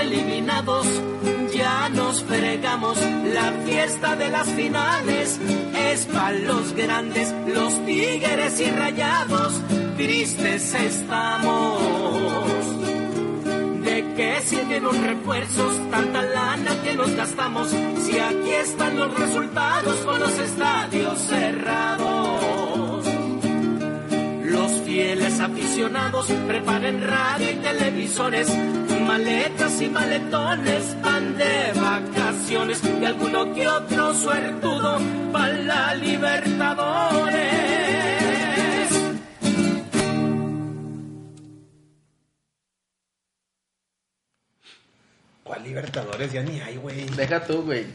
eliminados, ya nos fregamos. La fiesta de las finales es para los grandes, los tigres y rayados. Tristes estamos. ¿De qué sirven los refuerzos? Tanta lana que nos gastamos. Si aquí están los resultados con los estadios cerrados. Los fieles aficionados preparen radio y televisores, maletas y maletones van de vacaciones y alguno que otro suertudo para la Libertadores. ¿Cuál Libertadores? Ya ni hay, güey. Deja tú, güey.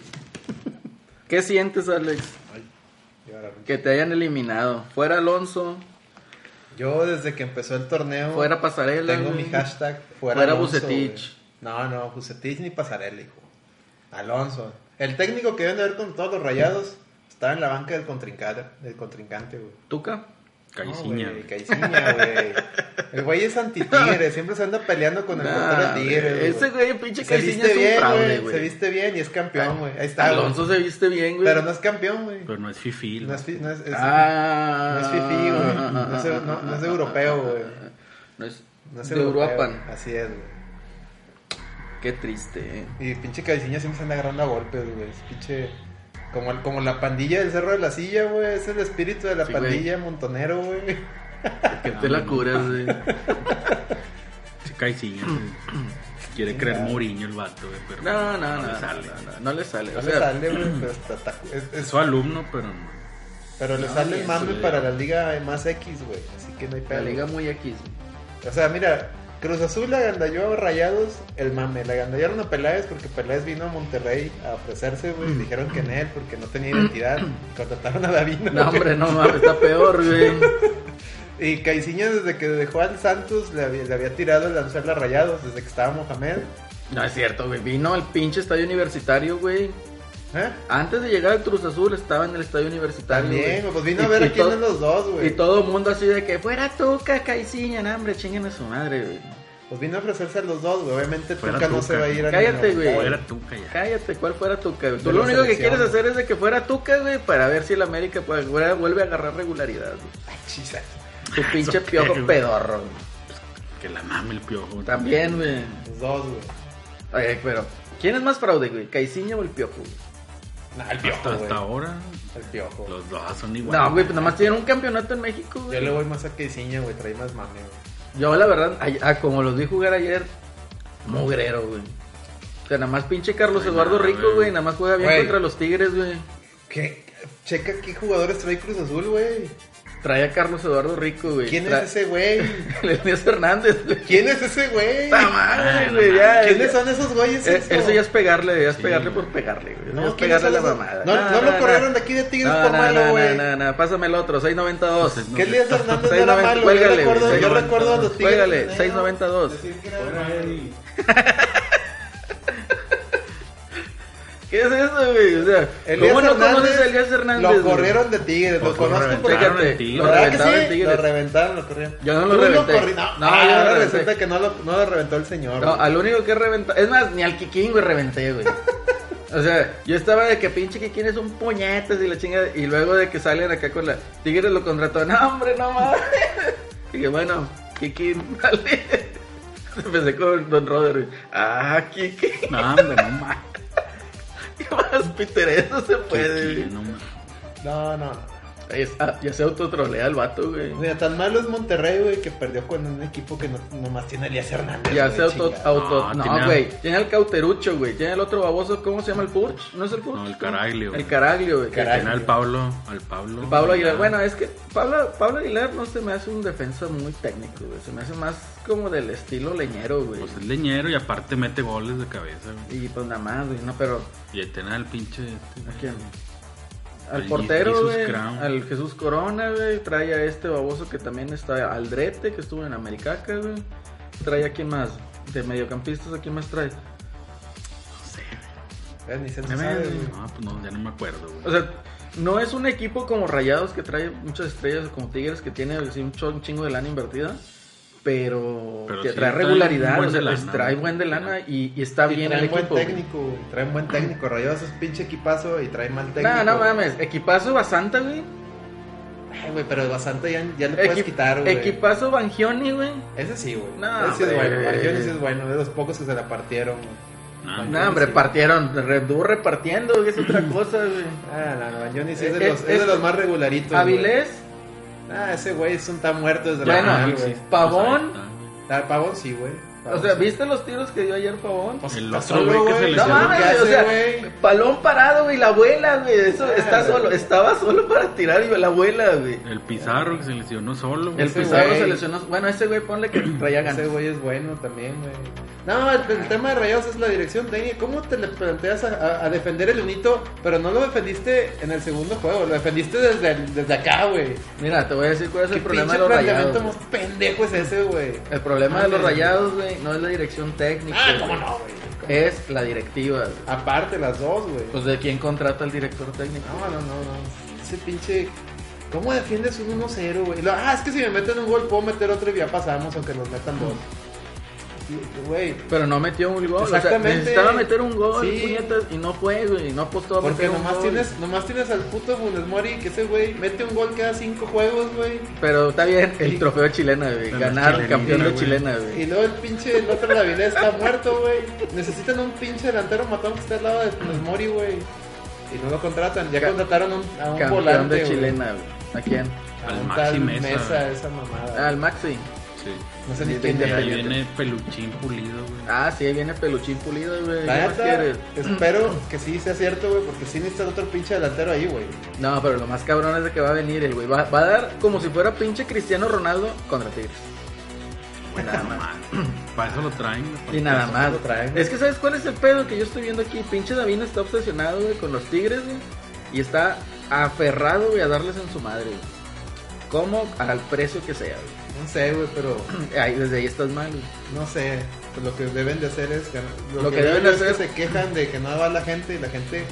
¿Qué sientes, Alex? Ay, ya la- Que te hayan eliminado. Fuera Alonso, Yo desde que empezó el torneo fuera Pasarela. tengo güey. mi hashtag fuera, Fuera Alonso, Bucetich. güey. No, no, Bucetich ni Pasarela, hijo. Alonso. El técnico que deben de ver con todos los rayados estaba en la banca del contrincante, del contrincante güey. ¿Tuca? No, Caiciña. güey, Caiciña, güey. El güey es antitigre, siempre se anda peleando con el Nah, motor del tigre. güey, ese güey, pinche Caiciña es un bien, fraude, Se güey. viste bien y es campeón, güey. Ahí está. Ah, güey. Alonso se viste bien, güey. Pero no es campeón, güey. Pero no es fifil. No es, fi- no es, es- Ah, no es fifí, güey. No es- no- no es europeo, güey. No es, no es de europeo. Uruapan. Así es, güey. Qué triste, eh. Y pinche Caiciña siempre se anda agarrando a golpes, güey. Es pinche. Como, el- como la pandilla del Cerro de la Silla, güey. Es el espíritu de la Sí, güey. pandilla montonero, güey. Que te la curas, güey. Sí, Caiciña. sí. Quiere creer Mourinho el vato, güey, pero No, no, no. le No, sale. no, no, no le sale. No O le sea, sale, güey. Pero, está- está- es- Es es- su alumno, pero no. pero le No, sale sí, el mame sí. para la liga más X, güey. Así que no hay pedo. la liga muy X. O sea, mira, Cruz Azul la agandalló a Rayados el mame. La agandallaron a Peláez porque Peláez vino a Monterrey a ofrecerse, güey. Mm. y Dijeron que en él porque no tenía identidad. Contrataron a Davino. No, güey. hombre, no mames, está peor, güey. Y Caiciña desde que dejó al Santos le había, le había tirado el lanzarle a Rayados desde que estaba Mohamed. No es cierto, güey. Vino al pinche estadio universitario, güey. ¿Eh? Antes de llegar al Cruz Azul estaba en el estadio universitario. También, güey. güey, pues vino Y- a ver y a quién to- de los dos, Y güey. todo el mundo así de que fuera Tuca, Caiciña, no, hombre, chinguen a su madre, güey. Pues vino a ofrecerse a los dos, güey. Obviamente Fuera Tuca no Tuca. se va a ir a Cállate, ningún lado. güey. Fuera tú, calla. Cállate, ¿cuál fuera Tuca? güey? Tú De lo la único que selección. quieres hacer es de que fuera Tuca, güey, para ver si el América pues, vuel- vuelve a agarrar regularidad. güey. Ay, chisa. Tu pinche qué, piojo güey? pedorro. güey. Que la mame el piojo. güey. También, güey. Los dos, güey. Oye, pero ¿quién es más fraude, güey? ¿Caiciña o el piojo? güey? Nah, el piojo, Hasta, güey. hasta ahora, El piojo. los dos son iguales. No, güey, pues nada más tienen un campeonato en México, Yo güey. le voy más a Caiciña, güey. Trae más mame, güey. Yo, la verdad, a, a como los vi jugar ayer, mugrero, güey. O sea, nada más pinche Carlos Ay, Eduardo no, Rico, güey. güey, nada más juega bien Güey. contra los Tigres, güey. ¿Qué? Checa qué jugadores trae Cruz Azul, güey. Trae a Carlos Eduardo Rico, güey. ¿Quién Tra- es ese güey? Leonidas Hernández, güey. ¿Quién es Ah, ese güey? Puta madre, Ay, no güey, ya, ¿Quiénes ya. son esos güeyes? Eh, eso? Eso ya es pegarle, ya es Sí. pegarle por pegarle, güey. ya es No, ¿quiénes pegarle a son la esos- mamada. No, no lo corrieron de aquí de Tigres por malo, güey. No, no, no, pásame el otro, 692. Pues es- ¿Qué Elías Hernández no era 6.90, malo? Yo cuélgale, recuerdo, güey, yo 6.90. recuerdo a los Tigres. Cuélgale, tenían- 6.92. decir que era malo. ¿Qué es eso, güey? O sea, Elías ¿cómo no Hernández, conoces a Elías Hernández? Lo güey? corrieron de Tigres, lo Pues lo conozco por reventaron Fíjate, en Tigres. lo ¿Verdad que reventaron en sí? Lo Tigres. reventaron, lo corrieron. Yo no lo Tú reventé. corri- No, No, ah, yo no ahora reventé. resulta que no lo, no lo reventó el señor. No, güey. al único que reventó. Es más, ni al Kikín, güey, reventé, güey. O sea, yo estaba de que pinche Kikín es un puñetas y la chinga. Y luego de que salen acá con la. Tigres lo contrató. No, hombre, no mames. Y que bueno, Kikín, vale. Empecé con Don Roderick. Ah, Kikín. No, hombre, no mames. ¿Qué más piterezo se puede, Kiki, güey? no mames. No, no. Ahí está, ya se autotrolea el vato, güey. Mira, tan malo es Monterrey, güey, que perdió con un equipo que no, nomás tiene a Elías Hernández. Ya güey, se auto, chingada. auto Ah, no, tiene al- güey, tiene al cauterucho, güey, tiene el otro baboso, ¿cómo se llama el Purch? ¿No es el Purch? No, el Caraglio. El Caraglio, güey. Caraglio. Tiene al Pablo, al Pablo. El Pablo Aguilar, bueno, es que Pablo, Pablo Aguilar no se me hace un defensa muy técnico, güey, se me hace más como del estilo leñero, güey. Pues es leñero y aparte mete goles de cabeza, güey. Y pues nada más, güey, no, pero Y ahí tiene al pinche este, ¿a güey. quién? Al Al portero, Jesus güey, Crown. al Jesús Corona, güey, trae a este baboso que también está, Aldrete, que estuvo en Americaca, güey, trae a quién más, de mediocampistas, ¿a quién más trae? No sé, Eh, Ni se güey. sabe, güey. No, pues no, ya no me acuerdo, güey. O sea, no es un equipo como Rayados que trae muchas estrellas como Tigres que tiene así, un, cho- un chingo de lana invertida. pero, Pero te sí, trae trae regularidad, buen o sea, de les lana, trae güey. buen de lana y, y está Y bien el traen buen equipo. güey. técnico, güey, traen buen técnico. Rayados es pinche equipazo y traen mal técnico. No, no güey. mames, equipazo bastante, güey. Ay, güey, pero bastante ya, ya le puedes Equip- quitar, güey. Equipazo Bangioni, güey. Ese sí, güey. No, Ese sí es güey. bueno. Argenis sí es bueno. De los pocos que se la partieron, güey. No, No, hombre, sí. partieron, redujo repartiendo, güey, es otra cosa, güey. Ah, no, no, Johnny sí es de, Eh, los, eh, es de es- los más regularitos. güey. Avilés, Ah, ese güey es un tan muerto desde Bueno, la final, sí, güey. Pavón. Pues Ah, Pavón sí, güey. O Pavón sea, sí. ¿viste los tiros que dio ayer Pavón? Pues El está otro solo, güey que se No lesionó. ¿Lo que mames, hace, o sea, güey? palón parado, güey, la abuela, güey, eso Ah, está güey. solo, estaba solo para tirar, güey, la abuela, güey. El Pizarro que se lesionó solo. güey. El Ese Pizarro güey. se lesionó, bueno, ese güey ponle que traía ganas. Ese güey es bueno también, güey. No, el, el tema de Rayados es la dirección técnica. ¿Cómo te le planteas a, a- a defender el unito? Pero no lo defendiste en el segundo juego, lo defendiste desde, el- desde acá, güey. Mira, te voy a decir cuál es ¿Qué el problema pinche de los planteamiento rayados. más güey. pendejo es ese, güey? El problema de los Mames. rayados, güey, no es la dirección técnica. Ah, güey. cómo no, güey. Es la directiva, güey. Aparte, las dos, güey. Pues de quién contrata al director técnico. No, no, no, no. Ese pinche. ¿Cómo defiendes un 1-0, güey? Lo- Ah, es que si me meten un gol, puedo meter otro y ya pasamos, aunque nos metan dos. Sí, Güey, Pero no metió un gol. Exactamente. Exactamente. necesitaba meter un gol, Sí. puñetas, y no fue, güey. No apostó a Porque meter un nomás gol. tienes, nomás tienes al puto Funes Mori, que ese güey mete un gol cada cinco juegos, güey. Pero está bien, el Sí. trofeo chilena, güey. Pero Ganar chilena, campeón de güey. chilena, güey. Y luego el pinche, el otro la vida está muerto, güey. Necesitan un pinche delantero matón que esté al lado de Funes Mori, güey. Y no lo contratan, ya Ca- contrataron un- a un Campeón volante, de güey. chilena, güey. ¿A quién? A Al un Maxi tal Mesa. esa mamada. Al Maxi. Sí. no sé ni Ah, de quién Y de ahí Independiente. viene Peluchín pulido, güey. Ah, sí, ahí viene peluchín pulido, güey. ¿Qué La más neta, quieres? espero que sí sea cierto, güey, porque sí necesitan otro pinche delantero ahí, güey. No, pero lo más cabrón es de que va a venir el güey. Va, va a dar como si fuera pinche Cristiano Ronaldo contra Tigres. Bueno, nada más. Para eso lo traen. güey, para Y nada eso. más. lo traen, güey. Es que sabes cuál es el pedo que yo estoy viendo aquí. Pinche Davina está obsesionado, güey, con los Tigres, güey. Y está aferrado, güey, a darles en su madre, güey. Como al precio que sea, güey. No sé, güey, pero Ahí, desde ahí estás mal, güey. no sé. Pues lo que deben de hacer es ganar. Lo que deben de es que hacer- se quejan de que no va la gente y la gente.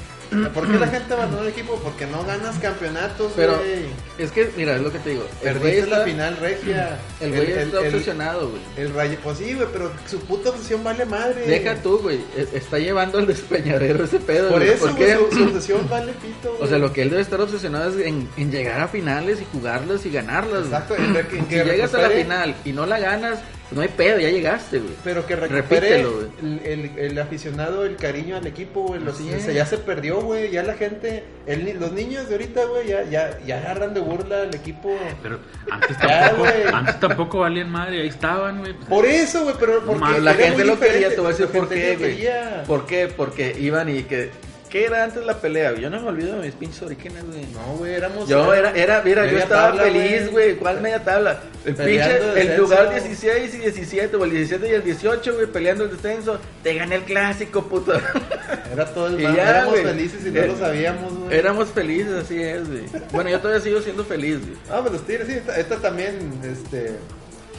¿Por qué la gente abandonó el equipo? Porque no ganas campeonatos, Pero- güey. Es que, mira, es lo que te digo. El güey Perdiste la está- final regia. El güey está el- obsesionado, güey. el Rayo- pues sí, güey, pero su puta obsesión vale madre. Deja tú, güey. Es- Está llevando al despeñadero ese pedo, Por güey. eso, ¿Por güey, qué? su, su obsesión vale pito, güey. O sea, lo que él debe estar obsesionado es en, en llegar a finales y jugarlas y ganarlas. güey. Exacto, entre que, Si que llegas a la recupere- final y no la ganas, pues no hay pedo, ya llegaste, güey. Pero que recupere Repítelo, güey. el, el- el aficionado el cariño al equipo, güey. Los- Así o sea, es. ya se perdió, güey. Ya la gente, el ni- los niños de ahorita, güey, ya, ya, ya agarran de burla al equipo. Pero antes Ya, tampoco, güey. antes tampoco valían madre. Ahí estaban, güey. pues, Por eso, güey, pero porque mames, la era gente muy lo quería, diferente. te voy a decir La por gente qué, lo güey. quería. ¿Por qué? Porque iban y que. ¿Qué era antes la pelea? güey? Yo no me olvido de mis pinches orígenes, güey. No, güey, éramos. Yo era, era, mira, yo Media estaba tabla, feliz, güey. ¿Cuál media tabla? El Peleando pinche, el descenso. lugar 16 y 17, o el 17 y el 18, güey, peleando el descenso. Te gané el clásico, puto. Era todo el Y mal, ya, Éramos güey. felices y no Eh, lo sabíamos, güey. Éramos felices, así es, güey. Bueno, yo todavía sigo siendo feliz, güey. Ah, pues los tigres, sí. Esta, esta también, este.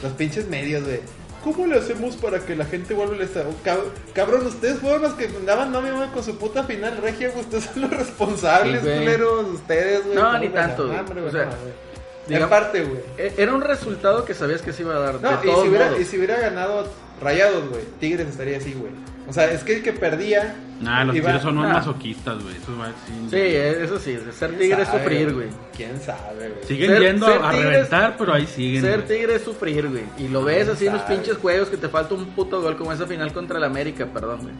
Los pinches medios, güey. ¿Cómo le hacemos para que la gente vuelva al estado? Cab- cabrón, ustedes fueron los que andaban no me mames, con su puta final regia, güey. Ustedes son los responsables, Sí, güey. culeros, ustedes, güey. No, ¿Cómo ni les tanto, dan güey. hambre, O güey? sea, No, güey. digamos- En parte, güey. E- Era un resultado que sabías que se iba a dar. No, de y todos si, hubiera, modos. y si hubiera ganado Rayados, güey, Tigres estaría así, güey. O sea, es que el que perdía. Nah, los iba- tiros son más Ah. masoquistas, güey. Eso va sin- Sí, eh, eso sí, ser ¿Quién tigre es sabe, sufrir, güey. ¿Quién sabe, güey? Siguen Ser- yendo ser a tigres- reventar, pero ahí siguen. Ser güey. tigre es sufrir, güey. Y lo ves así en los sabe. pinches juegos que te falta un puto gol, como esa final contra el América, perdón, güey.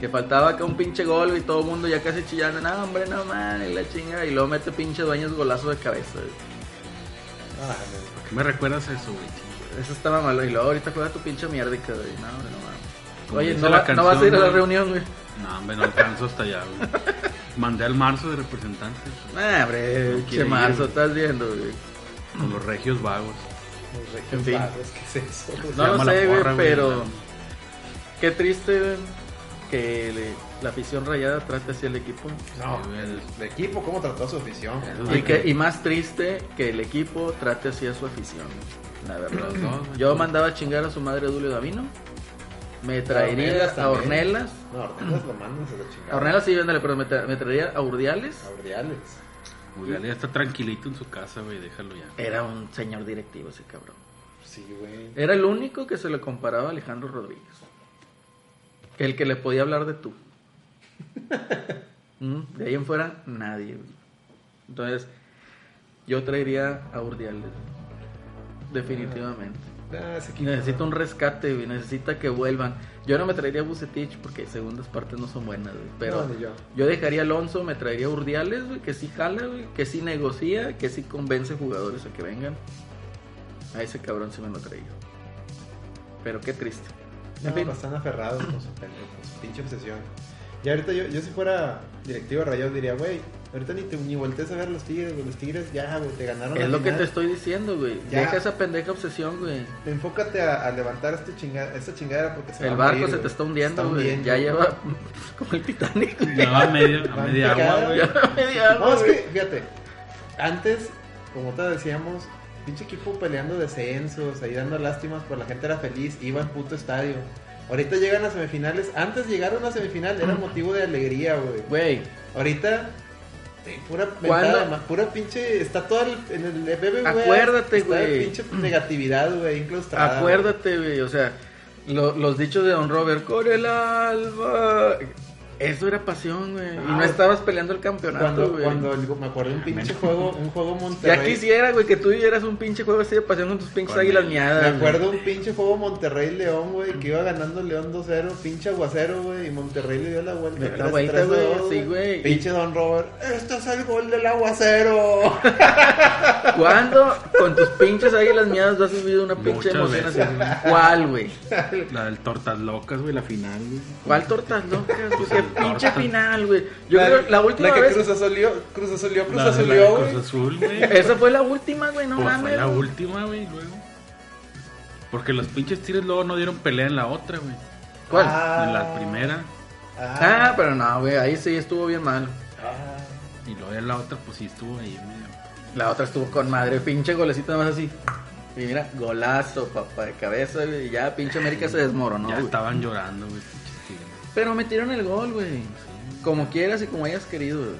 Que faltaba acá un pinche gol, güey, y todo el mundo ya casi chillando, no, hombre, no mames, la chinga. Y luego mete pinche dueños golazo de cabeza, güey. Ah, ¿Por qué me recuerdas eso, güey? chico? Eso estaba malo. Y luego ahorita juega tu pinche mierdica, güey. No, hombre, no mames. Como Oye, dice no, la va- no vas a canción, ir a la güey. reunión, güey. No, hombre, no alcanzo hasta allá, güey. Mandé al marzo de representantes Nah, hombre, No quiere pinche ir, Pues marzo, güey. estás viendo, güey. con los regios vagos. no, los En fin. regios ¿Qué es eso? güey? No lo llama la sé, güey, porra, güey, pero la- qué triste güey, que le- la afición rayada trate así al equipo. No, Sí, güey. el, el equipo, ¿cómo trató a su afición? Eso Y, sí, que, güey. y más triste que el equipo trate así a su afición. güey. La verdad. Los dos, güey. Yo mandaba a chingar a su madre Dulio Davino. Me traería Ornelas a también. Ornelas. No, Ornelas lo mandan a la chingada. A Ornelas sí, véndale, pero me, tra- me traería a Urdiales. A Ordiales. Julián ya está tranquilito en su casa, güey. Déjalo ya. Era un señor directivo ese cabrón. Pues Sí, güey. Era el único que se le comparaba a Alejandro Rodríguez. El que le podía hablar de tú. Mm, De ahí en fuera, nadie. güey. Entonces, yo traería a Urdiales. Definitivamente. Ah, ese equipo. Necesita un rescate, güey, necesita que vuelvan. Yo no me traería a Bucetich porque segundas partes no son buenas, güey, Pero No, ni yo. yo dejaría a Alonso, me traería a Urdiales, güey, que sí jala, güey, que sí negocia, que sí convence jugadores a que vengan. A ese cabrón sí me lo traía. Pero qué triste. No, En fin. pues, están aferrados con su, pendejo, con su pinche obsesión. Y ahorita yo, yo si fuera directivo de Rayados diría, güey, ahorita ni, te, ni voltees a ver a los tigres, güey. Los tigres ya, güey, te ganaron la Es lo que final. te estoy diciendo, güey. Ya. Deja esa pendeja obsesión, güey. Enfócate a, a levantar este chinga- esta chingadera porque se va El a barco morir, se güey. te está hundiendo, güey. hundiendo. Ya lleva como el Titanic. güey. Ya va a media, a Van media agua, picada, güey. Ya media agua, No, es que, güey. fíjate, antes, como te decíamos, pinche equipo peleando descensos, ahí dando lástimas, pero la gente era feliz, iba al puto estadio. Ahorita llegan a semifinales, antes llegaron a semifinal, era motivo de alegría, güey. Güey, Ahorita, sí, pura ¿Cuándo? mentada, ma- pura pinche, está toda el- en el BBVA, Acuérdate, está de güey. pinche negatividad, güey, incrustada. Acuérdate, güey, o sea, lo- los dichos de Don Robert, con el alba. Eso era pasión, güey. y no Ah, estabas peleando el güey. campeonato, Cuando, güey. cuando este el- me acuerdo de un pinche juego, un juego Monterrey. Ya quisiera, güey, que tú vivieras un pinche juego así de pasión con tus pinches Con águilas el- miadas. Me güey. acuerdo un pinche juego Monterrey-León, güey, que iba ganando León 2-0, pinche aguacero, güey, y Monterrey le dio la vuelta. Le dio la 3-3, vuelta, güey, dos, sí, güey. Pinche Don Robert, esto es el gol del aguacero. ¿Cuándo con tus pinches águilas miadas tú has vivido una pinche Muchas emoción veces, así? güey. ¿Cuál, güey? La del Tortas Locas, güey, la final, güey. ¿Cuál tortas locas? güey? Pues ¿Qué el pinche tortas. final, güey? Yo creo la última la que vez. Cruz Azulió, Cruz Azulió, Cruz La de la de Azulió, Cruz güey. Azul, güey. Esa fue la última, güey, no Pues mames. fue la güey. última, güey, luego. Porque los pinches tigres luego no dieron pelea en la otra, güey. ¿Cuál? Ah. En la primera. Ah, pero no, güey, ahí sí estuvo bien mal. ah. Y luego en la otra, pues sí estuvo ahí, medio. La otra estuvo con madre, pinche golecito nada más así. Y mira, golazo, papá, de cabeza, güey. y Ya, pinche América se desmoronó, ya güey. estaban llorando, güey, pinches tigres. Pero metieron el gol, güey. Como quieras y como hayas querido, güey.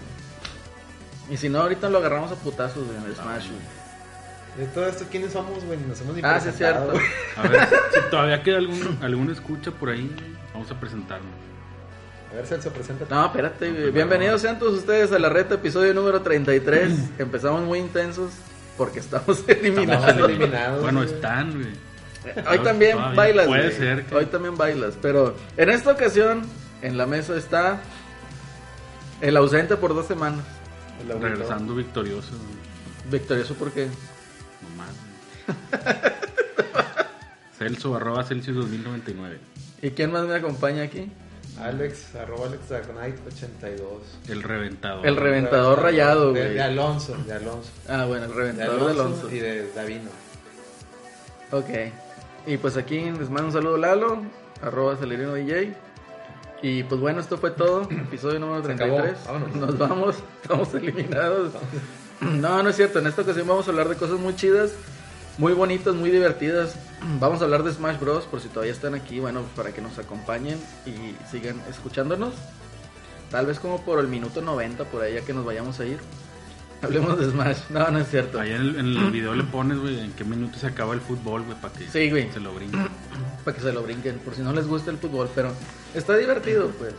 Y si no, ahorita lo agarramos a putazos, güey, en el Smash, güey. De todo esto, ¿quiénes somos, güey? Ni Nos hemos ni Ah, sí, es presentado, cierto. güey. A ver, si todavía queda algún, algún escucha por ahí, vamos a presentarnos. A ver, Celso, presenta. No, espérate, güey. Bienvenidos sean todos ustedes a la reta, episodio número 33. Empezamos muy intensos porque estamos eliminados. Estamos eliminados, Bueno, güey. están, güey. Hoy también Todavía bailas. puede güey. ser que- Hoy también bailas. Pero en esta ocasión, en la mesa está el ausente por dos semanas. El auditor. Regresando victorioso, güey. Victorioso porque No mames. Celso, arroba Celsius 2099. ¿Y quién más me acompaña aquí? Alex, arroba Alex Dragonite 82. El reventador. El re- Reventador rayado, de, güey. de Alonso, de Alonso. Ah, bueno, el De reventador Alonso, de Alonso. y de Davino. Ok. Y pues aquí les mando un saludo Lalo, arroba Celerino DJ. Y pues bueno, esto fue todo. Episodio número Se acabó. 33. Vámonos. Nos vamos, estamos eliminados. No, no es cierto. En esta ocasión vamos a hablar de cosas muy chidas, muy bonitas, muy divertidas. Vamos a hablar de Smash Bros. por si todavía están aquí, bueno, para que nos acompañen y sigan escuchándonos. Tal vez como por el minuto 90, por ahí ya que nos vayamos a ir. Hablemos de Smash. No, no es cierto. Allá en el, en el video le pones, güey, en qué minuto se acaba el fútbol, güey, para que Sí, güey. se lo brinque. Para que se lo brinquen, por si no les gusta el fútbol, pero está divertido, pues.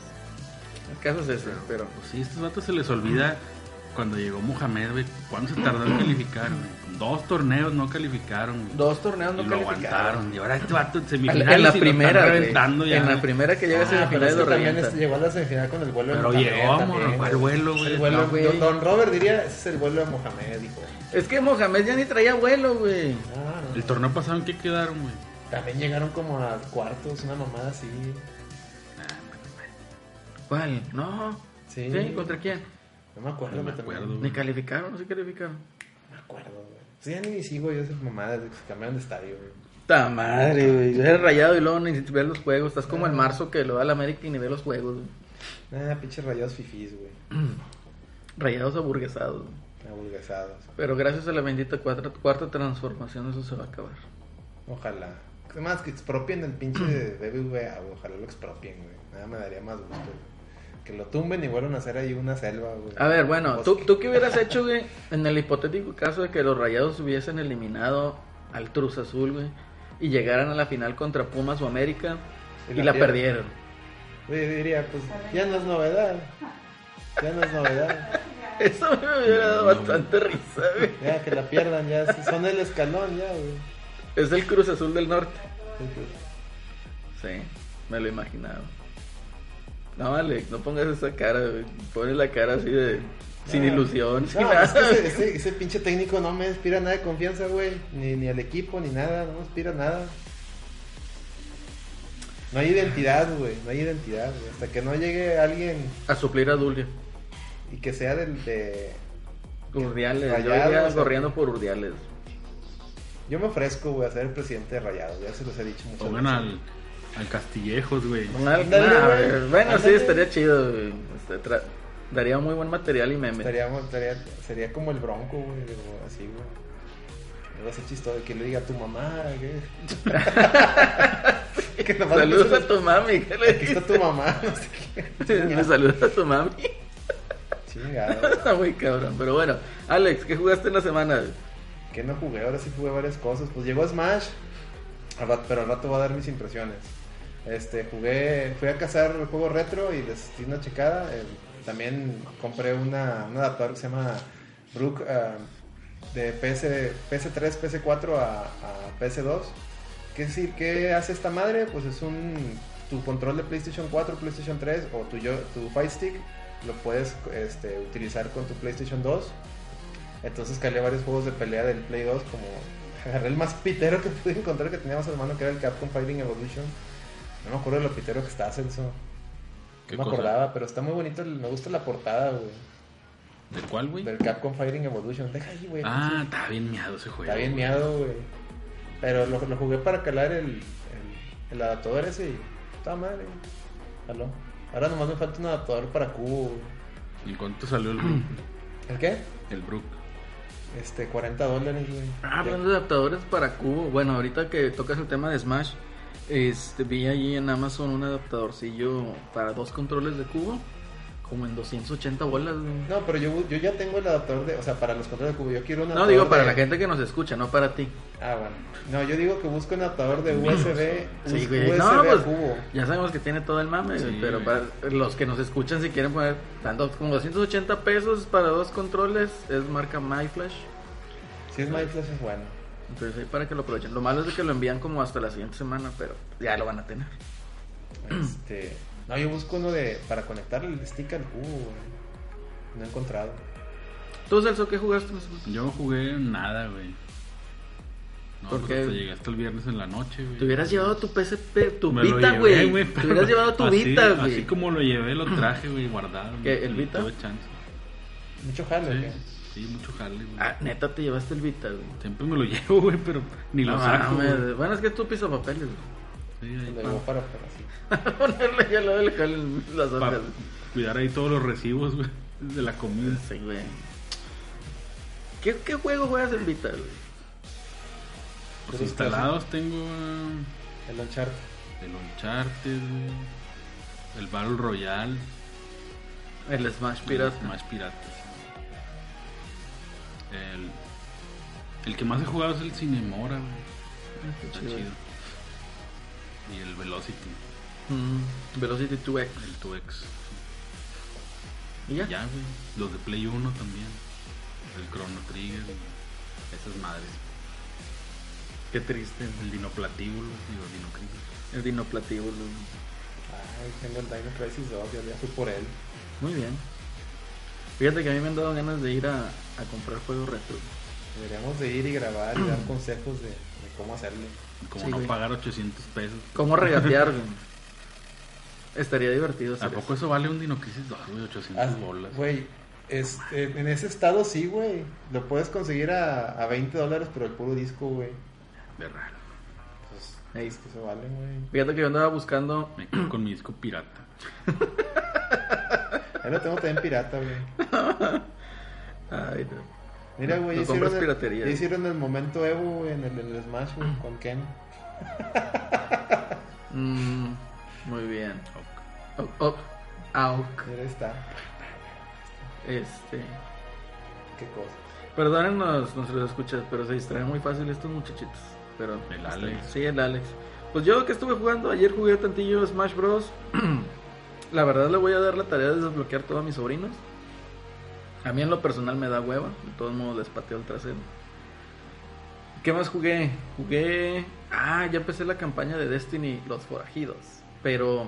El caso es ese, pero. Pues sí, estos vatos se les olvida cuando llegó Mohamed, güey. ¿Cuánto se tardó en calificar, güey? Dos torneos no calificaron, güey. Dos torneos no y lo calificaron. aguantaron. Y ahora este vato en En semifinales. la y lo están primera, güey. reventando ya. en la primera que llega a Ah, pero semifinales es que lo también revienta. es- llegó a la semifinal con el vuelo Pero de Mohamed. llegó, también, morro, ¿cuál vuelo, güey? El vuelo- No, güey. Don- Don Robert diría, ese es el vuelo de Mohamed, dijo. Es que Mohamed ya ni traía vuelo, güey. Ah, no. El torneo pasado en qué quedaron, güey. También llegaron como a cuartos, una mamada así. ¿Cuál? No. Sí. ¿Contra quién? No me acuerdo. No me güey, también. acuerdo. Ni calificaron, no se calificaron. No me acuerdo, güey. Sí, ya ni sigo yo esas mamadas de que se cambiaron de estadio, güey. Ta madre, güey. Eres rayado y luego ni ves los juegos. Estás como el marzo que lo da la América y ni ve los juegos, güey. Ah, pinches rayados fifís, güey. Rayados aburguesados. güey. Abulgazados. Pero gracias a la bendita cuarta, cuarta transformación, eso se va a acabar. Ojalá. Más que expropien el pinche de BBVA, güey. Ojalá lo expropien, güey. Nada me daría más gusto, güey. Que lo tumben y vuelvan a hacer ahí una selva, güey. A ver, Pues bueno, ¿tú, Bosque. ¿tú qué hubieras hecho, güey, en el hipotético caso de que los rayados hubiesen eliminado al Cruz Azul, güey. Y llegaran a la final contra Pumas o América Y y, la la perdieron. perdieron. Yo diría, pues ya no es novedad. Ya no es novedad. Eso me hubiera dado bastante risa, güey. Ya que la pierdan, ya son el escalón, ya, güey. Es el Cruz Azul del Norte. Sí, me lo imaginaba. No, Alex, no pongas esa cara, güey. Pone la cara así de. Sin Ah. ilusión, sin No, nada. es que ese, ese- ese pinche técnico no me inspira nada de confianza, güey. Ni, ni al equipo, ni nada, no me inspira nada. No hay identidad, güey. No hay identidad, güey. Hasta que no llegue alguien A suplir a Dulio. y que sea del de. Urdiales, Rayado, yo o iría sea. corriendo por Urdiales. Yo me ofrezco, güey, a ser el presidente de Rayados. Ya se los he dicho muchas Pongan veces. al, al Castillejos, güey. Una- Ándale, nah, güey. güey, bueno, sí, Ándale. estaría chido. güey. Este, tra- daría muy buen material y meme. Estaría, estaría- sería como el bronco, güey, o así, güey. Me va a ser chistoso que le diga a tu mamá, que... que nomás Saludos empieza- a tu mami. ¿qué le Aquí está dices? tu mamá, no sé qué. Le saludas a tu mami. Chingado. Está muy cabrón. Pero bueno, Alex, ¿qué jugaste en la semana? güey? Que no jugué, ahora sí jugué varias cosas. Pues llegó Smash, al rat- pero al rato voy a dar mis impresiones. Este, jugué, fui a cazar el juego retro y les di una checada. Eh, también compré una, un adaptador que se llama Brook ah, de PS, PS3, PS4 a, a PS2. ¿Qué, decir, ¿Qué hace esta madre? Pues es un. Tu control de PlayStation 4, PlayStation 3 o tu, yo- tu Fight Stick lo puedes este, utilizar con tu PlayStation 2. Entonces calé varios juegos de pelea del Play 2 como agarré el más pitero que pude encontrar que teníamos hermano que era el Capcom Fighting Evolution. No me acuerdo de lo pitero que está Celso. ¿Qué No me cosa? acordaba, pero está muy bonito, el- me gusta la portada, güey. ¿De cuál, güey? Del Capcom Fighting Evolution. Deja ahí, güey. Ah, está bien miado ese juego. está bien güey. miado, güey. Pero lo, lo jugué para calar el, el, el adaptador ese y. Está madre. Aló. Ahora nomás me falta un adaptador para cubo, güey. ¿En cuánto salió el Brook? ¿El qué? el Brook. Este, 40 dólares, güey. Ah, Ya- hablando de adaptadores para cubo. Bueno, ahorita que tocas el tema de Smash, este, vi allí en Amazon un adaptadorcillo para dos controles de cubo, como en 280 bolas. güey. No, pero yo, yo ya tengo el adaptador de. O sea, para los controles de cubo. Yo quiero un No, adaptador digo para de- la gente que nos escucha, no para ti. Ah, bueno. No, yo digo que busco un adaptador de USB. Mm. Sí, us- güey. USB No, a pues, cubo. ya sabemos que tiene todo el mame, Sí, güey, pero güey. para los que nos escuchan, si quieren poner tanto como 280 pesos para dos controles, es marca MyFlash. Si es MyFlash es bueno. Entonces ahí para que lo aprovechen. Lo malo es de que lo envían como hasta la siguiente semana, pero ya lo van a tener. Este. No, yo busco uno de. Para conectar el stick al cubo, güey. No he encontrado. ¿Tú, Celso, qué jugaste? Yo no jugué nada, güey. No, ¿Por pues qué? hasta llegué hasta el viernes en la noche, güey. Te hubieras llevado tu PSP, tu Me lo Vita, llevé, güey. Te pero hubieras llevado tu así- Vita, Así güey. como lo llevé, lo traje, güey, guardado. ¿Qué, güey, el y Vita? tuve chance. Mucho jale, Sí, güey. sí, mucho jale, güey. Ah, neta, te llevaste el Vita, güey. Siempre me lo llevo, güey, pero ni lo No saco. mames. güey. Bueno, es que es tu piso papeles, Sí, Lo ahí llevo pa- para, para así. güey. Ponerle ya lo del cal- las pa- hojas. cuidar ahí todos los recibos, güey, de la comida. Sí, güey. ¿Qué, ¿Qué juego juegas en Vita, güey? Pues Pero instalados tengo ah, El Uncharted. el Uncharted, güey, el Battle Royale, El Smash el Pirata. Smash Pirata. sí. El, el que más he jugado es el Cinemora, güey. Está Chido. chido. Y el Velocity, Mm, Velocity 2X. el 2X. ¿Y ya? Ya, güey. Los de Play 1 también. El Chrono Trigger, güey. esas madres. Qué triste. güey. El Dinoplatíbulo, digo, Dinocrisis. El Dinoplatívolo. güey. Ay, tengo el Dino Crisis 2, yo ya fui por él. Muy bien. Fíjate que a mí me han dado ganas de ir a, a comprar juegos retro. Deberíamos de ir y grabar y dar consejos de, de cómo hacerle. Como Sí, no güey. pagar 800 pesos. ¿Cómo regatear, güey? Estaría divertido. ¿A hacer poco eso. eso vale un Dinocrisis 2, güey? 800 Ah, bolas. Güey, este, en ese estado sí, güey. Lo puedes conseguir a, a 20 dólares, pero el puro disco, güey. De raro. Pues, Ey. es que se valen, güey. Fíjate que yo andaba buscando. Me quedo con mi disco pirata. Ahí lo tengo también pirata, güey. Ay, no. Mira, No, güey, no ya compras hicieron, el, piratería. ya hicieron el momento Evo, güey, en el, en el Smash, güey, con Ken. Mm, muy bien. Ok. Oc, oc, auk. Mira, ahí está. Este. Qué cosa. Perdónennos, no se los escuchas, pero se distraen muy fácil estos muchachitos. Pero El Alex. Sí, el Alex. Pues yo que estuve jugando, ayer jugué tantillo Smash Bros. la verdad le voy a dar la tarea de desbloquear todos mis sobrinos. A mí en lo personal me da hueva, de todos modos les pateo el trasero. ¿Qué más jugué? Jugué... Ah, ya empecé la campaña de Destiny, Los Forajidos. Pero...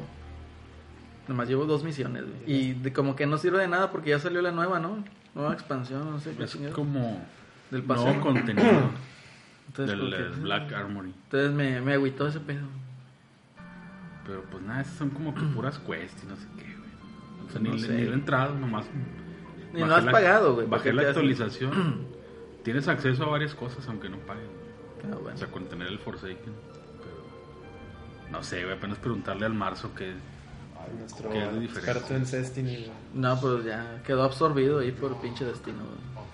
Nomás llevo dos misiones. güey. Y de- como que no sirve de nada porque ya salió la nueva, ¿no? Nueva expansión, no sé qué Es chingada. como Del paseo. nuevo contenido Entonces, del como que- "Ah, del Black Armory. entonces me, me agüitó ese pedo. Pero pues nada, esas son como que puras quests y no sé qué, güey. O sea, ni, Mm. No le- sé. ni le he entrado, nomás. Ni lo bajé has la- pagado, güey. Bajé porque la te hacen- actualización. Tienes acceso a varias cosas aunque no pagues. güey. Ah, bueno. O sea, con tener el Forsaken. Pero, No sé, güey, apenas preguntarle al marzo que Ay, nuestro ¿Qué es la diferencia? experto en Destiny, güey. No, pues ya quedó absorbido ahí por pinche destino. güey.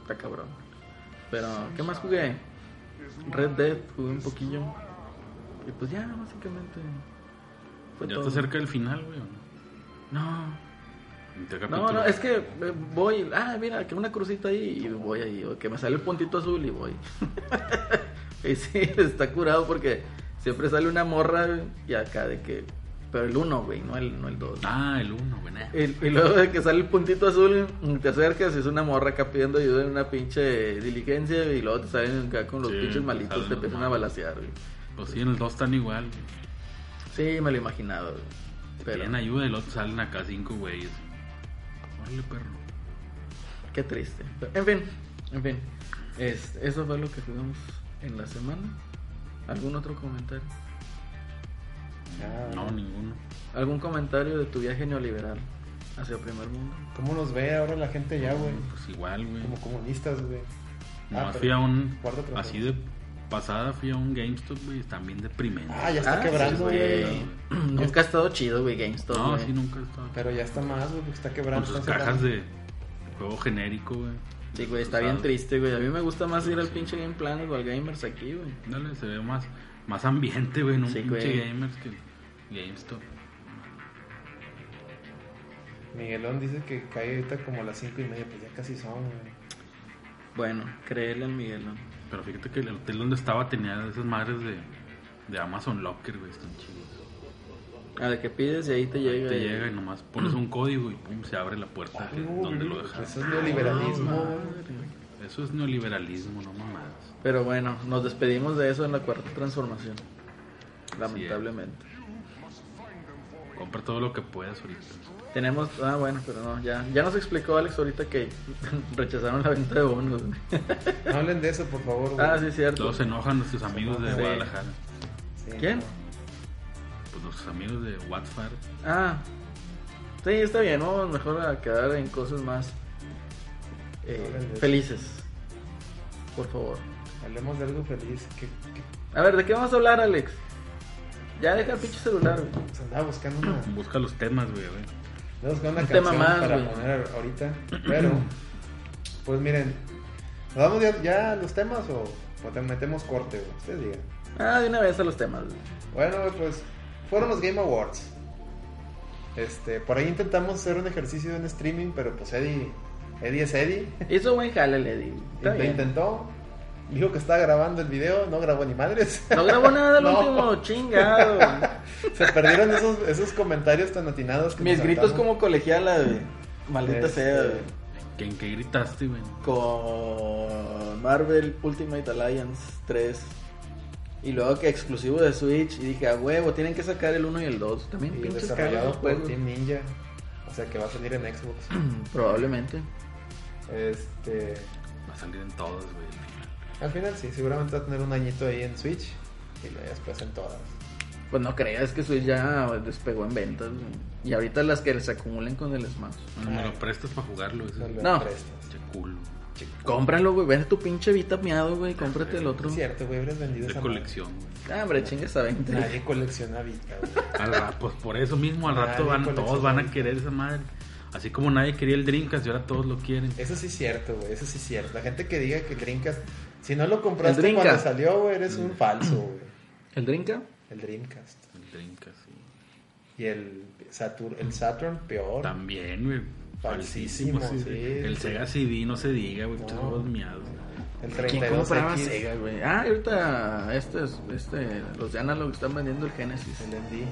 Está cabrón. Pero, ¿qué más jugué? Red Dead, jugué un poquillo. Y pues ya, básicamente. Fue ya todo. está cerca del final, güey. ¿o no? No, Ni te no, capítulo. no, es que eh, voy. Ah, mira, que una crucita ahí y voy ahí. O que me sale el puntito azul y voy. y sí, está curado porque siempre sale una morra güey, y acá de que. Pero el uno, güey, no el 2. No el dos. Ah, el 1, güey. nah. Y, y luego de que sale el puntito azul, te acercas y es una morra acá pidiendo ayuda en una pinche diligencia y luego te salen acá con los Sí, pinches malitos, salen te los empiezan a malos. balasear, güey. Pues sí, en el 2 están igual. güey. Sí, me lo imaginaba, güey. Pero Piden ayuda y luego salen acá cinco güeyes. Órale, perro. qué triste. Pero, en fin, en fin. Este, eso fue lo que jugamos en la semana. ¿Algún otro comentario? Ah. No, ninguno. ¿Algún comentario de tu viaje neoliberal hacia primer mundo? ¿Cómo nos ve ahora la gente ya, güey? Pues igual, güey. Como comunistas, güey. Ah, Nomás pero- fui a un. cuarto trasero. Así de pasada fui a un GameStop, güey. Están bien deprimentes. Ah, ya está Ah, sí, quebrando, güey. güey. Nunca ha estado chido, güey, GameStop. no, güey. así nunca he estado. Pero ya está más, güey, porque está Con quebrando. sus está cajas cerrando. de juego genérico, güey. Sí, güey, está bien triste, güey. A mí me gusta más ir al pinche Game Planet o al Gamers aquí, güey. Dale, se ve más, más ambiente, güey, en un Sí, pinche güey. gamers que el GameStop. Miguelón dice que cae ahorita como a las cinco y media, pues ya casi son, güey. Bueno, créele al Miguelón. Pero fíjate que el hotel donde estaba tenía esas madres de, de Amazon Locker, güey, están chidos. A ver, que pides y ahí te llega. Te y- llega y nomás pones un código y pum, se abre la puerta de donde Ah, lo dejas. Pues Eso es neoliberalismo, Ah, güey. madre. Eso es neoliberalismo, no mamadas. Pero bueno, nos despedimos de eso en la cuarta transformación. Lamentablemente. Compra todo lo que puedas ahorita. Tenemos. Ah, bueno, pero no, ya. Ya nos explicó Alex ahorita que rechazaron la venta de bonos. güey. No hablen de eso, por favor, güey. ah, sí, cierto. Todos se enojan nuestros amigos de Sí. Guadalajara. Sí, ¿Quién? Pues nuestros amigos de Watford. Ah. Sí, está bien, vamos mejor a quedar en cosas más eh, pues. felices. Por favor. Hablemos de algo feliz. Que, que A ver, ¿de qué vamos a hablar, Alex? Ya deja el pinche celular, güey. se andaba buscando una, andaba Busca los temas, güey. güey. buscando una Un tema canción más, para güey. poner ahorita. Pero, pues miren, ¿nos damos ya, ya a los temas o, o te metemos corte, güey? Ustedes digan. Ah, de una vez a los temas. güey. Bueno, güey, pues fueron los Game Awards. Este, por ahí intentamos hacer un ejercicio de un streaming, pero pues Eddie, Eddie es Eddie. Hizo buen jale, le di. Está Lo bien. intentó. Dijo que estaba grabando el video, no grabó ni madres. No grabó nada el No. último, chingado. güey. Se perdieron esos, esos comentarios tan atinados que Mis nos gritos aventamos. como colegiala, güey. Maldita Este, sea, güey. ¿Que ¿En qué gritaste, güey? Con Marvel Ultimate Alliance 3. Y luego que exclusivo de Switch. Y dije, a huevo, tienen que sacar el 1 y el 2. También Y pinches desarrollado caros, por güey. Team Ninja. O sea que va a salir en Xbox. Probablemente. Este. Va a salir en todos, güey. Al final sí, seguramente va a tener un añito ahí en Switch. Y luego después en todas. Pues no creas que Switch ya despegó en ventas. güey. Y ahorita las que se acumulen con el Smash. Bueno, me Ah. lo prestas para jugarlo, No. ese lo No. prestas. Che culo. Cómpralo, güey. Vende tu pinche Vita miado, güey. Cómprate el otro. Es cierto, güey, hubieras vendido De esa colección, güey. Ah, hombre, chingas a 20. madre. Nadie colecciona Vita, güey. Al ra- pues por eso mismo, al rato Nadie van, colecciona. todos van a querer esa madre. Así como nadie quería el Dreamcast y ahora todos lo quieren. Eso sí es cierto, güey. Eso sí es cierto. La gente que diga que el Dreamcast. Si no lo compraste El cuando Dreamcast. Mm. salió, güey, eres un falso, güey. ¿El Drinka? El Dreamcast. El Dreamcast, sí. Y el Saturn, el Saturn peor. También, güey. Falsísimo. Falsísimo, sí. sí. El Sega CD no se diga, güey. Muchos juegos miados. El ¿Quién compraba 32X, Sega, güey? Ah, y ahorita estos, este, los de Analog están vendiendo el Genesis. el MD. Ese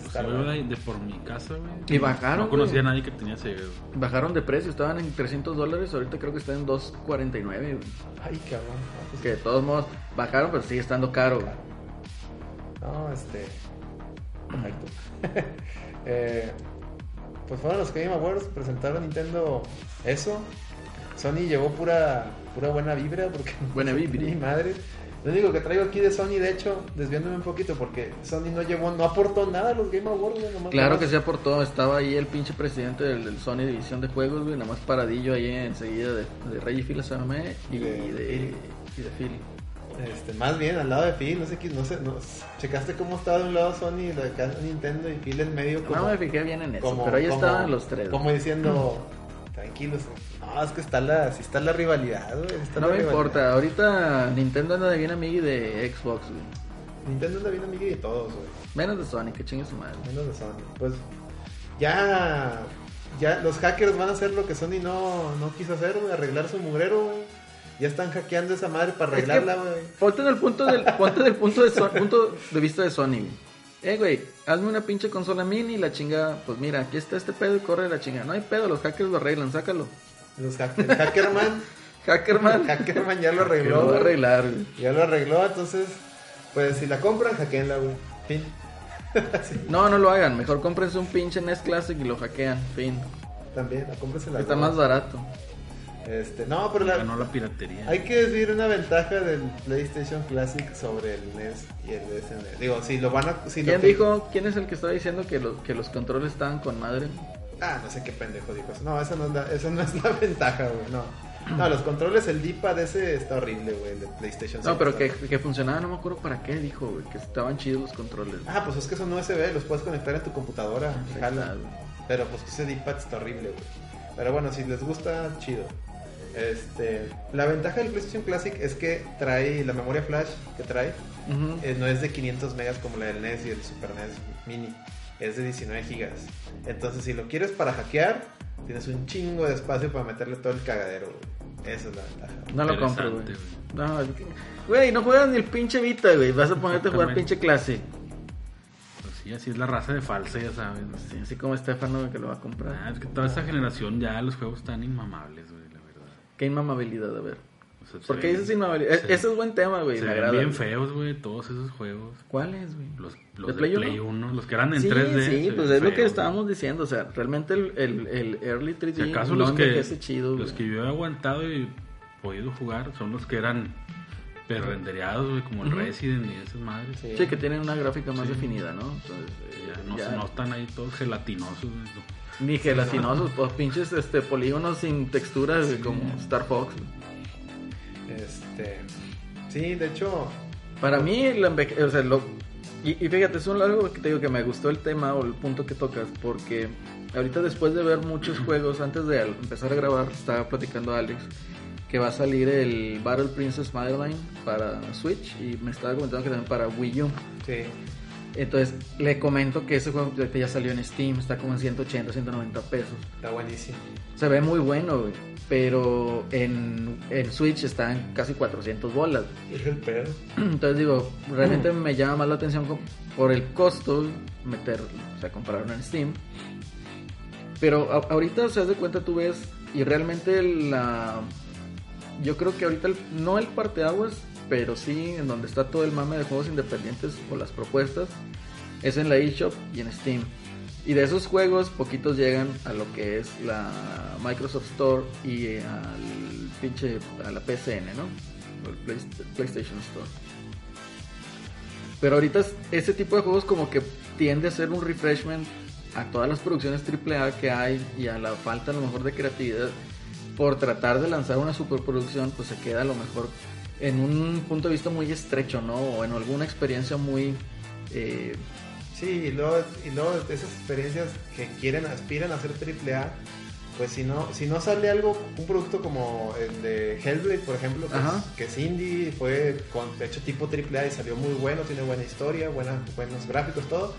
Pues está yo raro. de, de por mi casa, güey. Y bajaron, No conocía a güey. nadie que tenía Sega, güey. Bajaron de precio, estaban en 300 dólares, ahorita creo que están en 249, güey. Ay, cabrón. no, pues, Que de todos modos bajaron, pero sigue estando caro, güey. No, este. Perfecto. Eh, pues fueron los Game Awards, presentaron Nintendo eso. Sony llevó pura, pura buena vibra porque. Buena vibra. Mi madre. Lo único que traigo aquí de Sony, de hecho, desviándome un poquito porque Sony no llevó, no aportó nada a los Game Awards, güey, nomás- Claro que se aportó, estaba ahí el pinche presidente del, del Sony División de Juegos, güey, nada más paradillo ahí enseguida de, de Reggie Fils-Aimé y De- de, Phil. y de Phil. Este, más bien al lado de Phil, no sé qué, no sé, no, checaste cómo estaba de un lado Sony y de acá Nintendo y Phil en medio como. No me fijé bien en eso, Como- pero ahí como- estaban los tres. Como güey. diciendo, tranquilos. No, es que está la, si está la rivalidad, güey. está No la me rivalidad". importa, ahorita Nintendo anda de bien amigo de Xbox, güey. Nintendo anda bien amiga de todos, güey. Menos de Sony, que chingue su madre. Menos de Sony. Pues ya, ya los hackers van a hacer lo que Sony no, no quiso hacer, güey. Arreglar su mugrero, güey. Ya están hackeando esa madre para Es que- arreglarla, güey. Ponte en el punto del, ponte del punto, de So- punto de vista de Sony. güey. Eh, güey, hazme una pinche consola mini y la chinga. Pues mira, aquí está este pedo y corre la chinga. No hay pedo, los hackers lo arreglan, sácalo. Los hackers, Hackerman, Hackerman, Hackerman ya lo que arregló. lo va a güey. arreglar. güey. Ya lo arregló, entonces, pues si la compran, hackenla, güey. Fin. No, no lo hagan. Mejor cómprense un pinche NES Classic y lo hackean. Fin. También, la cómprensela. Está güey. más barato. Este, no, pero la, Ganó la piratería. Hay que decir una ventaja del PlayStation Classic sobre el NES y el SNES. E Digo, si lo van a. Si lo ¿Quién que- dijo? ¿Quién es el que estaba diciendo que, los que los controles estaban con madre? Ah, no sé qué pendejo dijo eso. No, esa no es la, esa no es la ventaja, güey. No. No, los controles, el D-pad ese está horrible, güey, el de PlayStation No, pero que, que que funcionaba, no me acuerdo para qué dijo, güey. Que estaban chidos los controles. güey. Ah, pues es que son USB, los puedes conectar en tu computadora. Sí, Jala. claro. Pero pues ese D-pad está horrible, güey. Pero bueno, si les gusta, chido. Este, la ventaja del PlayStation Classic es que trae la memoria flash que trae. Ujú. Eh, no es de 500 megas como la del NES y el Super NES Mini. Es de 19 gigas. Entonces, si lo quieres para hackear, tienes un chingo de espacio para meterle todo el cagadero. güey. Esa es la ventaja. No lo compro, güey. Interesante, No, güey, no juegas ni el pinche Vita, güey. Vas a ponerte a jugar Exactamente. pinche clase. Pues sí, así es la raza de falsa, ya sabes. güey. Sí, así como Estefano güey, que lo va a comprar. Ah, es que toda esta generación ya los juegos están inmamables, güey, la verdad. Qué inmamabilidad, a ver. O sea, se ¿Por qué ven- dices inmamabilidad? E- se- Ese es buen tema, güey. Se Me ven agrada. bien güey. feos, güey, todos esos juegos. ¿Cuál es, güey? Los, ¿De los de Play Play, uno? 1, los que eran en sí, 3D. sí, se pues ven es lo que feos, estábamos diciendo. O sea, realmente el, el, el Early 3D güey. Si acaso no los que, envejece chido, los güey. que yo he aguantado y podido jugar son los que eran perrendereados, güey, como el Ujú. Resident y esas madres. Sí. Sí, que tienen una gráfica más Sí. definida, ¿no? Entonces, eh, Ya no, ya no están ahí todos gelatinosos, güey. ni gelatinosos, pues pinches este, polígonos sin texturas, güey, como Star Fox. güey. Este. Sí, de hecho. Para mí, la enveje- o sea, lo- y, y fíjate, es un algo que te digo que me gustó el tema o el punto que tocas, porque ahorita después de ver muchos juegos, antes de al- empezar a grabar, estaba platicando a Alex que va a salir el Battle Princess Motherline para Switch y me estaba comentando que también para Wii U. Sí. Entonces, le comento que ese juego ahorita ya salió en Steam, está como en 180, 190 pesos. Está buenísimo. Se ve muy bueno, güey, pero en, en Switch están casi 400 bolas. Es el pedo. Entonces digo, realmente me llama más la atención co- por el costo meter, o sea, comprarlo en Steam. Pero a- ahorita, o sea, haz de cuenta, tú ves, y realmente la... Yo creo que ahorita, el- no el parteaguas, pero sí en donde está todo el mame de juegos independientes o las propuestas, es en la eShop y en Steam. Y de esos juegos, poquitos llegan a lo que es la Microsoft Store y eh, al pinche, a la PCN, ¿no? O el Playst- PlayStation Store. Pero ahorita es- ese tipo de juegos como que tiende a ser un refreshment a todas las producciones AAA que hay y a la falta a lo mejor de creatividad por tratar de lanzar una superproducción, pues se queda a lo mejor en un punto de vista muy estrecho, ¿no? O en alguna experiencia muy... eh, Sí, y luego, y luego esas experiencias que quieren, aspiran a ser triple A, pues si no, si no sale algo, un producto como el de Hellblade, por ejemplo, que, Ajá. es, que es indie, fue con, de hecho tipo triple A y salió muy bueno, tiene buena historia, buena, buenos gráficos, todo.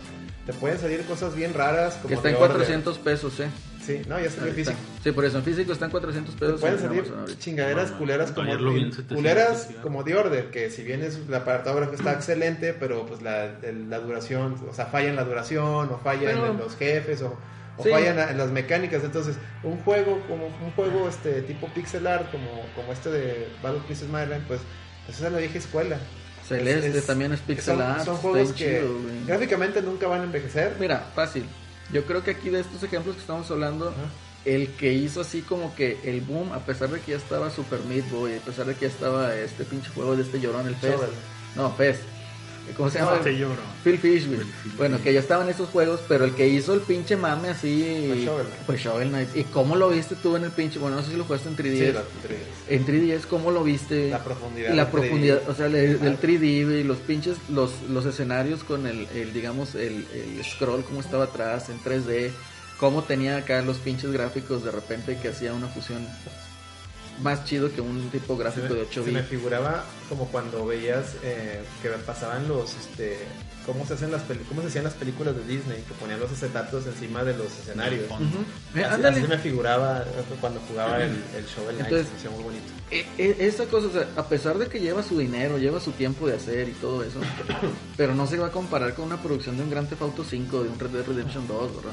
Te pueden salir cosas bien raras. Como Que está de en orden. 400 pesos, eh. Sí, no, ya salió Ahí está. físico. Sí, por eso en físico están 400 Te pesos. pueden en salir Amazon ahorita. chingaderas No, culeras no, como ayer lo vi en culeras 700, como The Order, que si bien es la apartógrafa está excelente, pero pues la, el- la duración, o sea, falla en la duración, o falla en- Pero- en los jefes, o, o Sí. falla en, la- en las mecánicas. Entonces, un juego como un juego este tipo pixel art, como, como este de Battle Princess Maryland, pues, pues esa es la vieja escuela. Celeste Es- es- también es pixel son, art. Son está juegos bien que chido, güey. gráficamente nunca van a envejecer. Mira, fácil. Yo creo que aquí de estos ejemplos que estamos hablando, Ajá. el que hizo así como que el boom, a pesar de que ya estaba Super Meat Boy, a pesar de que ya estaba este pinche juego de este llorón, el Fest. Shovel. No, Fest. ¿Cómo se llama? Te lloro. Phil Fish, güey. Phil Fish. Bueno, que ya estaban esos juegos, pero el que hizo el pinche mame Fue Pues así. Shovel Knight. fue Shovel Knight. ¿Y cómo lo viste tú en el pinche? Bueno, no sé si lo jugaste en 3D. Sí, la- la- En 3DS, ¿cómo lo viste? La profundidad La del profundidad, 3D. o sea, le- del 3D, güey, los pinches, los, los escenarios con el, el, digamos, el, el scroll, cómo estaba atrás en 3D, cómo tenía acá los pinches gráficos de repente que hacía una fusión más chido que un tipo gráfico de Se me 8B. figuraba como cuando veías eh, que pasaban los, este, cómo se hacen las peli- cómo se hacían las películas de Disney, que ponían los acetatos encima de los escenarios. Fondo. Ujú. Eh, Así, ándale. así se me figuraba eh, cuando jugaba el, el Shovel Knight, Entonces- se me hacía muy bonito. E- e- Esa cosa, o sea, a pesar de que lleva su dinero, lleva su tiempo de hacer y todo eso, pero no se va a comparar con una producción de un Grand Theft Auto 5, de un Red Dead Redemption 2, ¿verdad?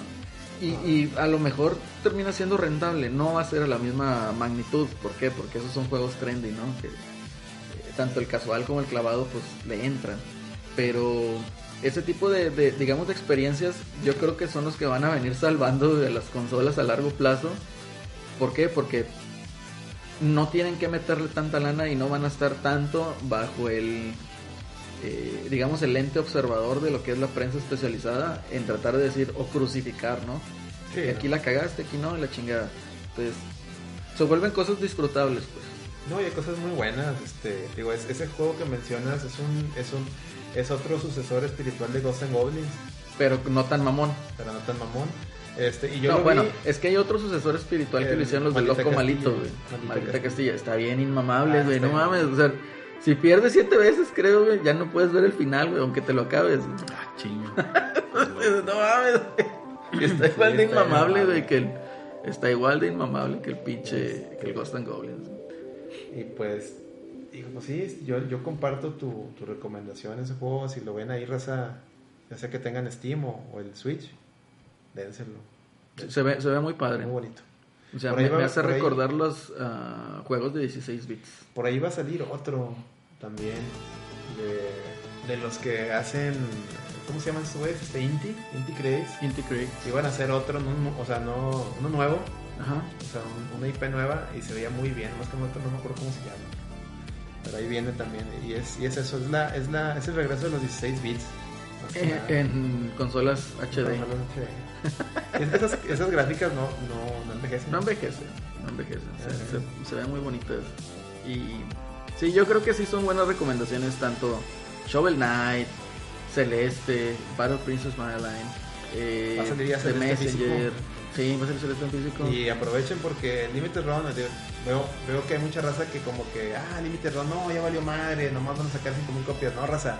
Y, y a lo mejor termina siendo rentable, no va a ser a la misma magnitud, ¿por qué? Porque esos son juegos trendy, ¿no? Que, eh, tanto el casual como el clavado, pues le entran. Pero ese tipo de, de, digamos, de experiencias, yo creo que son los que van a venir salvando de las consolas a largo plazo. ¿Por qué? Porque no tienen que meterle tanta lana y no van a estar tanto bajo el, eh, digamos, el ente observador de lo que es la prensa especializada en tratar de decir o crucificar, ¿no? Que aquí la cagaste, aquí no, y la chingada. Entonces, se vuelven cosas disfrutables, pues. No, y hay cosas muy buenas, este, digo, es- ese juego que mencionas es un, es un, es otro sucesor espiritual de Ghosts and Goblins, Pero no tan mamón. pero no tan mamón. Este, y yo no, lo bueno, vi- es que hay otro sucesor espiritual que El lo hicieron los de Malita Loco Castillo, Malito, güey. Malita Malita Castillo. Castilla. Está bien inmamable, Ah, güey. está No bien. mames. O sea, si pierdes siete veces, creo, güey, ya no puedes ver el final, güey, aunque te lo acabes. güey. Ah, chingo. Pues, No mames, güey. Está igual de está inmamable, inmamable. güey, que el. Está igual de inmamable que el pinche. que el Ghost and Goblins. Y pues, digo, pues sí, yo, yo comparto tu, tu recomendación ese juego. Si lo ven ahí, raza, ya sea que tengan Steam o, o el Switch, dénselo. Se ve, se ve muy padre. Muy bonito. O sea, Por ahí me, va- me hace por ahí- recordar los ah, juegos de 16 bits. Por ahí va a salir otro también de, de los que hacen. ¿Cómo se llaman estos güeyes? Este Inti, Inti Credits. Inti Creek. Iban a hacer otro, no- no- o sea, no, uno nuevo, Ajá. o sea, un- una IP nueva y se veía muy bien. Más que un otro, no me acuerdo cómo se llama. Pero ahí viene también. Y es, y es eso, es, la, es, la, es el regreso de los 16 bits. más que Eh, nada. en consolas HD. Ojalá no se- Es- esas, esas gráficas no, no, no envejecen. No envejece, no envejece. Se, Ajá. se- se ven muy bonitas. Y sí, yo creo que sí son buenas recomendaciones tanto Shovel Knight, Celeste, Battle Princess Madeline, eh, Va a salir ya The Celeste físico. Messenger. Sí, va a salir Celeste en físico. Y aprovechen porque Limited Run, digo, veo, veo que hay mucha raza que como que, ah, Limited Run, no, ya valió madre, nomás van a sacar 5000 copias, no, raza.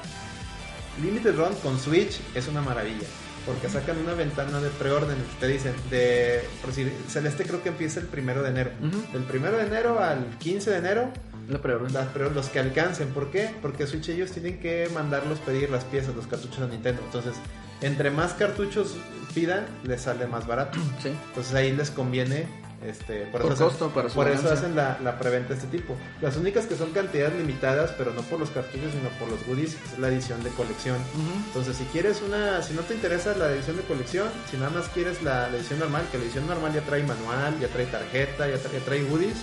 Limited Run con Switch es una maravilla, porque sacan una ventana de preórdenes, te dicen, de, por decir, Celeste creo que empieza el primero de enero. Ujú. Del primero de enero al 15 de enero La preorden. Las, pero los que alcancen, ¿por qué? Porque Switch ellos tienen que mandarlos pedir las piezas, los cartuchos a Nintendo. Entonces, entre más cartuchos pidan, les sale más barato. Sí. Entonces ahí les conviene, este, por, Por eso, costo, hacen, para su por eso ganancia. hacen la, la preventa de este tipo. Las únicas que son cantidades limitadas, pero no por los cartuchos, sino por los goodies, que es la edición de colección. Ujú. Entonces, si quieres una, si no te interesa la edición de colección, si nada más quieres la, la edición normal, que la edición normal ya trae manual, ya trae tarjeta, ya trae, ya trae goodies,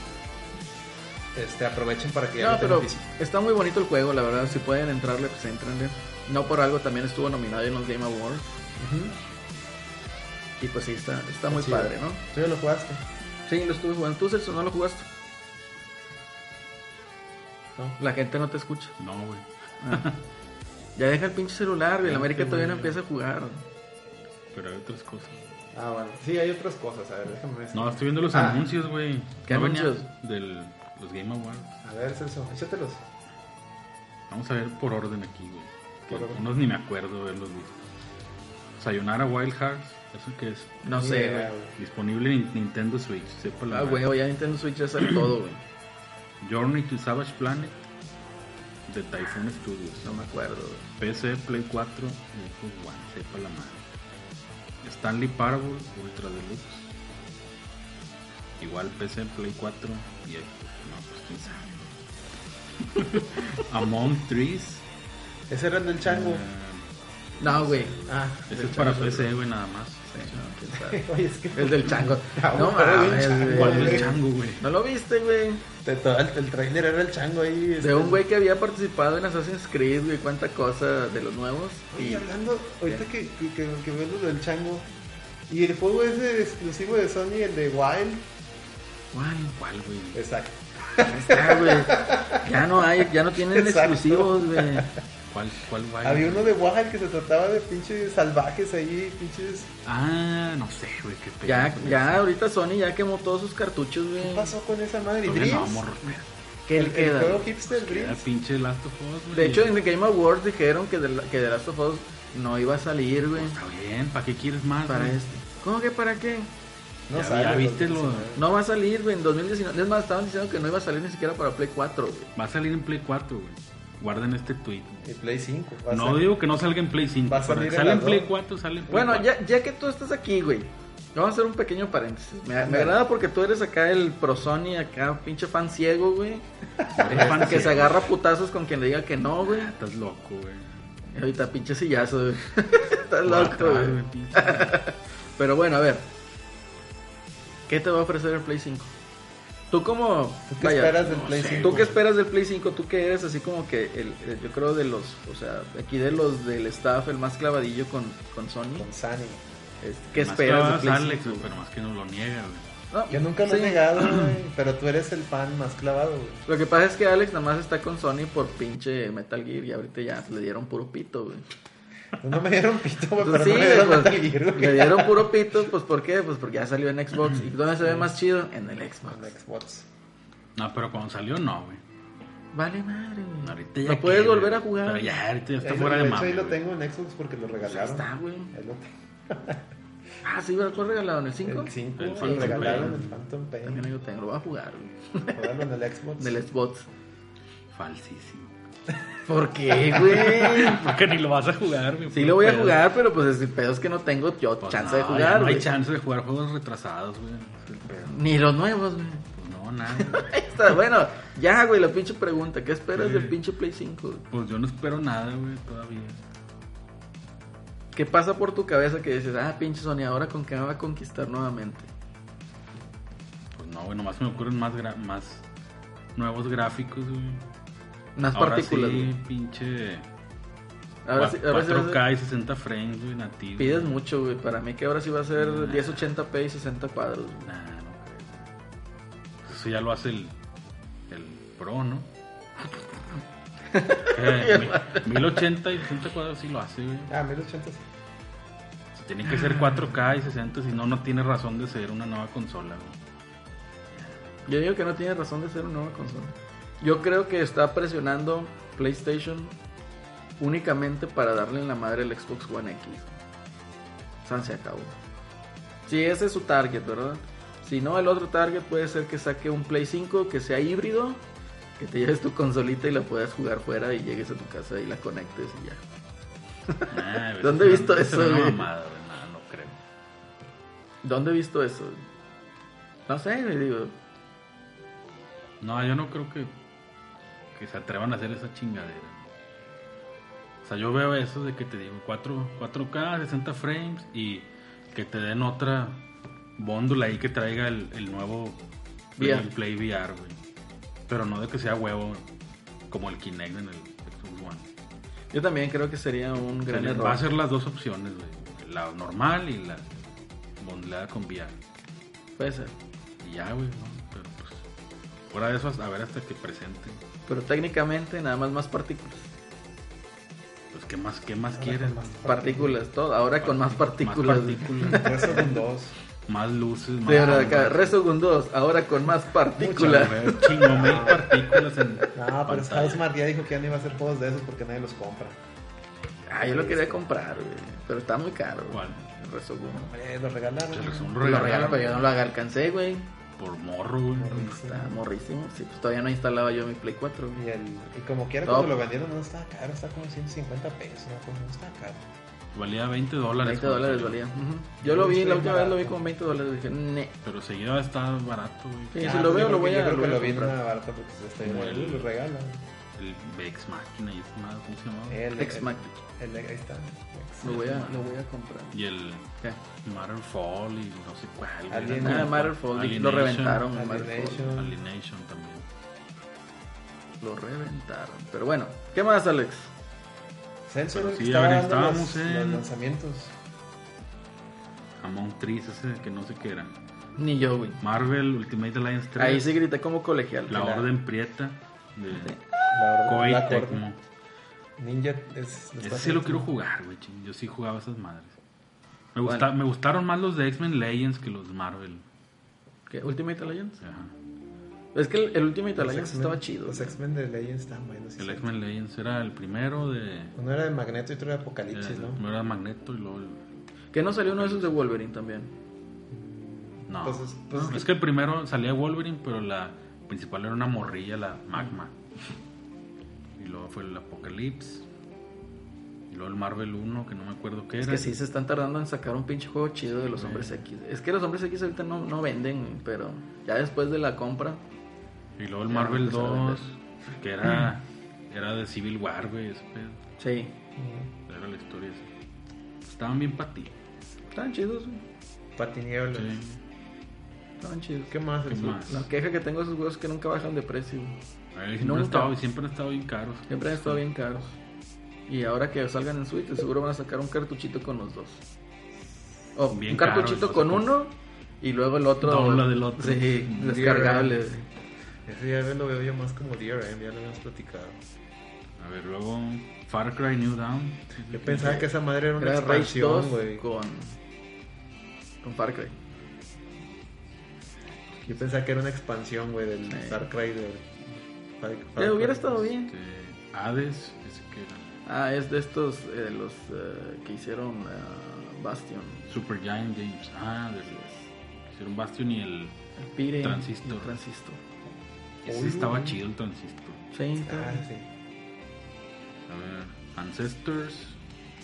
este, aprovechen para que ya No, lo tengan pero físico. está muy bonito el juego, la verdad. Si pueden entrarle, pues entrenle. No por algo también estuvo nominado en los Game Awards. Y pues sí, está, está muy Sí. padre, ¿no? Tú ya lo jugaste. Sí, lo estuve jugando. ¿Tú, Celso, no lo jugaste? No. La gente no te escucha. No, güey. Ah. Ya deja el pinche celular, güey. La América todavía no empieza a jugar. Pero hay otras cosas. Ah, bueno. Sí, hay otras cosas. A ver, déjame ver. No, estoy viendo los Ah. anuncios, güey. ¿Qué No venía anuncios? Del, los Game Awards. A ver, Celso, échatelos. Vamos a ver por orden aquí, güey. Que Por orden. Unos ni me acuerdo haberlos visto. Sayonara Wild Hearts, eso que es No sé, güey. disponible en Nintendo Switch, sepa la Ah, madre. güey, ya Nintendo Switch ya sale todo, güey. Journey to Savage Planet de Typhoon Studios, No me acuerdo, güey. PC, Play 4 y Xbox One, sepa la madre. Stanley Parable Ultra Deluxe. Igual PC, Play 4 y Xbox. No, pues quién sabe. Among Trees. Ese era el del chango. Mm. eh, No, güey. Ah, ese del es para chango. PC, güey, nada más. No, quién sabe. Oye, es que El del chango. Ah, No güey, pero mames, el chango, güey. ¿Cuál es güey. el chango, güey? ¿No lo viste, güey? de todo el, el trailer era el chango ahí. este. De un güey que había participado en Assassin's Creed, güey, cuánta cosa de los nuevos. Oye, Y hablando, ahorita que, que, que, que ves lo del chango. Y el juego es exclusivo de Sony, el de Wild. ¿Cuál? ¿Cuál, güey? Exacto. ahí está, güey. Ya no hay, ya no tienen Exacto. exclusivos, güey. ¿Cuál, cuál güey? Había uno de Wild que se trataba de pinches salvajes ahí, pinches. Ah, no sé, güey, qué pedo. Ya, güey. ya ahorita Sony ya quemó todos sus cartuchos, güey. ¿Qué pasó con esa madre? ¿Y Todavía No, Dreams? morro. ¿Qué el, le el queda? juego hipster Era Dreams. pinche Last of Us, güey. De hecho, en The Game Awards dijeron que, de la- que The Last of Us no iba a salir, güey. Está bien, ¿para qué quieres más? Para güey? este. ¿Cómo que para qué? No ya, sale ya viste los- lo. No va a salir, güey, en 2019. Es más, estaban diciendo que no iba a salir ni siquiera para Play 4, güey. Va a salir en Play 4, güey. Guarden este tweet. Y Play 5. va a No salir. digo que no salga en Play 5. Va a pero salir en sale en las Play dos. 4, sale en Play Bueno, 4. ya, ya que tú estás aquí, güey, vamos a hacer un pequeño paréntesis. Me, me agrada porque tú eres acá el pro Sony, acá pinche fan ciego, güey. Eres fan que se ciego. agarra a putazos con quien le diga que no, güey. Estás loco, güey. Y ahorita pinche sillazo, güey. Estás Va loco, atrás, güey. pinche. Pero bueno, a ver. ¿Qué te va a ofrecer el Play 5? Tú como... ¿Tú qué esperas del Play sé, 5? ¿Tú qué esperas del Play 5? ¿Tú que eres así como que, el, el- yo creo de los, o sea, aquí de los del staff, el más clavadillo con, con Sony? Con Sony. Este, ¿Qué Más esperas del clavas, Play Alex, 5? güey, pero más que no lo niega, güey. No, Yo nunca lo sí. he negado, güey. Pero tú eres el fan más clavado, güey. Lo que pasa es que Alex nada más está con Sony por pinche Metal Gear y ahorita ya le dieron puro pito, güey. Pues No me dieron pito, güey, pero Entonces, Pues sí, no me dieron güey, Metal Gear, güey. le dieron puro pito, pues ¿por qué? Pues porque ya salió en Xbox. ¿Y dónde se ve más chido? En el Xbox. En Xbox. No, pero cuando salió, no, güey. Vale madre. güey. Ahorita ya. No puedes qué, volver güey. a jugar. Pero ya, ahorita ya está Ahí lo- fuera de de hecho, mame. ahí lo güey. tengo en Xbox porque lo Pues ahí regalaron. está, güey. Ahí lo tengo. Ah, sí, ¿cuál regalaron? ¿El 5? El 5 El lo Phantom regalaron Pain. el Phantom También ahí Pain. lo tengo, lo voy a jugar, güey. Jugaron en el Xbox. Del Xbox. Falsísimo. ¿Por qué, güey? Porque ni lo vas a jugar, güey. Sí lo voy a Pero- jugar, pero pues el pedo es que no tengo yo Pues chance no, de ya jugar, No güey. hay chance de jugar juegos retrasados, güey. Es el pedo. Ni los nuevos, güey. Pues no, nada. Ahí está, bueno, ya, güey, la pinche pregunta. ¿Qué esperas del pinche Play 5? güey? Pues yo no espero nada, güey, todavía. ¿Qué pasa por tu cabeza que dices, ah, pinche Sony, ahora con qué me va a conquistar nuevamente? Pues no, güey, nomás se me ocurren más, gra- más nuevos gráficos, güey. Unas Ahora partículas, sí, güey. pinche Ahora sí, ahora sí. va a ser- 4K y 60 frames, güey, nativo. Pides mucho, güey. Para mí que ahora sí va a ser Nah. 1080p y 60 cuadros. güey. Nah, no creo. Pues Eso ya lo hace el, el Pro, ¿no? Eh, mi- 1080 y 60 cuadros sí lo hace, güey. Ah, 1080. Si tiene que ser 4K y 60, si no, no tiene razón de ser una nueva consola, güey. Yo digo que no tiene razón de ser una nueva consola. Yo creo que está presionando PlayStation únicamente para darle en la madre al Xbox One X. San se acabó. Si ese es su target, ¿verdad? Si no, el otro target puede ser que saque un Play 5 que sea híbrido, que te lleves tu consolita y la puedas jugar fuera y llegues a tu casa y la conectes y ya. Nah, güey, ¿Dónde he visto es eso, una- es una güey? mamada, güey, nah, no creo. ¿Dónde he visto eso? No sé, le digo. No, yo no creo que, que se atrevan a hacer esa chingadera. O sea, yo veo eso de que te digo 4, 4K, 60 frames y que te den otra bóndula ahí que traiga el, el nuevo Play, VR. Play VR, güey. Pero no de que sea huevo como el Kinect en el Xbox One. Yo también creo que sería un gran Sería- error. Va a ser las dos opciones, güey. La normal y la bondulada con VR. Puede ser. Y ya, güey, ¿no? Pero pues, fuera de eso, hasta- a ver hasta que presente. Pero técnicamente nada más más partículas. Pues, ¿qué más, qué más Ahora quieres? con Ah, más Partículas, todo. Ahora con más partículas. Más, partículas, Por eso con dos. más luces, más. De verdad, acá, Rezo con dos, ahora con más partículas. Muchas, güey, Chingo mil partículas en. No, Ah, pero pantalla. Housemart ya dijo que ya no iba a hacer juegos de esos porque nadie los compra. Ah, yo lo quería comprar, güey. Pero está muy caro. güey. ¿Cuál? Resogun. Hombre, lo Eh, regalaron. Se los un Lo regalo, pero yo no regalo lo alcancé, güey. por morro, güey. Está morrísimo. Sí, pues todavía no instalaba yo mi Play 4, güey. Y, el- y como quiera, No. cuando lo vendieron, no estaba caro, estaba como 150 pesos, ¿no? Como no estaba caro. Valía 20 dólares. 20 cuando dólares salió. valía. Ujú. Yo lo vi, la última vez lo vi como 20 dólares. Dije, ne. Pero seguido está barato, Sí, güey. si pues yo creo lo veo, lo que- voy a- Yo creo lo que voy a lo vi en comprar. una barata porque se está Como el- bien, lo regalan. El Vex Máquina y esa madre, ¿cómo se llamaba? El- Ex el- Mac. el- Ahí está. Lo voy a, lo voy a comprar. Y el ¿Qué? Matterfall y no sé cuál. güey. Alien- Era Ah, como- Matterfall, dije, lo Alienation. reventaron. el Matterfall. Alienation. Alienation también. Lo reventaron. Pero bueno, ¿qué más, Alex? Celso Pero era el que sí, estaba ahora dando los- estábamos en- los lanzamientos. Among Trees, ese que no sé qué era. Ni yo, güey. Marvel Ultimate Alliance 3. Ahí sí grité como colegial. La güey. Orden Prieta de La Koei la corte. Tecmo. Ninja es. Ese sí lo quiero jugar, güey. ching. Yo sí jugaba esas madres. Me, Bueno. gusta- me gustaron más los de X-Men Legends que los de Marvel. ¿Qué? ¿Ultimate Alliance? Ajá. Es que el, el Ultimate Los Alliance X-Men- estaba chido. Los güey. X-Men de Legends estaban buenos. sí, El sí. X-Men Legends era el primero de. Uno era de Magneto y otro de Apocalipsis, el ¿no? primero era Magneto y luego. el- Que no salió uno de esos de Wolverine también. No. Entonces, pues, No, es que el primero salía Wolverine, pero la principal era una morrilla, la Magma. Y luego fue el Apocalypse. Y luego el Marvel 1, que no me acuerdo qué Es era. que sí se están tardando en sacar un pinche juego chido de los hombres X. Es que los hombres X ahorita no, no venden, güey, pero ya después de la compra. Y luego el Ya Marvel empezaron a 2, que era, era de Civil War, güey. ese pedo. Sí. Era la historia esa. Estaban bien para ti. Estaban chidos, güey. Patiniebles. Estaban chidos. ¿Qué más? ¿Qué Celso? más? La queja que tengo de esos juegos es que nunca bajan de precio. güey. Ay, siempre, han Nunca. estado, siempre han estado bien caros. Siempre han estado bien caros. Y ahora que salgan en Switch, de seguro van a sacar un cartuchito con los dos. O Bien un caro, cartuchito los con dos. uno y luego el otro. Dobla del otro. Sí, descargable. güey. Ese ya lo veo yo más como DRM, ya lo habíamos platicado. A ver, luego Far Cry New Down. Yo pensaba que esa madre era una Era Rage 2 expansión, güey. con. Con Far Cry. Yo pensaba que era una expansión, güey, del Sí. Dark Cry de... Far- Far Eh, hubiera Cry. estado bien. Este, Hades, ese que era. Ah, es de estos, eh, los eh, que hicieron eh, Bastion. Super Giant Games. Ah, de Hicieron Bastion y el. El Pire. Transistor. el Transistor. Ese estaba chido el transistor. Sí, Ah, está- sí. A ver, Ancestors.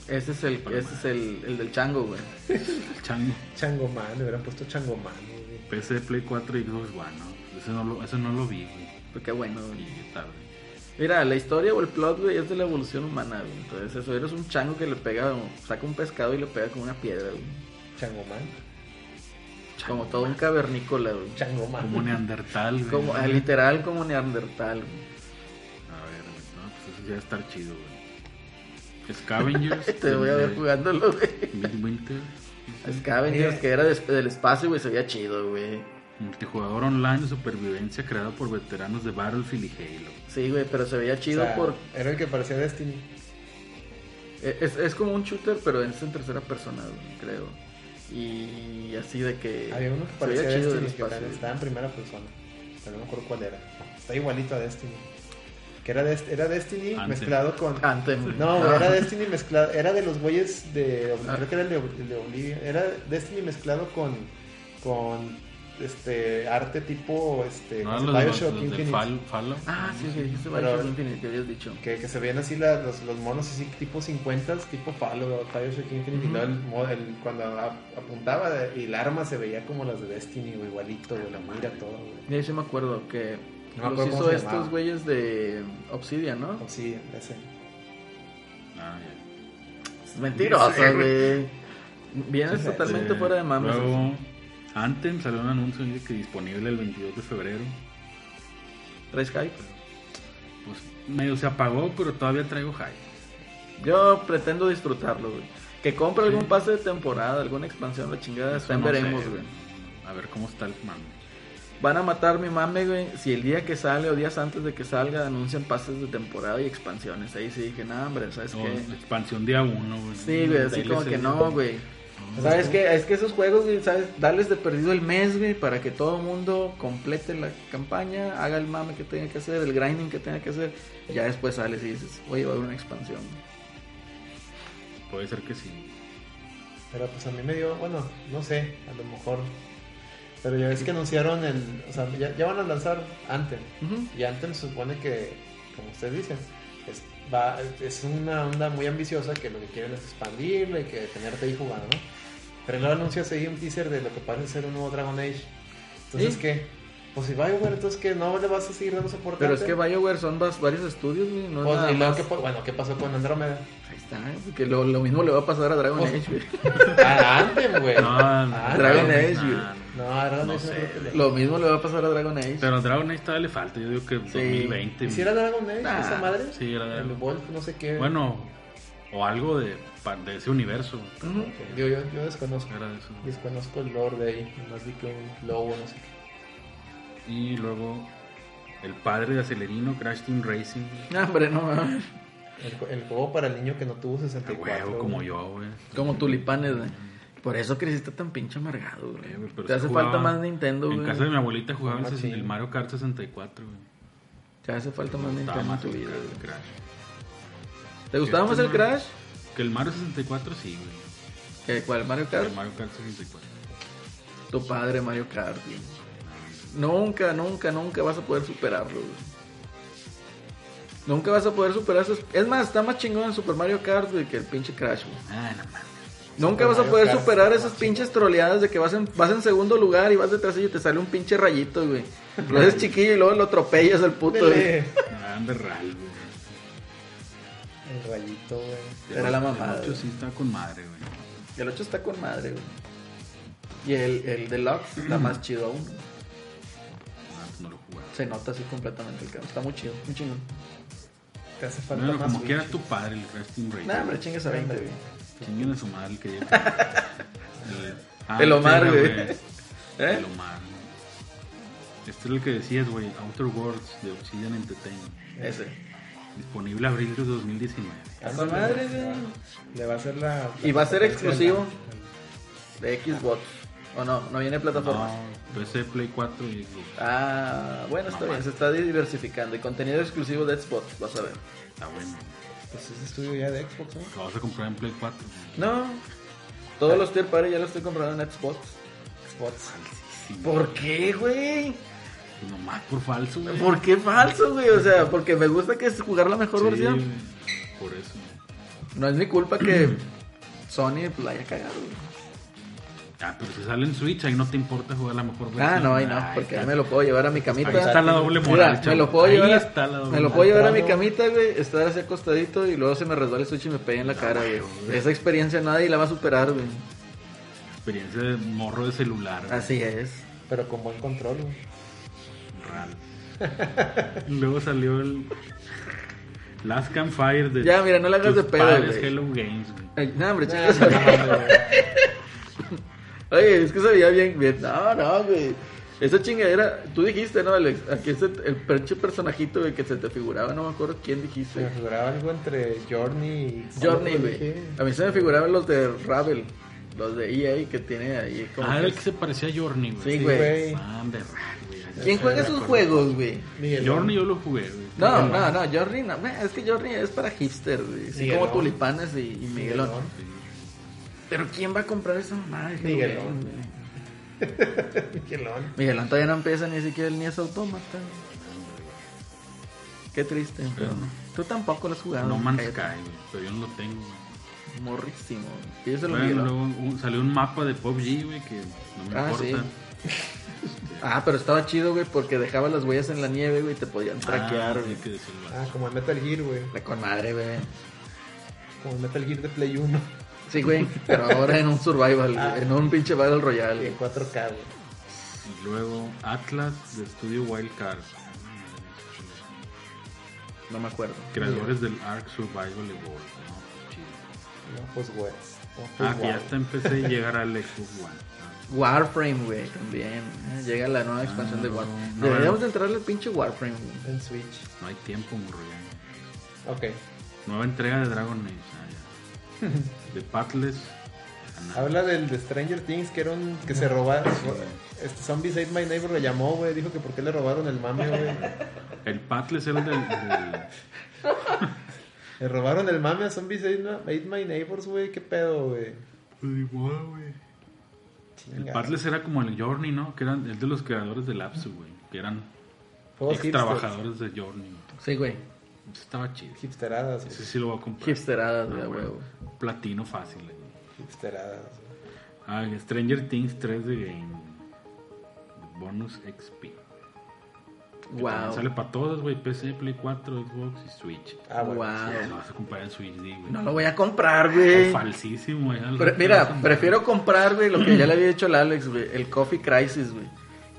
Ese es, el, ese es el, el del chango, güey. El chango. Changoman, le hubieran puesto Changoman, güey. PC, Play 4 y Xbox One, ¿no? Ese no lo, ese no lo vi, güey. Pero qué bueno, güey. Y tarde. Mira, la historia o el plot, güey, es de la evolución humana, güey. Entonces, eso, eres un chango que le pega, saca un pescado y le pega con una piedra, güey. Changoman. Como todo un cavernícola, güey. Changoman. Como Neandertal, güey. Como, ah, A ver, güey, literal, como Neandertal, güey. no, pues eso ya estar chido, güey. Scavengers. Te voy a ver jugándolo, güey. Midwinter. Scavengers, que era de- del espacio, güey, se veía chido, güey. Multijugador online de supervivencia creado por veteranos de Battlefield y Halo. Sí, güey, pero se veía O chido sea, por... e-, Era el que parecía Destiny. Es, es como un shooter, pero es en tercera persona, güey, creo. Y así de que... Había uno que se parecía veía chido del Destiny que espacio. también güey. estaba en primera persona. Pero no me acuerdo cuál era. Está igualito a Destiny. Que era, Dest- era Destiny Anthem. mezclado con... Anthem, güey. No, güey, Ah. era Destiny mezclado. Era de los güeyes de. Ah. Creo que era el de, el de Oblivion. Era Destiny mezclado con. Con. Este. Arte tipo. Este. No ¿cómo se llama? eran los, de- los de Infinite. Fall- Fallout. Ah, sí, sí, ese Pero- Bioshock Infinite que habías dicho. Que, que se veían así la- los, los monos así tipo 50, tipo Fallout, Bioshock Infinite. Y luego el mo- el- cuando a- apuntaba de- y el arma se veía como las de Destiny, güey, igualito, güey, la mira todo, güey. De hecho me acuerdo que No me los acuerdo cómo hizo se estos llamaba. güeyes de Obsidian, ¿no? Oh, sí, ese. Ah, ya. Mentirosos, Sí, güey. Vienes Sí, totalmente Eh, fuera de mames. Luego, Anthem salió un anuncio dice que disponible el 22 de febrero. ¿Traes hype? Pues medio se apagó, pero todavía traigo hype. Yo pretendo disfrutarlo, güey. Que compre Sí. algún pase de temporada, alguna expansión, la chingada, Eso después no veremos, sé, güey. A ver cómo está el mame. Van a matar mi mame, güey. Si el día que sale o días antes de que salga anuncian pases de temporada y expansiones. Ahí sí dije, no, hombre, ¿sabes O qué? expansión día 1, güey. Sí, güey, así DLC. como que no, güey. ¿Sabes qué? Es que esos juegos, güey, ¿sabes? Darles de perdido el mes, güey, para que todo el mundo complete la campaña, haga el mame que tenga que hacer, el grinding que tenga que hacer. y ya después sales y dices, oye, va a haber una expansión. güey. puede ser que sí. Pero pues a mí me dio, bueno, no sé, a lo mejor. Pero ya ves que anunciaron el. O sea, ya, ya van a lanzar Anthem. Y Anthem se supone que, como ustedes dicen, es, va, es una onda muy ambiciosa que lo que quieren es expandirla y que tenerte ahí jugando, ¿no? Pero luego anuncias ahí un teaser de lo que parece ser un nuevo Dragon Age. Entonces, ¿Sí? ¿qué? Pues si BioWare, entonces que no le vas a seguir dando soporte. Pero es a que Anthem? BioWare son vas- varios estudios, güey. No es Pues, nada y luego, más. ¿qué pa- bueno, ¿qué pasó con Andrómeda? Ahí está, que lo, lo mismo le va a pasar a Dragon Pues- Age, güey. Ah, Anthem, güey. No, Ah, Dragon no, Age, no, güey. no. No, Dragon No Age. sé, creo que- Lo mismo le va a pasar a Dragon Age. Pero a Dragon Age todavía le falta, yo digo que 2020. ¿Si era Dragon Age Nah, esa madre? sí, era Dragon El Age. Wolf, no sé qué. Bueno, o algo de, pa- de ese universo. Ujú. Ok, Yo, yo, yo desconozco. Era de eso. Desconozco el lore de ahí. Nomás vi que un lobo, no sé qué. Y luego el padre de Acelerino, Crash Team Racing. güey. No, hombre, no mames. El, ju- el juego para el niño que no tuvo A 64. huevo, güey. Ah, como yo, güey. Como tulipanes, güey. Por eso creciste tan pinche amargado, güey. Eh, güey, pero Te sí hace jugaba- falta más Nintendo, En güey. casa de mi abuelita jugaba el, Ah, sí. el Mario Kart 64, güey. Te hace falta más Nintendo Estaba en más tu el vida, Crash- güey. Crash. ¿Te gustaba más el Cierto, Crash? Que el Mario 64 sí, güey. ¿Que cuál? ¿Mario Que Kart? El Mario Kart 64. Tu padre, Mario Kart, güey. Nunca, nunca, nunca vas a poder superarlo, güey. Nunca vas a poder superar sus... Es más, está más chingón el Super Mario Kart, güey, que el pinche Crash, güey. Ah, no mames. Nunca Super vas a Mario poder Kart superar está esas más pinches troleadas de que vas en, vas en segundo lugar y vas detrás de ellos y te sale un pinche rayito, güey. Lo haces chiquillo y luego lo atropellas al puto, güey. Ándele. Ah, de ral, güey. El rayito, güey. Era la mamada. El 8 sí está con madre, güey. El 8 está con madre, güey. Y el, el Deluxe está más chido aún. Ah, pues no lo jugaba. Se nota así completamente el carro. Está muy chido, muy chingón. Te hace falta Bueno, más. como Switch. quiera tu padre, el Crash Team Racing. Nah, hombre, chingas a 20, güey. Chinguen a su madre el que yo. El- Ah, El Omar, espera, güey. ¿Eh? El Omar, güey. Este es el que decías, güey. Outer Worlds de Obsidian Entertainment. Ese. Disponible abril de 2019. Ándale, madre, le va- güey. Le va a hacer la. Y va a ser la- exclusivo. De Xbox. O no, no viene plataformas. No, PC, Play 4 y Xbox. Ah, bueno, está bien, se está diversificando. Y contenido exclusivo de Xbox, vas a ver. Está bueno. Pues es estudio ya de Xbox, ¿no? Lo vas a comprar en Play 4. güey. No, todos los tier party ya los estoy comprando en Xbox. Xbox. Sí, ¿Por qué, güey? pues Nomás por falso, güey. ¿Por qué falso, güey? O sea, porque me gusta que es jugar la mejor Sí, versión. güey. Por eso. No es mi culpa que Sony pues, la haya cagado, güey. Ah, pero si sale en Switch, ahí no te importa jugar la mejor versión. Ah, no, ahí no, porque ahí me lo puedo llevar a mi camita. Ahí está la doble Mira, moral, me chavo. lo puedo Ahí llevar, a- está la doble me lo moral. puedo llevar a mi Entrando. camita, güey, estar así acostadito y luego se me resbala el switch y me pegue en la cara, güey. Esa experiencia nadie la va a superar, güey. Experiencia de morro de celular. güey. Así es. Pero con buen control, güey. Raro. Luego salió el Last Campfire de. Ya, mira, no le hagas de tus pedo, padres, güey. Hello Games, güey. Ay, no, hombre, Ah, chicas. no, no, no, no. Oye, es que se veía bien, bien. No, no, güey. Esa chingadera, tú dijiste, ¿no, Alex? Aquí es el, el pinche personajito, güey, que se te figuraba, no me acuerdo quién Se me dijiste. figuraba algo entre Journey y. Journey, ¿Qué? güey. A mí se me figuraban los de Ravel, los de EA que tiene ahí como. Ah, que era el es- que se parecía a Journey, güey. Sí, Sí, güey. güey. Ah, de raro, güey. ¿Quién juega esos juegos, güey? Miguelón. Journey yo lo jugué, güey. No, no, no, Journey no. meh, Es que Journey es para hipster, güey. Así como Miguelón. tulipanes y, y Miguelón. Miguelón. Pero ¿quién va a comprar esa madre? güey? Miguelón. Miguelón. Miguelón todavía no empieza ni siquiera el Nies Automata. Qué triste. pero no. Tú tampoco lo has jugado. No Man's Sky, cállate. güey. Pero yo no lo tengo, güey. Morrísimo. güey. Y eso lo Bueno, Miguelón. luego un- salió un mapa de PUBG, güey, que no me Ah, sí. importa. Ah, pero estaba chido, güey, porque dejaba las huellas en la nieve, güey, y te podían traquear, Ah, güey. hay que decirlo. Ah, como el Metal Gear, güey. Está Con madre, güey. Como el Metal Gear de Play 1. Sí, güey, pero ahora en un survival, güey, Ah. en un pinche Battle Y Royale. en 4K, güey. Y luego Atlas de Estudio Wildcard. No me acuerdo. Creadores del Ark Survival Evolved. ¿no? Pues chido. No, pues, güey. No, pues, Ah, que guau. ya hasta empecé a llegar al Xbox One. Ah, Warframe, güey, también. Eh, Llega la nueva expansión de Warframe. no, Deberíamos de no. entrarle al pinche Warframe, güey. En Switch. No hay tiempo, morro. ya. Ok. Nueva entrega de Dragon Age. Ah, ya. De Patles. a nada. Habla del de Stranger Things, que era un. que se robaron. Este Zombie Save My Neighbor lo llamó, güey. Dijo que por qué le robaron el mame, güey. El Patles era el del. del- Le robaron el mame a Zombies Ate My, Ate My Neighbors, güey. ¿Qué pedo, güey? Pues igual, güey. El Chinga. Patles era como el Journey, ¿no? Que eran el de los creadores del Apsu, güey. Que eran Juegos ex trabajadores de Journey. Sí, güey. Estaba chido. hipsters, Hipsteradas, güey. Ese sí lo voy a comprar. Hipsteradas, güey, Ah, a güey. huevo. Platino fácil. güey. Hipsteradas, güey. Ah, y Stranger Things 3 de Game. Bonus XP. Que también Sale Wow. para todos, güey. PC, Play 4, Xbox y Switch. Ah, bueno. Ya lo Wow. vas a comprar en Switch, sí, güey. No lo voy a comprar, güey. Falsísimo, güey. Pre- mira, prefiero comprar, güey, lo que ya le había dicho al Alex, güey, el Coffee Crisis, güey.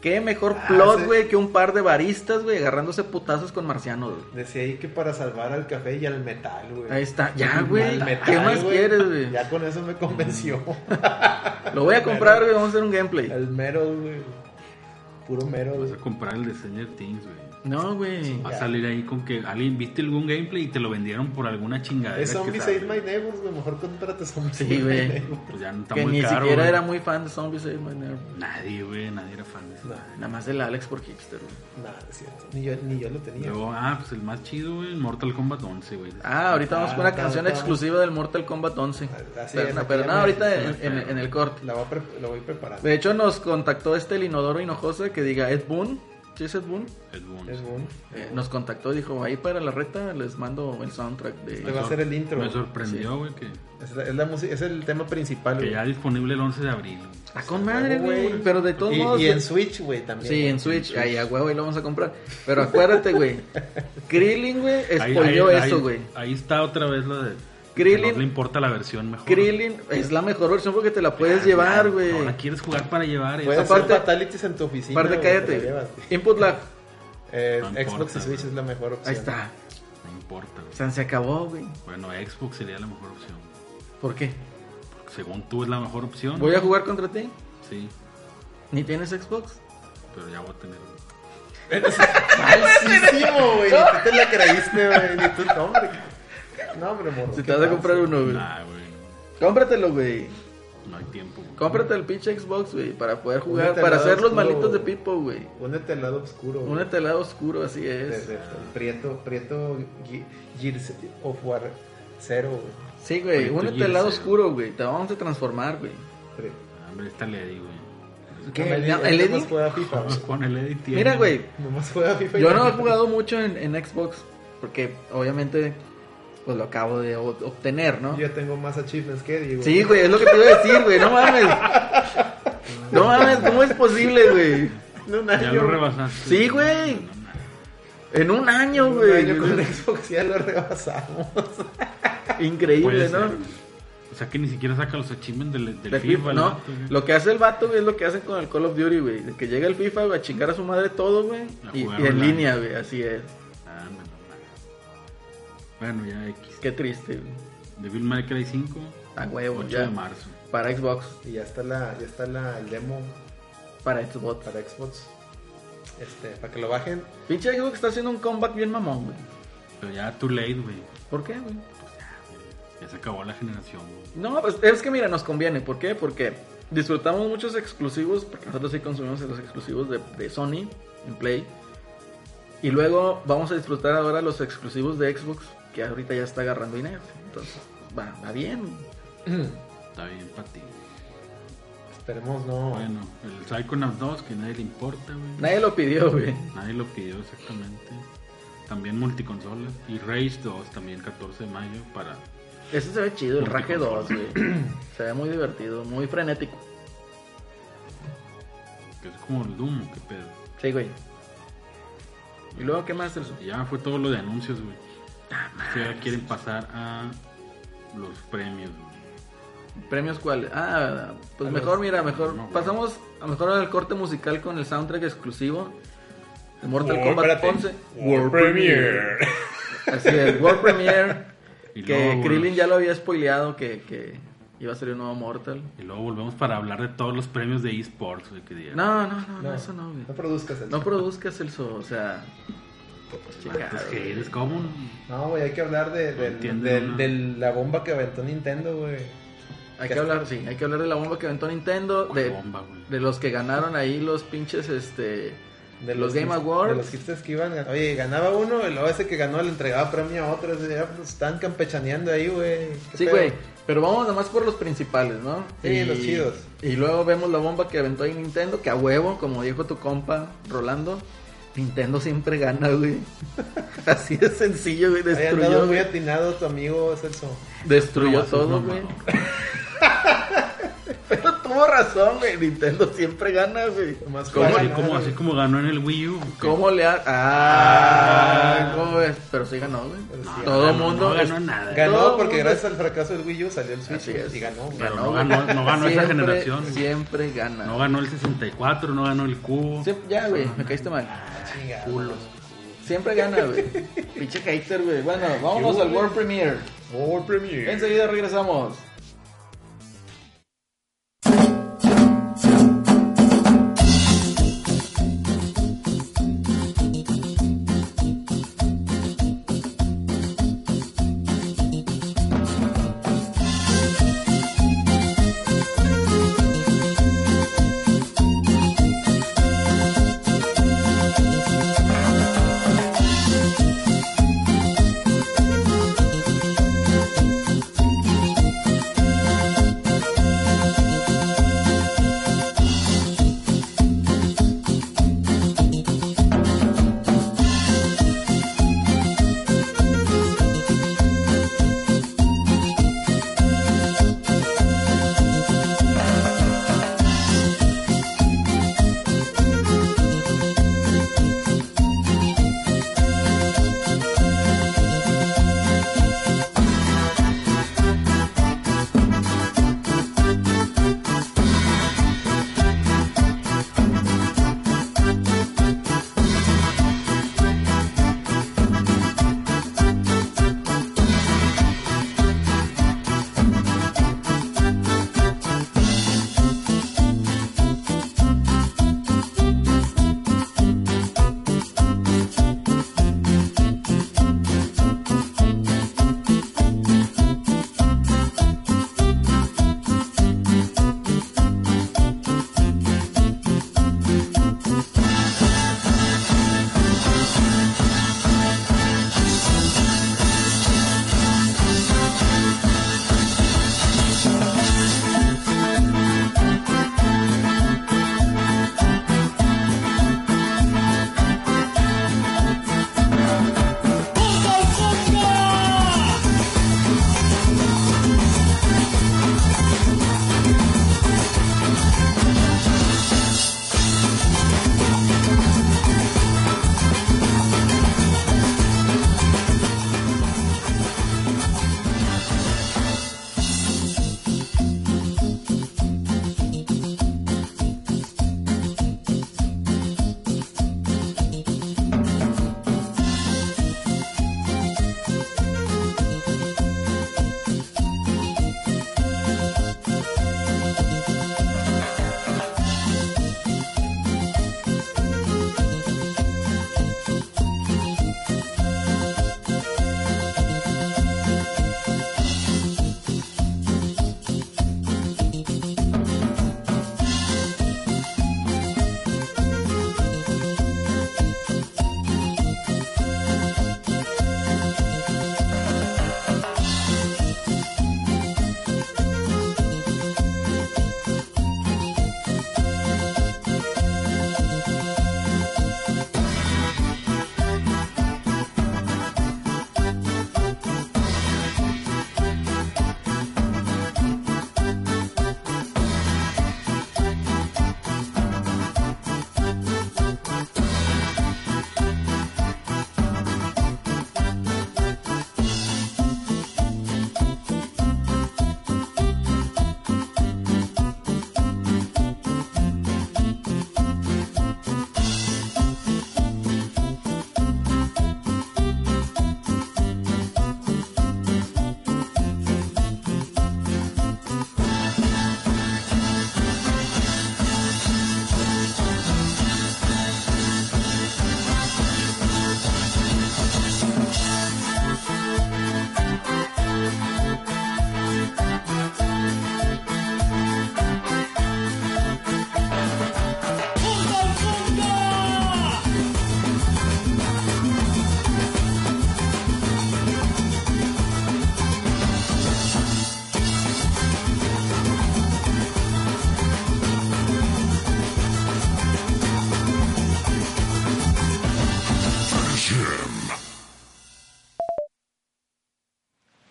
Qué mejor Ah, plot, sí. güey, que un par de baristas, güey, agarrándose putazos con marcianos, güey. Decía ahí que para salvar al café y al metal, güey. Ahí está, ya, Al güey. metal, ¿Qué más güey. quieres, güey? Mm. Ya con eso me convenció. Lo voy a comprar, güey, vamos a hacer un gameplay. el mero, güey. Puro mero, Vas güey. a comprar el de Stranger Things, güey. No, güey. Va a salir ahí con que alguien viste algún gameplay y te lo vendieron por alguna Ah, chingadera. Es que Zombies sabe. Ate My Neighbors, güey. Mejor cómprate Zombies Sí, Ate My güey. Neighbors. Pues ya no está Que muy ni caro. siquiera güey. era muy fan de Zombies Save My Nerve. Nadie, güey, nadie era fan de eso. No, Nada más del Alex por hipster, güey. no, no es cierto. Ni yo, ni yo lo tenía. Luego, ah, pues el más chido, güey, Mortal Kombat 11, güey. Ah, ahorita vamos Ah, con una claro, canción claro. exclusiva del Mortal Kombat 11. Así Pero, es, no, aquí pero ya no, me- ahorita me en, en- espero. en el corte. La voy a pre- lo voy preparando. De hecho, nos contactó este el Inodoro Hinojosa que diga Ed Boon. ¿Sí es Ed Boon? Ed Boon. Es bueno. Eh, nos contactó y dijo, ahí para la reta les mando el soundtrack Este de... va a ser el intro. Me sorprendió, güey, que, Es, la, es, la música- es el tema principal, que güey. ya disponible el 11 de abril. Ah, con madre, güey. Pero de todos y, modos... eh, y en Switch, güey, también. Sí, en Switch, ahí a huevo y lo vamos a comprar. Pero acuérdate, güey. Krillin, güey, spoileó ahí- eso, ahí- güey. Ahí está otra vez lo de. Krillin- que No le importa la versión mejor. Krillin es la mejor versión porque te la puedes Ah, llevar, ahora güey. quieres jugar para llevar. Puedes eso. Aparte- hacer fatalities en tu oficina. Aparte, güey, te cállate. la llevas. Input lag. Eh, No Xbox importa, y Switch güey. es la mejor opción. Ahí está. No importa, güey. O sea, se acabó, güey. Bueno, Xbox sería la mejor opción. ¿Por qué? Porque según tú es la mejor opción. ¿Voy a jugar contra ti? Sí, ¿Ni tienes Xbox? pero ya voy a tener. Falsísimo, güey. Ni tú te la creíste, güey. Ni tú, no, hombre. No, hombre, morro. Si qué te vas a falso. comprar uno, güey. Nah, güey. no. Cómpratelo, güey. No hay tiempo. güey. Cómprate el pinche Xbox, güey, para poder jugar, Únete al para lado hacer los oscuro, malitos de güey. Pipo, güey. Únete al lado oscuro, güey. Únete al lado oscuro, así es. Desde el Prieto, Prieto Ge- Gears of War Cero, güey. Sí, güey, Oye, tú únete al lado Gilson. oscuro, güey. Te vamos a transformar, güey. Pre- Ah, Hombre, esta Lady, güey. ¿Qué? No, Él- el él Eddie- Nomás juega FIFA, güey. Vamos con el Lady tiene. Mira, güey, Nomás juega FIFA. y yo no he también- jugado mucho en, en Xbox, porque obviamente, pues lo acabo de o- obtener, ¿no? Yo tengo más achievements que Eddie, güey. Sí, güey, es lo que te iba a decir, güey, no mames. No mames, ¿cómo es posible, güey? En un Ya año, lo güey. rebasaste. Sí, güey. No, no, no. En un año, Un año con güey. Xbox ya lo rebasamos. Increíble, Puede ¿no? ser, güey. O sea que ni siquiera saca los achievements del, del Del FIFA, FIFA, el no, vato, güey. lo que hace el vato, güey, es lo que hacen con el Call of Duty, güey. De Que llega el FIFA, güey, a chingar a su madre todo, güey. A Y, jugar y en online. línea, güey, así es. Ah, no, no, no. Bueno, ya X. Qué triste, güey. Devil May Cry 5. A Ah, huevo, 8 ya. de marzo. Para Xbox, Y ya está la, ya está la el demo para Xbox. para Xbox. Este, para que lo bajen. Pinche Xbox está haciendo un comeback bien mamón, güey. Pero ya too late, güey. ¿Por qué, güey? Ya se acabó la generación, güey. No, pues es que mira, nos conviene. ¿Por qué? Porque disfrutamos muchos exclusivos, porque nosotros sí consumimos los exclusivos de, de Sony en Play. Y luego vamos a disfrutar ahora los exclusivos de Xbox, que ahorita ya está agarrando dinero. Entonces, va, va bien. Está bien para ti. Esperemos no. Bueno, el Psychonauts 2, que nadie le importa, güey. Nadie lo pidió, güey. Nadie lo pidió exactamente. También multiconsolas. Y Rage 2 también, 14 de mayo, para... Ese se ve chido, el Rage 2, güey. Se ve muy divertido, muy frenético. Que es como el Doom, qué pedo. Sí, güey. ¿Y luego qué más, Celso? Y ya fue todo lo de anuncios, güey. Que ahora quieren pasar a los premios, güey. ¿Premios cuáles? Ah, pues A mejor, los- mira, mejor. no, güey. pasamos a mejor al corte musical con el soundtrack exclusivo de Mortal Oh, Kombat espérate. 11. World Premiere. Así es, World Premiere. Y que luego, Krillin güey. ya lo había spoileado que, que iba a salir un nuevo Mortal. Y luego volvemos para hablar de todos los premios de eSports, güey, que dieron. No, no, no, no, eso no, güey. No produzcas eso. No produzcas, Celso, o sea. chingado, Antes güey. pues que eres como un... No, güey, hay que hablar de, No del- entiendo del- nada. del- la bomba que aventó Nintendo, güey. Hay que hablar, sí, hay que hablar de la bomba que aventó Nintendo, ¿Cuál de, bomba, güey? de los que ganaron ahí los pinches, este, De Los Game hip- Awards. De los hipsters que iban. gan- Oye, ganaba uno, el ese que ganó le entregaba premio a otro. ese, ah, pues, Están campechaneando ahí, güey. ¿Qué Sí, pedo? güey. Pero vamos nomás por los principales, ¿no? Sí, los chidos. Y luego vemos la bomba que aventó ahí Nintendo, que a huevo, como dijo tu compa Rolando, Nintendo siempre gana, güey. Así de sencillo, güey. Ahí andaba Destruyó, muy güey. atinado tu amigo Celso. Destruyó No, eso todo, es güey. mamá. Pero tuvo razón, güey. Nintendo siempre gana, güey. Nomás ¿Cómo, para así, ganar, como, güey. así como ganó en el Wii U. ¿o qué? ¿Cómo le ha... Ah, ¿cómo ves? Pero sí ganó, güey. Pero sí Todo el No, mundo... No es- ganó nada. Ganó Todo porque mundo- gracias al fracaso del Wii U salió el Switch Así güey, es. y ganó. güey. Pero ganó, no güey. ganó- no ganó esa Siempre- generación, güey. Siempre gana. No ganó el 64, no ganó el cubo. Siempre- ya, güey, me caíste mal. Chingado. Culos. Siempre gana, güey. Pinche hater, güey. Bueno, vámonos al World Premiere. World Premiere. Enseguida regresamos.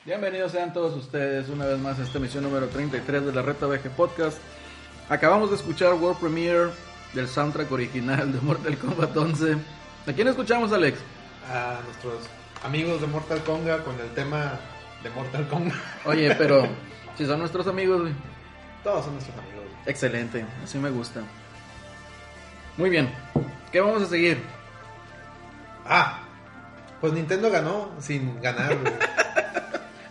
Bienvenidos sean todos ustedes una vez más a esta emisión número 33 de la Reta VG Podcast. Acabamos de escuchar World Premiere del soundtrack original de Mortal Kombat 11. ¿A quién escuchamos, Alex? A nuestros amigos de Mortal Kombat con el tema de Mortal Kombat. Oye, pero si son nuestros amigos, güey. Todos son nuestros amigos. Excelente, así me gusta. Muy bien, ¿qué vamos a seguir? Ah, pues Nintendo ganó sin ganar. güey.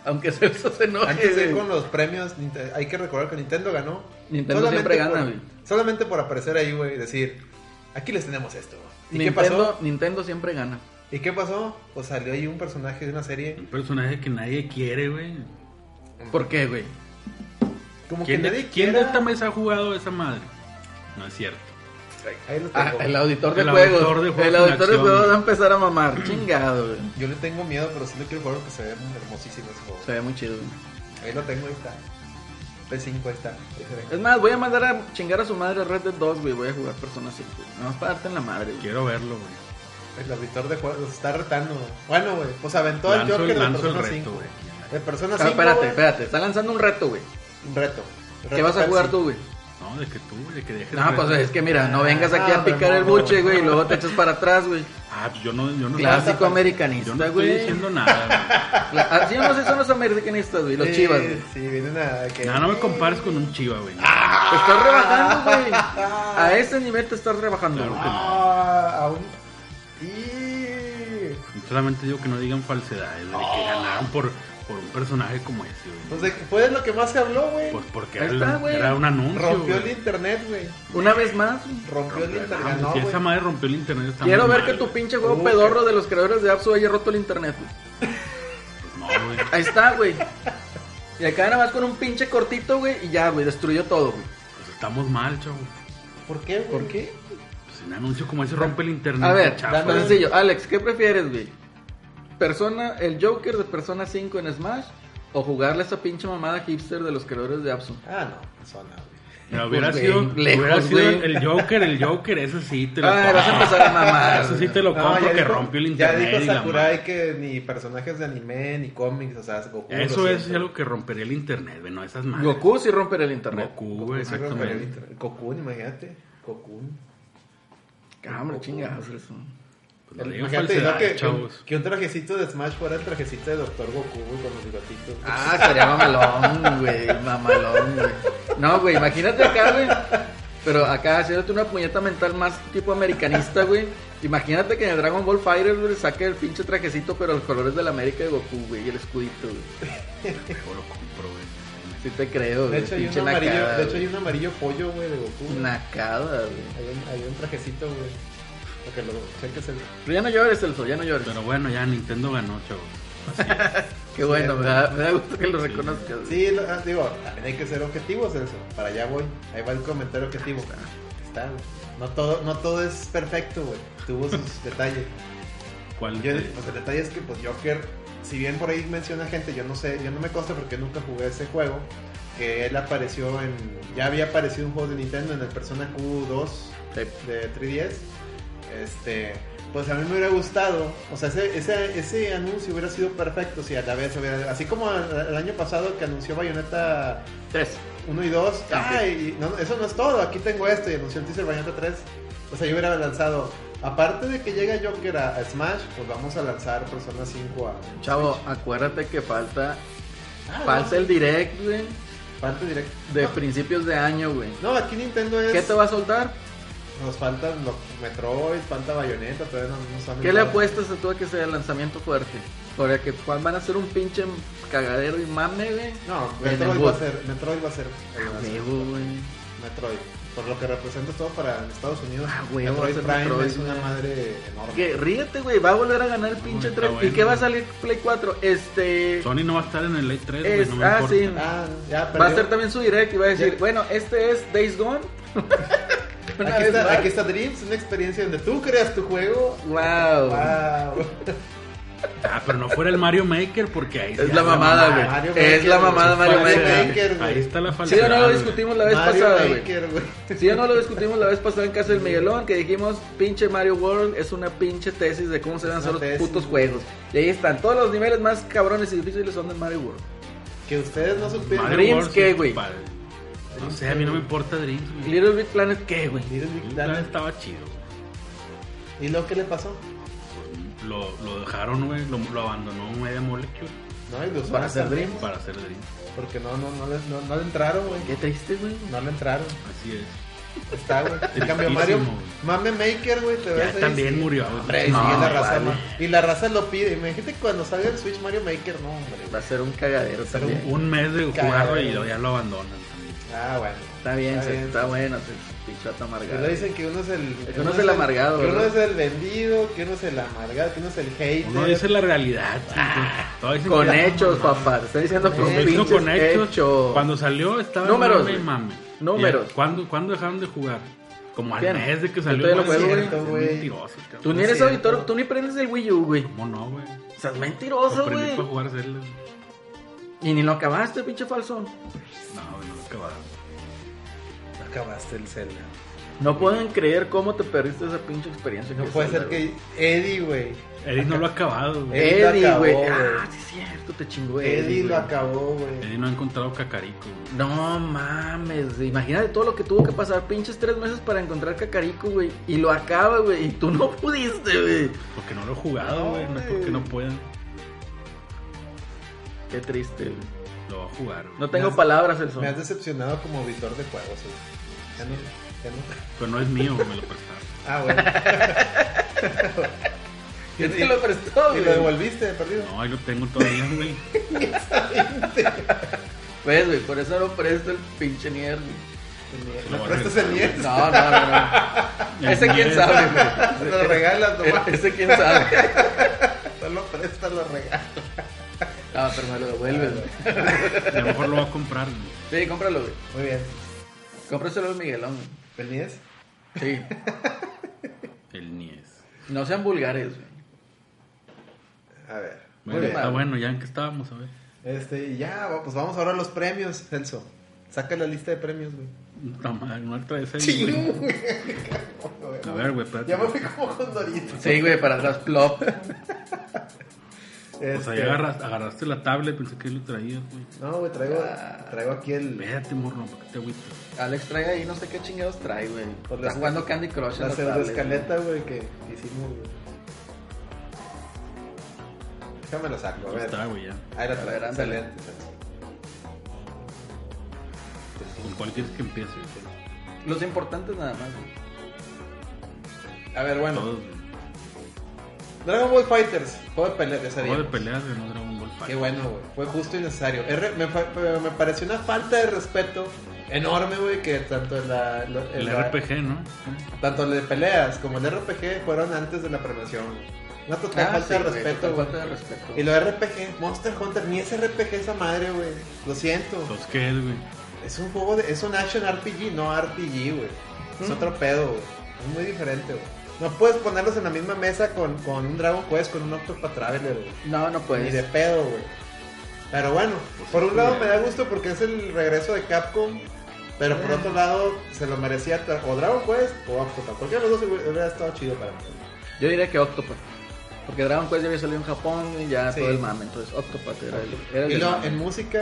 Aunque se se enoje. Antes de ir güey. con los premios, Ninte- hay que recordar que Nintendo ganó. Nintendo siempre gana, por- güey. Solamente por aparecer ahí, güey, y decir, aquí les tenemos esto. ¿Y Nintendo, qué pasó? Nintendo siempre gana. ¿Y qué pasó? Pues salió ahí un personaje de una serie. Un personaje que nadie quiere, güey. ¿Por qué, güey? Como que ¿Quién, de- nadie quién quiera- de esta mesa ha jugado esa madre? No es cierto. Ahí lo Ah, tengo. el auditor de El juegos. auditor de juegos el en auditor de acción. juegos va a empezar a mamar. Chingado, güey. Yo le tengo miedo, pero sí lo quiero jugar porque se ve muy hermosísimo ese juego. Se ve muy chido, güey. Ahí lo tengo, ahí está. P5 ahí está. Ahí se ve. Es más, voy a mandar a chingar a su madre Red Dead 2, güey. Voy a jugar Persona 5. güey. Nada más para darte en la madre, güey. Quiero verlo, güey. El auditor de juegos los está retando. güey. Bueno, güey, pues aventó el Lanzo, Jorge de lanzo el Persona reto, 5. güey. De Persona Ah, 5. espérate, güey. espérate. Está lanzando un reto, güey. Un reto. ¿Qué vas a jugar tú, güey? No, de que tú, güey, de que dejes. No, de- pues es que mira, no vengas aquí Ah, a picar el Ramón. buche, güey, y luego te echas para atrás, güey. Ah, pues yo no, yo no, Clásico yo no americanista, estoy güey. diciendo nada, Cla- Así ah, no sé, son los americanistas, güey, los chivas, güey. Sí, vienen a. que- güey. No, no me compares con un chiva, güey. Te estás rebajando, güey. A ese nivel te estás rebajando, Claro güey. que no. Ah, a un. Y. Solamente digo que no digan falsedades, güey, que ganaron por, por un personaje como ese, güey. Pues de- fue de lo que más se habló, güey. Pues porque Ahí era, está, un- güey. era un anuncio, Rompió el güey. internet, güey. Una vez más, güey. Rompió el internet. Ah, Ganó, si güey. esa madre rompió el internet, está Quiero muy ver mal, que tu güey. pinche juego Uh, pedorro de los creadores de Apsu haya roto el internet, güey. Pues no, güey. Ahí está, güey. Y acá nada más con un pinche cortito, güey, y ya, güey, destruyó todo, güey. Pues estamos mal, chavo. ¿Por qué, güey? ¿Por qué? Pues un anuncio como ese rompe el internet. A ver, chafa, tan güey. sencillo. Alex, ¿qué prefieres, güey? Persona, el Joker de Persona 5 en Smash o jugarle a esa pinche mamada hipster de los creadores de Apsu. Ah, no, persona, güey. Mira, hubiera Pues, sido, güey, lejos, hubiera sido güey. el Joker, el Joker, ese sí te lo Ay, vas a empezar a mamar. Eso sí te lo No, compro ya que dijo- rompió el internet. Ya y dijo la Sakurai madre. que ni personajes de anime, ni cómics, o sea, Goku. Eso lo es siento. algo que rompería el internet, güey, no esas madres. Goku sí romper el internet. Goku, güey, Sí, romper el exactamente. internet. Goku, imagínate. Goku. Cámara, chingados. eso. Pues no El- digan imagínate, ¿no? falsedades, que, chavos. que un trajecito de Smash fuera el trajecito de Doctor Goku güey, con los bigotitos. Ah, sería mamalón, güey. Mamalón, güey. No, güey, imagínate acá, güey. Pero acá, haciéndote una puñeta mental más tipo americanista, güey. Imagínate que en el Dragon Ball Fighter, güey, saque el pinche trajecito, pero los colores de la América de Goku, güey, y el escudito, güey. Yo lo compro, güey. Sí te de creo, güey. hecho, hay un pinche amarillo, nacada, de hecho, hay güey. un amarillo pollo, güey, de Goku. güey. Nacada, güey. Hay, un, hay un trajecito, güey. Para que lo cheques el. Pero ya no llores, Celso, ya no llores. Pero bueno, ya Nintendo ganó, chavos. Qué bueno, me da, me da gusto que lo reconozcas. güey. Sí, lo- ah, digo, también hay que ser objetivos, eso. Para allá voy. Ahí va el comentario objetivo. Está, güey. No todo, no todo es perfecto, güey. Tuvo sus detalles. ¿Cuál? Eh, Yo, de- pues el detalle es que pues Joker, si bien por ahí menciona gente, yo no sé, yo no me consta porque nunca jugué ese juego, que él apareció en, ya había aparecido un juego de Nintendo en el Persona Q2 Sí. de 3DS, este, pues a mí me hubiera gustado, o sea, ese, ese, ese anuncio hubiera sido perfecto si a la vez hubiera, así como el el año pasado que anunció Bayonetta Tres. 1 y 2. Ah, Ah, y no, eso no es todo. Aquí tengo esto. Y anunció el teaser Bayonetta 3. O sea, yo hubiera lanzado. Aparte de que llega Joker a, a Smash, pues vamos a lanzar Persona 5 a. Chavo, acuérdate que falta, Ah, falta no, el direct, güey, Falta directo. de no, principios de año, güey. no, aquí Nintendo es. ¿Qué te va a soltar? Nos faltan los Metroid, falta Bayonetta, todavía no, no saben. ¿Qué le nada. apuestas a tú a que sea el lanzamiento fuerte? Porque que Juan van a ser un pinche cagadero y mame, güey. No, En el Ah, Metroid va, boot. a ser, Metroid va a ser. el A lanzamiento. huevo, güey. Metroid. Por lo que representa todo para Estados Unidos. Ah, güey, va a Metroid ser Prime Metroid, es una güey. madre enorme. Que ríete, güey, va a volver a ganar el pinche está 3. ¿Y bueno, qué va a güey. salir Play 4? Este... Sony no va a estar en el E3, güey, Es- no me ah, importa. sí. Ah, ya, Va a perdió. ser también su direct y va a decir, Ya. bueno, este es Days Gone. Una Aquí vez está, más. aquí está Dreams, una experiencia donde tú creas tu juego. Wow. Wow. Ah, pero no fuera el Mario Maker porque ahí Es ya la mamada, güey. Mario es Maker, la mamada güey. Mario Mario Maker. Maker. güey. Ahí está la Sí falsedad. o no lo güey. discutimos la vez Mario pasada, güey. Maker, güey. Sí o no lo discutimos la vez pasada en casa del Miguelón, que dijimos, pinche Mario World es una pinche tesis de cómo se van a Es hacer una los tesis, putos güey. juegos. Y ahí están, todos los niveles más cabrones y difíciles son del Mario World. Que ustedes no supieron. Mario Dreams, World, ¿qué, sí, güey? padre. No sé, a mí no me importa Dreams, güey. Little Big Planet, ¿qué, güey? Little Big El plan Planet. estaba chido, güey. ¿Y luego qué le pasó? Lo, lo dejaron, güey, lo, lo abandonó Media Molecule No, y los Para fans hacer también, Dreams. para hacer Dreams. Porque no, no, no, les- no, no le entraron, güey. Qué triste, güey. No le entraron. Así es. Está, güey. En cambio, Mario, Tristísimo, mame maker, güey, te Ya ves ahí, también sí. murió, Hombre, güey. y No, la raza, vale. ma- Y la raza lo pide. Imagínate cuando salga el Switch Mario Maker, no, hombre. Va a ser un cagadero también. Un mes de Cagado. jugarlo y luego ya lo abandonan también. Ah, bueno. Está bien, Está se- bien. está bueno, se pinche vato Que amargado. lo Pues dicen que uno es el. Que uno es el amargado, Que uno ¿verdad? es el vendido, que uno es el amargado, que uno es el hater. Uno dice la realidad, sí, güey. Todos dicen Con que la- hechos, no, papá. Te está diciendo no, con no, no, pinches con hechos. hechos. Cuando salió estaba Números, mame y güey. mame. Números. Y, ¿Cuándo, ¿Cuándo dejaron de jugar? Como al ¿Quién? mes de que Yo salió. todavía lo güey. juego, Son güey. mentirosos, cabrón. Tú ni No es eres cierto. auditor, tú ni prendes el Wii U, güey. ¿Cómo no, güey? Estás Lo mentiroso, prendí güey. para jugar Zelda. güey. Y ni lo acabaste, pinche falsón. No, güey, no lo acabaron. Acabaste el Zelda. No pueden creer cómo te perdiste esa pinche experiencia. No que puede es ser la- que Eddie, güey. Eddie no lo ha acabado, güey. Eddie lo Eddie, acabó, güey. güey. Ah, sí es cierto, te chingó Eddie. Eddie lo güey. acabó, güey. Eddie no ha encontrado Cacarico, güey. No mames, güey. imagínate todo lo que tuvo que pasar, pinches tres meses para encontrar Cacarico, güey. Y lo acaba, güey. Y tú no pudiste, güey. Porque no lo he jugado, güey. No, es porque no puedan. Qué triste, güey. Lo va a jugar, güey. No tengo Me has- palabras, Celso. Me has decepcionado como auditor de juegos, güey. Ya no, ya no. Pero no es mío, me lo prestaron. Ah, bueno. ¿Quién te lo prestó, Y lo güey? devolviste, perdido. No, ahí lo tengo todavía, güey. Pues, güey, por eso no presto el pinche Nier, güey. ¿Me Lo voy a prestas regresar. el nieto? No, no, no, no. Ese quién Nier, sabe, Te güey. lo regalas, Era- nomás. Ese quién sabe. Te lo prestas, lo regalas. No, pero me lo devuelves, güey. A lo mejor lo va a comprar, güey. Sí, cómpralo, güey. Muy bien. Cómpraselo al Miguelón, güey. ¿El Nies? Sí. El Nies. No sean vulgares, güey. A ver. Muy Bueno, bien. está bueno, ya en que estábamos, a ver. Este, y ya, va, pues vamos ahora a los premios, Celso. Saca la lista de premios, güey. No, madre, no traes ahí, güey. A ver, güey, espérate. Ya me fui como con Doritos. Sí, güey, para atrás, plop. O sea, Este, ya Pues agarras- agarraste la tablet, pensé que lo traías, güey. No, güey, traigo, traigo aquí el... Espérate, morro, ¿para qué te agüitas? Alex trae ahí, no sé qué chingados trae, güey. Por Está las- jugando Candy Crush. en La la tablet, pseudoescaleta, güey, que hicimos, güey. Déjame lo saco, a Ya ver. está, güey, ya. Ahí la A ver, traigo, ándale. excelente. Celso. ¿Con cuál quieres que empiece? güey? güey. Los importantes nada más, güey. A ver, bueno. Todos, güey. Dragon Ball Fighters, juego de pelea de ese día. Juego de peleas de no Dragon Ball Qué Fighter. bueno, güey. Fue justo y necesario. Es re- me, fa- me pareció una falta de respeto enorme, güey, que tanto en la, lo- en El la- RPG, ¿no? tanto el de peleas como el de RPG fueron antes de la premiación. güey. Una total Ah, falta sí, de güey, respeto, total güey. Falta de respeto. Y lo de RPG, Monster Hunter, ni ese RPG esa madre, güey. Lo siento. Los que es, güey. Es un juego de. Es un action RPG, no RPG, güey. Mm. Es otro pedo, güey. Es muy diferente, güey. No puedes ponerlos en la misma mesa con, con un Dragon Quest, con un Octopath Traveler, güey. No, Ni no de puedes. pedo, güey. Pero bueno, Pues por un lado me da gusto porque es el regreso de Capcom. Pero por otro lado, se lo merecía tra- o Dragon Quest o Octopath. Porque los dos hubiera hubiera estado chido para mí. Yo diría que Octopath. Porque Dragon Quest ya había salido en Japón y ya Sí. todo el mame. Entonces, Octopath era el. Era el Y del luego mame. en música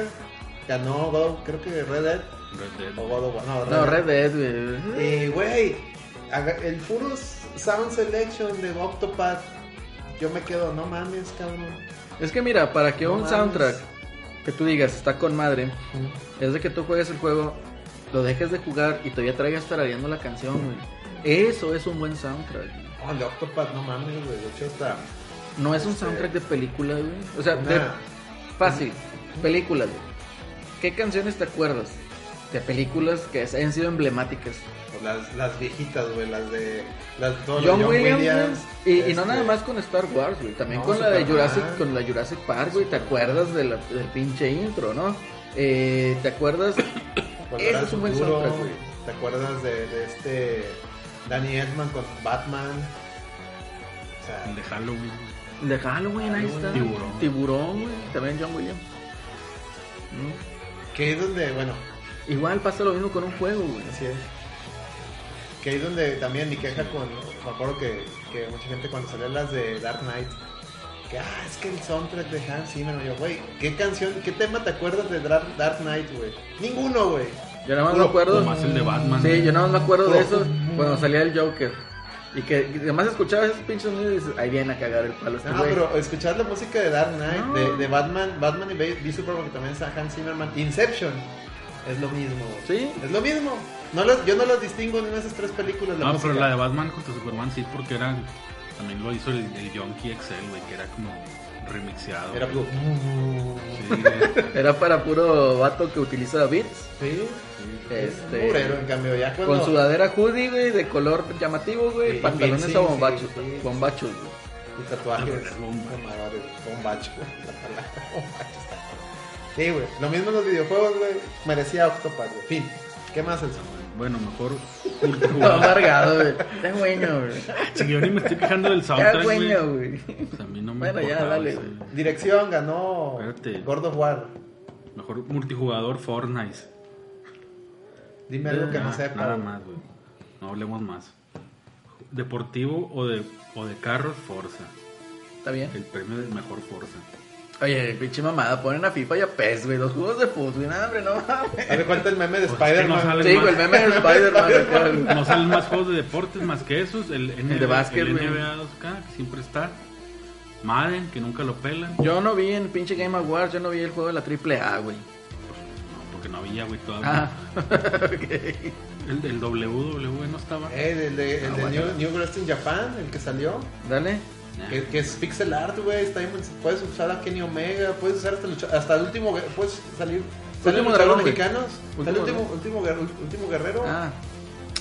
ganó, God of- creo que Red Dead Red Dead. o God of War. No, Red No, Dead. Red Dead, güey. Y güey, haga- el puro Sound Selection de Octopath. Yo me quedo, no mames, cabrón. Es que mira, para que No un mames. soundtrack que tú digas está con madre, es de que tú juegues el juego, lo dejes de jugar y todavía traigas tarareando la canción, güey. Eso es un buen soundtrack. güey. Oh, el de Octopath, no mames, güey. De hecho, está. No es un Este- soundtrack de película, güey. O sea, de- Una- fácil. Películas, güey. ¿Qué canciones te acuerdas? De películas que es- han sido emblemáticas. Pues Las, las viejitas, güey, las de. Las, todo lo de John, Williams. güey, y, y no este, nada más con Star Wars, güey. También No, con la de Superman. Jurassic, con la Jurassic Park, güey. ¿Te acuerdas de la- del pinche intro, no? Eh, ¿Te acuerdas? Volver Ese al es un buen futuro, soundtrack, güey. ¿Te acuerdas de, de este. Danny Edman con Batman? O sea, El de Halloween. güey. De Halloween, ahí está. Tiburón. Tiburón, güey. También John Williams. ¿No? Que es donde, bueno, Igual pasa lo mismo con un juego, güey. así es. Que ahí es donde también mi queja con. Me acuerdo que, que mucha gente cuando salió las de Dark Knight. Que ah, es que el soundtrack de Hans Zimmer. Yo, güey, ¿qué canción, qué tema te acuerdas de Dark, Dark Knight, güey? Ninguno, güey. Yo nada más me Puro- acuerdo. Nomás el de Batman. Ah, Sí, yo nada más me acuerdo de Puro- eso cuando salía el Joker. Y que y además escuchaba esos pinches sonidos y dices, ahí viene a cagar el palo este No, güey. Ah, pero escuchar la música de Dark Knight, No. de, de Batman, Batman y Be- V Superman, que también está Hans Zimmerman, Inception, es lo mismo. güey. Sí. Es lo mismo. No los- yo no los distingo en esas tres películas. La No, música. pero la de Batman contra Superman sí, porque era. También lo hizo el, el Yonki Excel, güey, que era como remixeado. Era güey. puro- Sí, güey. Era para puro vato que utiliza beats. Sí. Este, Purero, en cambio, ya cuando... Con sudadera hoodie, güey, de color llamativo, güey. Sí, pantalones sí, a sí, bombachos, sí, sí. bombachos, güey. Y tatuajes. Ah, bomba. Mamadores, Bombacho. La palabra bombacho está. Sí, güey. Lo mismo en los videojuegos, güey. Merecía Octopath, güey. Fin. ¿Qué más, Elson? Bueno, mejor. Todo cultura. amargado, güey. Está bueno, güey. Sí, yo ni me estoy quejando del Está soundtrack, güey. bueno, güey. Pues a mí no me Bueno, ya, importaba dale, ese. güey. Dirección ganó Espérate. God of War. Mejor multijugador Fortnite. Dime algo que Eh, Nada- no sepa. Nada güey. más, güey. No hablemos más. Deportivo o de, o de carros, Forza. Está bien. El premio del mejor Forza. Oye, pinche mamada, ponen a FIFA y a PES, güey. Los juegos de fútbol, güey. No, hombre, no mames. Haz de cuenta el meme de Pues es que no Spider-Man. sale- Sí, güey, el meme de Spider-Man. acá, güey. No salen más juegos de deportes más que esos. El, NBA, de básquet, el güey. NBA 2K, que siempre está. Madden, que nunca lo pelan. Yo no vi en pinche Game Awards, yo no vi el juego de la AAA, güey. No, porque no había, güey, todavía. Ah, ok. El, el WWE no estaba. Eh, el de, el No, de Ah, bueno. New, New Wrestling Japan, el que salió. Dale. Que, que es pixel art, güey. Está bien, puedes usar a Kenny Omega, puedes usar hasta, lucha- hasta el último. gue- Puedes salir. ¿Salen Último luchadores dragón, güey. mexicanos? ¿Sale el Último último, último, guer- último guerrero? Ah,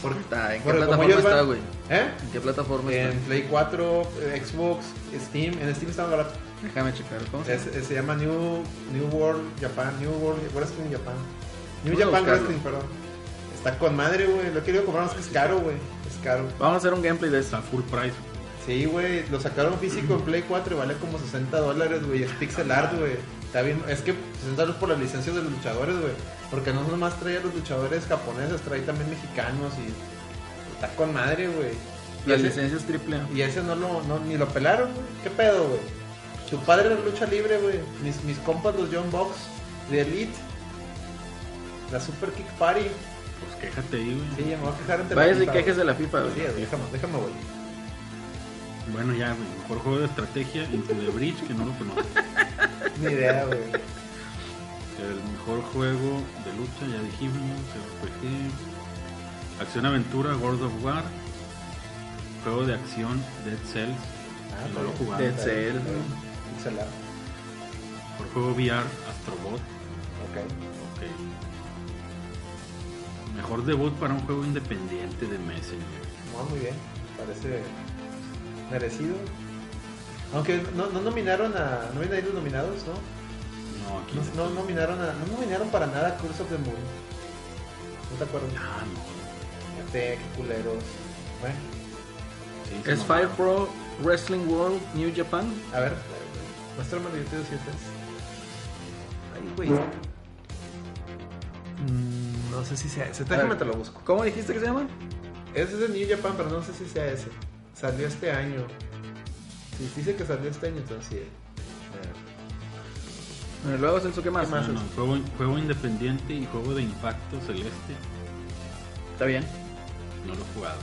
Por- está. ¿En qué Porque como plataforma yo- está, güey? ¿Eh? ¿En qué plataforma En está? Play 4, eh, Xbox, Steam. En Steam está más barato. Déjame checar. ¿Cómo se Es- es- se llama New, New World Japan. New World Wrestling Japan. New Vamos a Japan buscarlo. Wrestling, perdón. Está con madre, güey. Lo he querido comprar, más que es caro, güey. Es caro. Vamos a hacer un gameplay de eso. Está full price. Sí, güey, lo sacaron físico en Play 4 y vale como 60 dólares, güey. Es pixel art, güey. Está bien, es que 60 dólares por las licencias de los luchadores, güey. Porque no nomás trae a los luchadores japoneses, trae también mexicanos y. Está con madre, güey. Y Las ese, licencias triple A. y ese no lo, no, ni lo pelaron, güey. ¿Qué pedo, güey? Su padre era lucha libre, güey. Mis, mis compas, los John Box, de Elite. La Super Kick Party. Pues quéjate ahí, güey. Sí, ya me voy a quejar ante la Váyase y FIFA, quejes de güey. la FIFA, güey. Sí, güey, déjame, déjame, güey. Bueno, ya, güey. Mejor juego de estrategia, Into the Bridge, que no lo conozco. Ni idea, güey. El mejor juego de lucha, ya dijimos, RPG. Acción Aventura, World of War. Juego de acción, Dead Cells. Ah, que no lo está bien. jugamos. pues, Dead Cell. Pixel art. Por juego VR, Astrobot. Ok. Ok. Mejor debut para un juego independiente de Messenger. Ah, muy bien. Parece merecido. Aunque no, no nominaron a. No vienen ahí los nominados, ¿no? No, aquí No, no nominaron a. No nominaron para nada a Curse of the Moon. No te acuerdas. Ah, no. Fíjate, Este, qué culeros. Bueno, Sí, se Es mamaron. Fire Pro Wrestling World New Japan. a ver. Muéstrame el YouTube si estás. Ay, güey. Mm, No sé si sea ese. Déjame te lo busco. ¿Cómo dijiste que se llama? Ese es de New Japan, pero no sé si sea ese. Salió este año. Si dice que salió este año, entonces sí. Bueno, luego Celso, ¿qué más? Ah, No, no, juego, juego independiente y juego de impacto celeste. Está bien. No lo he jugado.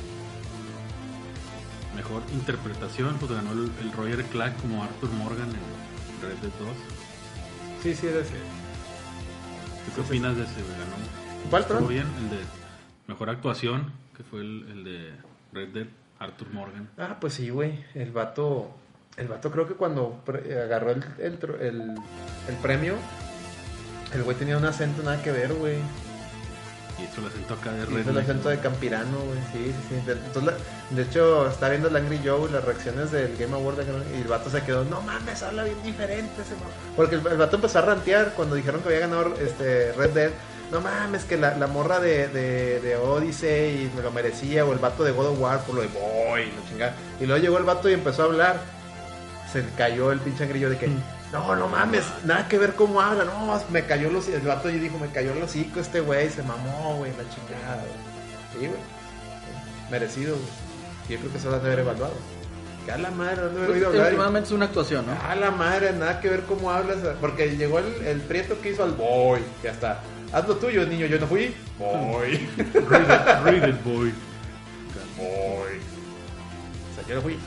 Mejor interpretación, pues ganó el, el Roger Clark como Arthur Morgan en Red Dead 2. Sí, sí, era ese. ¿Tú qué opinas de ese? güey? ¿Ganó? ¿Cuál, ¿Estuvo perdón? bien? El de mejor actuación, que fue el, el de Red Dead, Arthur Morgan. Ah, pues sí, güey. El vato. El vato creo que cuando pre- agarró el, el, tro- el, el premio, el güey tenía un acento nada que ver, güey. Y hizo el acento acá de Y Red fue el acento de Campirano, güey. Sí, sí, sí. De, entonces la- de hecho, está viendo el Angry Joe las reacciones del Game Award de Gran- y el vato se quedó, no mames, habla bien diferente ese mo-". Porque el, el vato empezó a rantear cuando dijeron que había ganado este, Red Dead. No mames, que la, la morra de, de, de Odyssey y me lo merecía, o el vato de God of War por lo de Boy, la chingada. Y luego llegó el vato y empezó a hablar. se cayó el pinche grillo de que, Mm. no, no mames, nada que ver cómo habla, no, me cayó los, el vato y dijo, me cayó el hocico este güey, se mamó, güey, la chingada, güey. Sí, güey. Merecido, güey. Yo creo que eso lo han de haber evaluado. Que a la madre, no me he Pues, Ah. oído hablar. últimamente es una actuación, ¿no? A la madre, nada que ver cómo hablas. Porque llegó el, el prieto que hizo al boy. Ya está. Haz lo tuyo, niño. Yo no fui. Boy. Rated, rated, boy. Boy. O sea, yo no fui.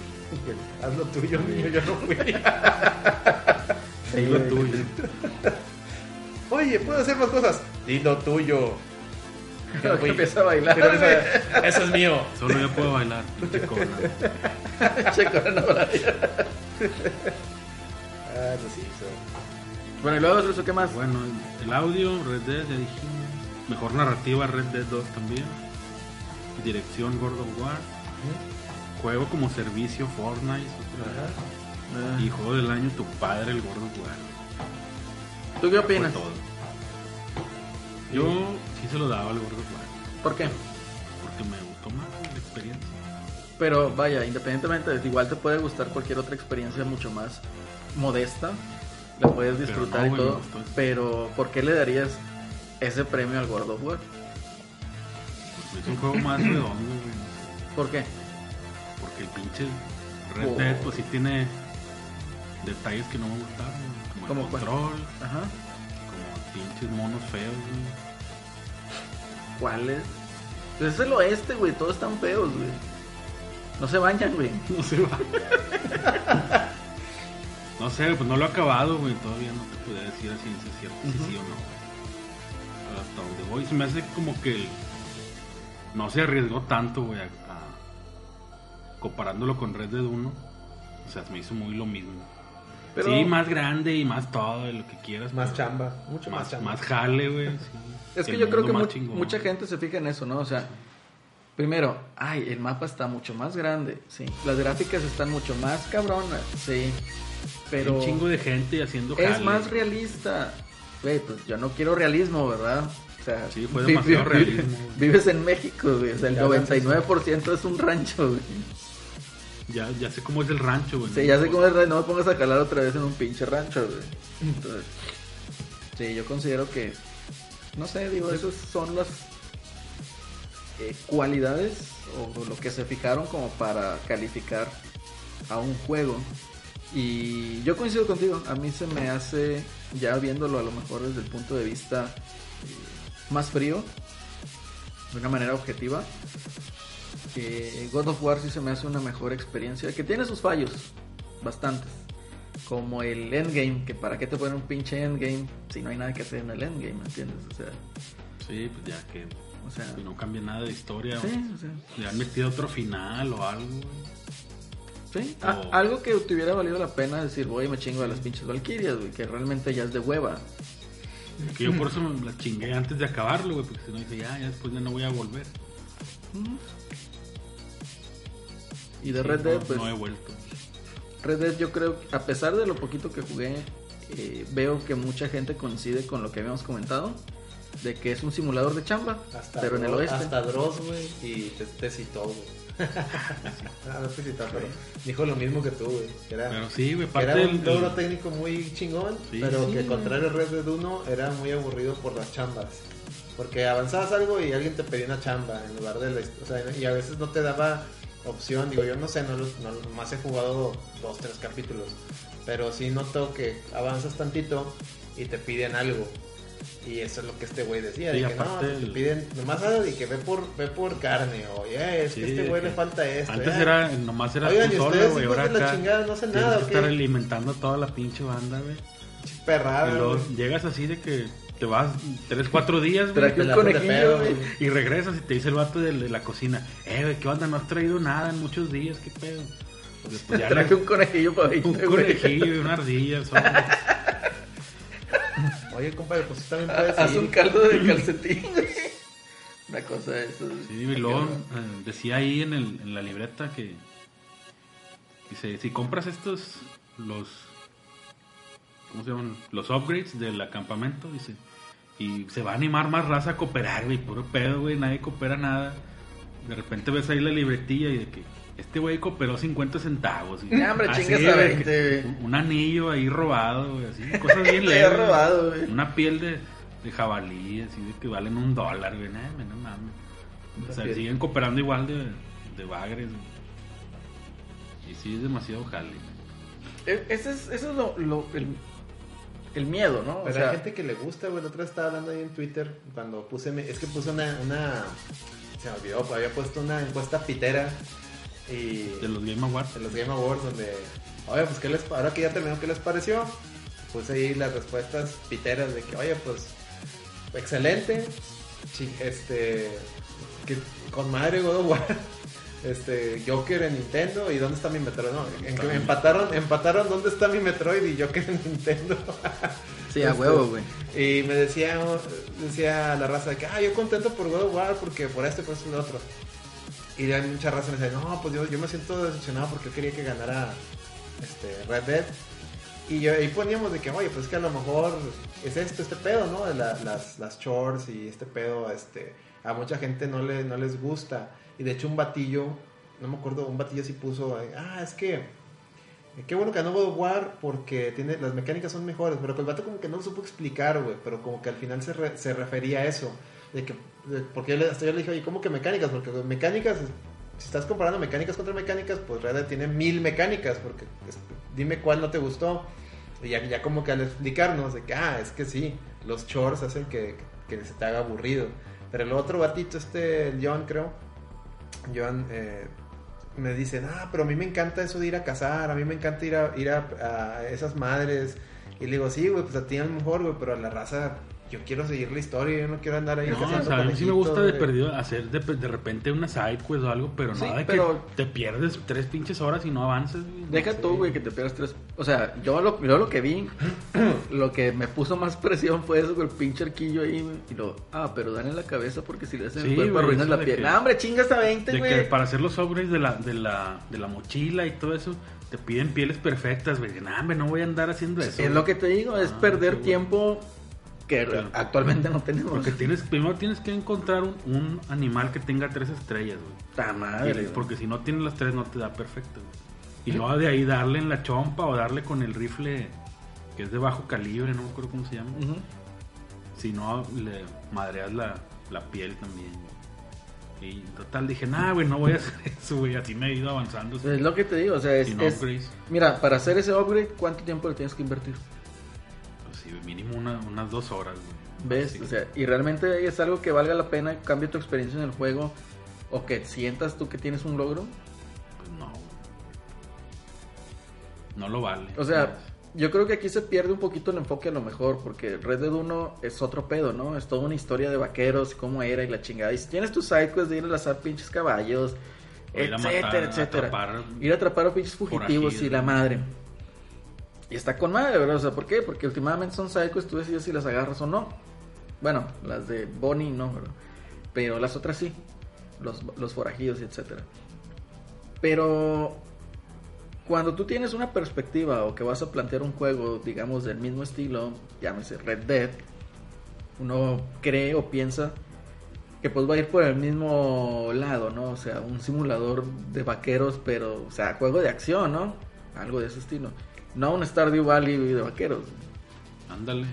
Haz lo tuyo, niño. Yo no fui. Sí, Lo güey. tuyo. Oye, puedo hacer más cosas. Dilo tuyo. Yo no fui. Empieza a bailar. Pero esa- eso es mío. Solo yo puedo bailar, pinche cobra. Che, con una maravilla. Ah, no, sí, eso. Bueno, y luego, Ruso, ¿qué más? Bueno, el audio, Red Dead, ya dijimos. Mejor narrativa, Red Dead 2 también. Dirección, God of War. Juego como servicio, Fortnite. otra vez. Y Eh, juego del año, tu padre, el God of War. ¿Tú qué Fue opinas? todo. Yo sí se lo daba al God of War. ¿Por qué? Porque me gustó más la experiencia. Pero vaya, independientemente, igual te puede gustar cualquier otra experiencia mucho más modesta. La puedes Pero disfrutar no, y güey, todo. me gustó eso. Pero, ¿por qué le darías ese premio al World of War? Porque es un juego más redondo, güey. no sé. ¿Por qué? Porque el pinche Red Oh. Dead, pues sí tiene detalles que no me gustaron, güey. como, ¿Cómo el cuál? control, Ajá. como pinches monos feos, güey. ¿Cuál es? Pues es el oeste, güey. Todos están feos, güey. No se bañan, güey. No sé, va. no sé, pues no lo he acabado, güey. Todavía no te podría decir a ciencia cierta si sí o no, güey. Pero Hasta donde voy, se me hace como que no se arriesgó tanto, güey, a, a- comparándolo con Red Dead 1. O sea, se me hizo muy lo mismo. Pero- Sí, más grande y más todo, y lo que quieras. Más pero- chamba. Mucho más, más, chamba. más jale, güey. sí. Es que El yo creo mundo que más mu- chingón. mucha gente se fija en eso, ¿no? O sea, primero, ay, el mapa está mucho más grande, sí. Las gráficas están mucho más cabronas, sí. Pero Un chingo de gente y haciendo jale. es más realista. Güey, pues yo no quiero realismo, ¿verdad? O sea, Sí, fue vi- demasiado vi- realismo, güey. Vives en México, güey. O sea, el Ya hablas 99% es un rancho, güey. Ya, ya sé cómo es el rancho, güey. Sí, ya sé cómo es, no me pongas a calar otra vez en un pinche rancho, güey. Entonces, sí, yo considero que, no sé, digo, esas son las eh, cualidades o lo que se fijaron como para calificar a un juego. Y yo coincido contigo, a mí se me hace, ya viéndolo a lo mejor desde el punto de vista eh, más frío, de una manera objetiva, que God of War sí se me hace una mejor experiencia, que tiene sus fallos, bastantes. Como el endgame, que para qué te ponen un pinche endgame si no hay nada que hacer en el endgame, ¿me entiendes? O sea, Sí, pues ya que, o sea, que no cambia nada de historia. sí, o sea, o Le han metido otro final o algo, güey. sí. A- O- algo que te hubiera valido la pena decir, voy y me chingo a las pinches Valkyrias, güey, que realmente ya es de hueva. Que yo por eso me la chingué antes de acabarlo, güey. Porque si no, dice, ya, ya después ya no voy a volver. Y de Sí, Red Dead, no, pues. no he vuelto. Red Dead yo creo, que, a pesar de lo poquito que jugué, eh, veo que mucha gente coincide con lo que habíamos comentado, de que es un simulador de chamba, Hasta pero en el Dross- oeste. Hasta Dross, güey. Y te, te citó, güey. ah, no te citó, pero dijo lo mismo que tú, güey. que era- Pero sí, güey. Que Parte era un del. logro técnico muy chingón, Sí. pero Sí, que contrario a Red Dead 1 era muy aburrido por las chambas. Porque avanzabas algo y alguien te pedía una chamba en lugar de la, o sea, y a veces no te daba opción, digo yo no sé, no, los- no los- nomás he jugado dos, tres capítulos, pero sí noto que avanzas tantito y te piden algo. Y eso es lo que este güey decía, Sí, de que no, aparte te el- piden nomás haz y que ve por ve por carne, oye, es Sí, que a este güey de le que falta esto. eh, Antes ya". era, nomás era Oigan, tú ¿y solo, ustedes, güey. hijos Ahora de la acá. chingada, no hacen Tienes nada, que ¿o estar qué? alimentando a toda la pinche banda, güey. Perrada, Y luego güey. llegas así de que te vas 3, 4 días, güey. Traje un la puse conejillo, pedo, güey. güey. Y regresas y te dice el vato de, de la cocina, eh, güey, ¿qué onda? No has traído nada en muchos días, ¿qué pedo? Y después ya Traje un conejillo para un 20, güey. conejillo y una ardilla, sobre. Oye, compadre, pues tú también puedes Haz ir. un caldo de calcetín, güey. Una cosa de eso. Sí, y luego eh, decía ahí en, el- en la libreta que dice, si compras estos, los, ¿cómo se llaman? Los upgrades del acampamento, dice, y se va a animar más raza a cooperar, güey, puro pedo, güey, nadie coopera nada. De repente ves ahí la libretilla y de que, Este güey cooperó 50 centavos. Y, Ya, hombre, así, chingas a güey, 20, que- güey. un- Un anillo ahí robado, güey, así. Cosas bien Le he leves. güey. robado, güey. Una piel de, de jabalí, así de que valen un dólar, güey. Nah, güey, no mames. O sea, piel. siguen cooperando igual de, de bagres, güey. Y sí, es demasiado jale. güey. E- Ese es, eso es lo, lo- el, el miedo, ¿no? O Pero sea, hay gente que le gusta, güey. La otra vez estaba hablando ahí en Twitter cuando puse. me- Es que puse una. una se me olvidó, pues, había puesto una encuesta pitera. Y. De los Game Awards. de los Game Awards, donde. Oye, pues ¿qué les, ahora que ya terminó, ¿qué les pareció? Puse ahí las respuestas piteras de que, oye, pues. Excelente. chi- Este. que- con madre, God of War, Este, Joker en Nintendo y ¿dónde está mi Metroid? No, en que me empataron, empataron ¿dónde está mi Metroid y Joker en Nintendo? sí, a huevo, güey. Y me decía, decía la raza de que, ah, yo contento por God of War porque por este, por este y lo otro. Y hay mucha raza me dice, no, pues yo, yo me siento decepcionado porque yo quería que ganara este, Red Dead. Y yo, ahí poníamos de que, oye, pues que a lo mejor es esto, este pedo, ¿no? De la- las, las shorts y este pedo, este, a mucha gente no, le, no les gusta. Y de hecho un batillo, no me acuerdo, un batillo sí puso, ah, es que eh, Qué bueno que ganó God of War porque tiene, las mecánicas son mejores, pero que el vato como que no lo supo explicar, güey, pero como que al final se, re- se refería a eso. De que, de- porque yo le, hasta yo le dije, oye, ¿cómo que mecánicas? Porque güey, mecánicas, si estás comparando mecánicas contra mecánicas, pues Red Dead tiene mil mecánicas, porque es- dime cuál no te gustó. Y ya, ya como que al explicarnos de que, ah, es que sí, los chores hacen que, que se te haga aburrido. Pero el otro gatito, este, el John creo, John eh, me dicen, ah, pero a mí me encanta eso de ir a cazar, a mí me encanta ir a, ir a, a esas madres. Y le digo, sí, güey, pues a ti a lo mejor, güey, pero a la raza, yo quiero seguir la historia, yo no quiero andar ahí No, cazando o sea, a mí sí me conejitos, gusta de güey". perdido hacer de, de repente una side quest o algo, pero Sí, nada de pero- que te pierdes tres pinches horas y no avances. güey. Deja tú, güey, que te pierdas tres. O sea, yo lo, yo lo que vi, lo que me puso más presión fue eso con el pinche arquillo ahí, güey. Y luego, ah, pero dale en la cabeza porque si le hacen el Sí, cuerpo güey, arruinas eso la de piel. que- No, hombre, chingas a 20, De que güey. para hacer los upgrades de la, de, la, de la mochila y todo eso, te piden pieles perfectas, güey. No, hombre, no voy a andar haciendo eso. Es lo que te digo, es Ah, perder qué bueno. tiempo que Claro. actualmente no tenemos. Porque tienes, primero tienes que encontrar un, un animal que tenga tres estrellas, güey. Puta Y- madre, güey. porque si no tienes las tres no te da perfecto, güey. Y luego de ahí darle en la chompa o darle con el rifle que es de bajo calibre, no me acuerdo cómo se llama. Ujú. Si no, le madreas la, la piel también. güey. Y total, dije, nah, güey, no voy a hacer eso, güey. Así me he ido avanzando. Es lo que te digo, o sea, es, Sin es- upgrades. Mira, para hacer ese upgrade, ¿cuánto tiempo le tienes que invertir? Pues sí, mínimo una- unas dos horas, güey. ¿Ves? Sí. O sea, y realmente es algo que valga la pena, cambie tu experiencia en el juego o que sientas tú que tienes un logro. Pues no. güey. No lo vale. O sea, yo creo que aquí se pierde un poquito el enfoque a lo mejor, porque Red Dead 1 es otro pedo, ¿no? Es toda una historia de vaqueros, cómo era y la chingada. Y si tienes tus sidequests de ir a lazar pinches caballos, O ir a etcétera, matar, etcétera. atrapar ir a atrapar a pinches fugitivos forajidos. y la madre. Y está con madre, ¿verdad? O sea, ¿por qué? Porque últimamente son sidequests, tú decides si las agarras o no. Bueno, las de Bonnie no, ¿verdad? Pero las otras sí. Los, los forajidos, y etcétera. Pero cuando tú tienes una perspectiva o que vas a plantear un juego, digamos, del mismo estilo, llámese Red Dead, uno cree o piensa que pues va a ir por el mismo lado, ¿no? O sea, un simulador de vaqueros, pero, o sea, juego de acción, ¿no? Algo de ese estilo. No un Stardew Valley de vaqueros. Ándale.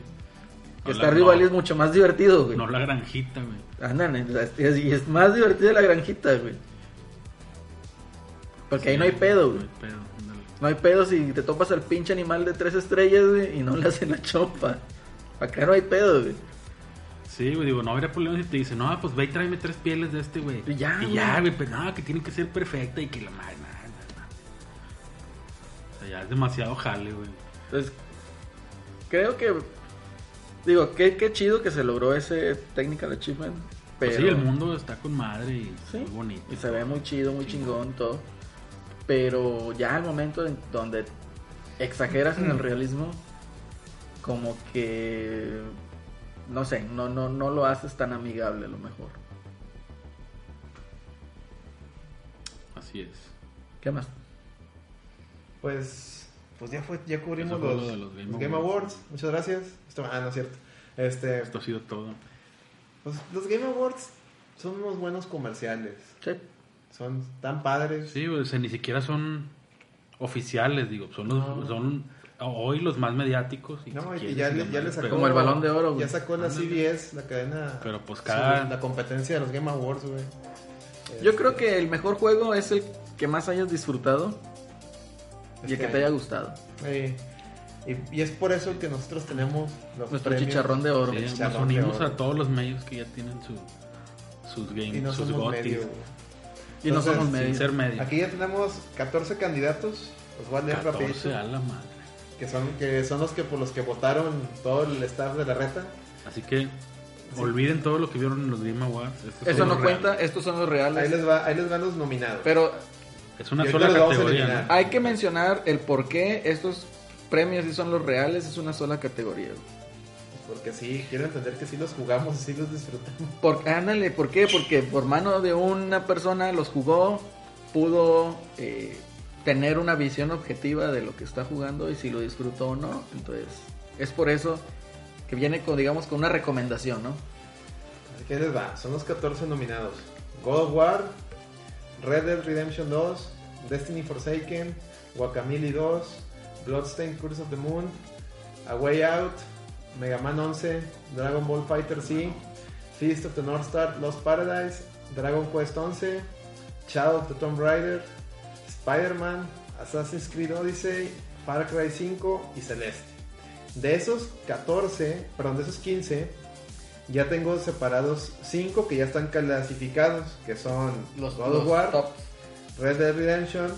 Que No la- Stardew no- Valley es mucho más divertido, güey. No la granjita, güey. Ándale, o sea, es- y es más divertida la granjita, güey. Porque ahí no hay pedo, güey. No hay pedo, ándale. No hay pedo si te topas al pinche animal de tres estrellas, güey, y no le hacen la chopa. Acá no hay pedo, güey. Sí, güey, digo, no habría problema si te dicen, no, pues ve y tráeme tres pieles de este, güey. Y ya, Y güey. ya, güey, pero no, que tiene que ser perfecta y que la madre, nada, nada. O sea, ya es demasiado jale, güey. Entonces, creo que. Digo, qué, qué chido que se logró ese Technical Achievement. Pero Pero... Pues sí, el mundo está con madre y es Sí. muy bonito. Y se ve muy chido, muy chingón, todo. Pero ya al momento en donde exageras en el realismo, como que. No sé, no, no, no lo haces tan amigable a lo mejor. Así es. ¿Qué más? Pues, pues ya fue, ya cubrimos Eso fue los, lo de los Game los Game Awards. Awards. Muchas gracias. Esto- ah, no es cierto. Este, Esto ha sido todo. pues, los Game Awards son unos buenos comerciales. Sí. Son tan padres. Sí, güey, o sea, ni siquiera son oficiales, digo, son los, son hoy los más mediáticos. y No, si y quieres, ya, y le- ya la madre, le sacó. pero- Como el balón de oro, güey. Ya sacó la Ándale. CBS, la cadena. Pero, pues, cada- La competencia de los Game Awards, güey. Yo creo que el mejor juego es el que más hayas disfrutado y el Este que te haya gustado. Sí. Y, y es por eso que nosotros tenemos los Nuestro premios. chicharrón de oro. Sí, El nos chicharrón unimos de oro. a todos los medios que ya tienen su, sus games, Y no sus somos gotis, medio, sin güey. y no entonces, somos sin medios. ser medio. Aquí ya tenemos 14 candidatos. Los voy a leer 14 rapidito. a la madre. Que son, que son los que por los que votaron todo el staff de la reta. Así que olviden todo lo que vieron en los Game Awards. Esto es Eso algo no real. cuenta, estos son los Ahí reales. les, va, ahí les van los nominados. Pero Es una Y ahorita sola los vamos a categoría. eliminar. ¿no? hay que mencionar el por qué estos premios sí son los reales, es una sola categoría. güey. Porque sí, quiero entender que sí los jugamos, sí los disfrutamos. Por, ándale, ¿por qué? Porque por mano de una persona los jugó, pudo eh, tener una visión objetiva de lo que está jugando y si lo disfrutó o no. Entonces, es por eso que viene con, digamos, con una recomendación, ¿no? Así que ahí les va. Son los 14 nominados. God of War, Red Dead Redemption 2, Destiny Forsaken, Guacamole 2, Bloodstained Curse of the Moon, A Way Out, Mega Man 11, Dragon Ball Fighter Z, Feast of the North Star, Lost Paradise, Dragon Quest 11, Shadow of the Tomb Raider, Spider-Man, Assassin's Creed Odyssey, Far Cry 5 y Celeste. De esos 14, perdón, de esos 15, ya tengo separados 5 que ya están clasificados, que son God of War, top. Red Dead Redemption,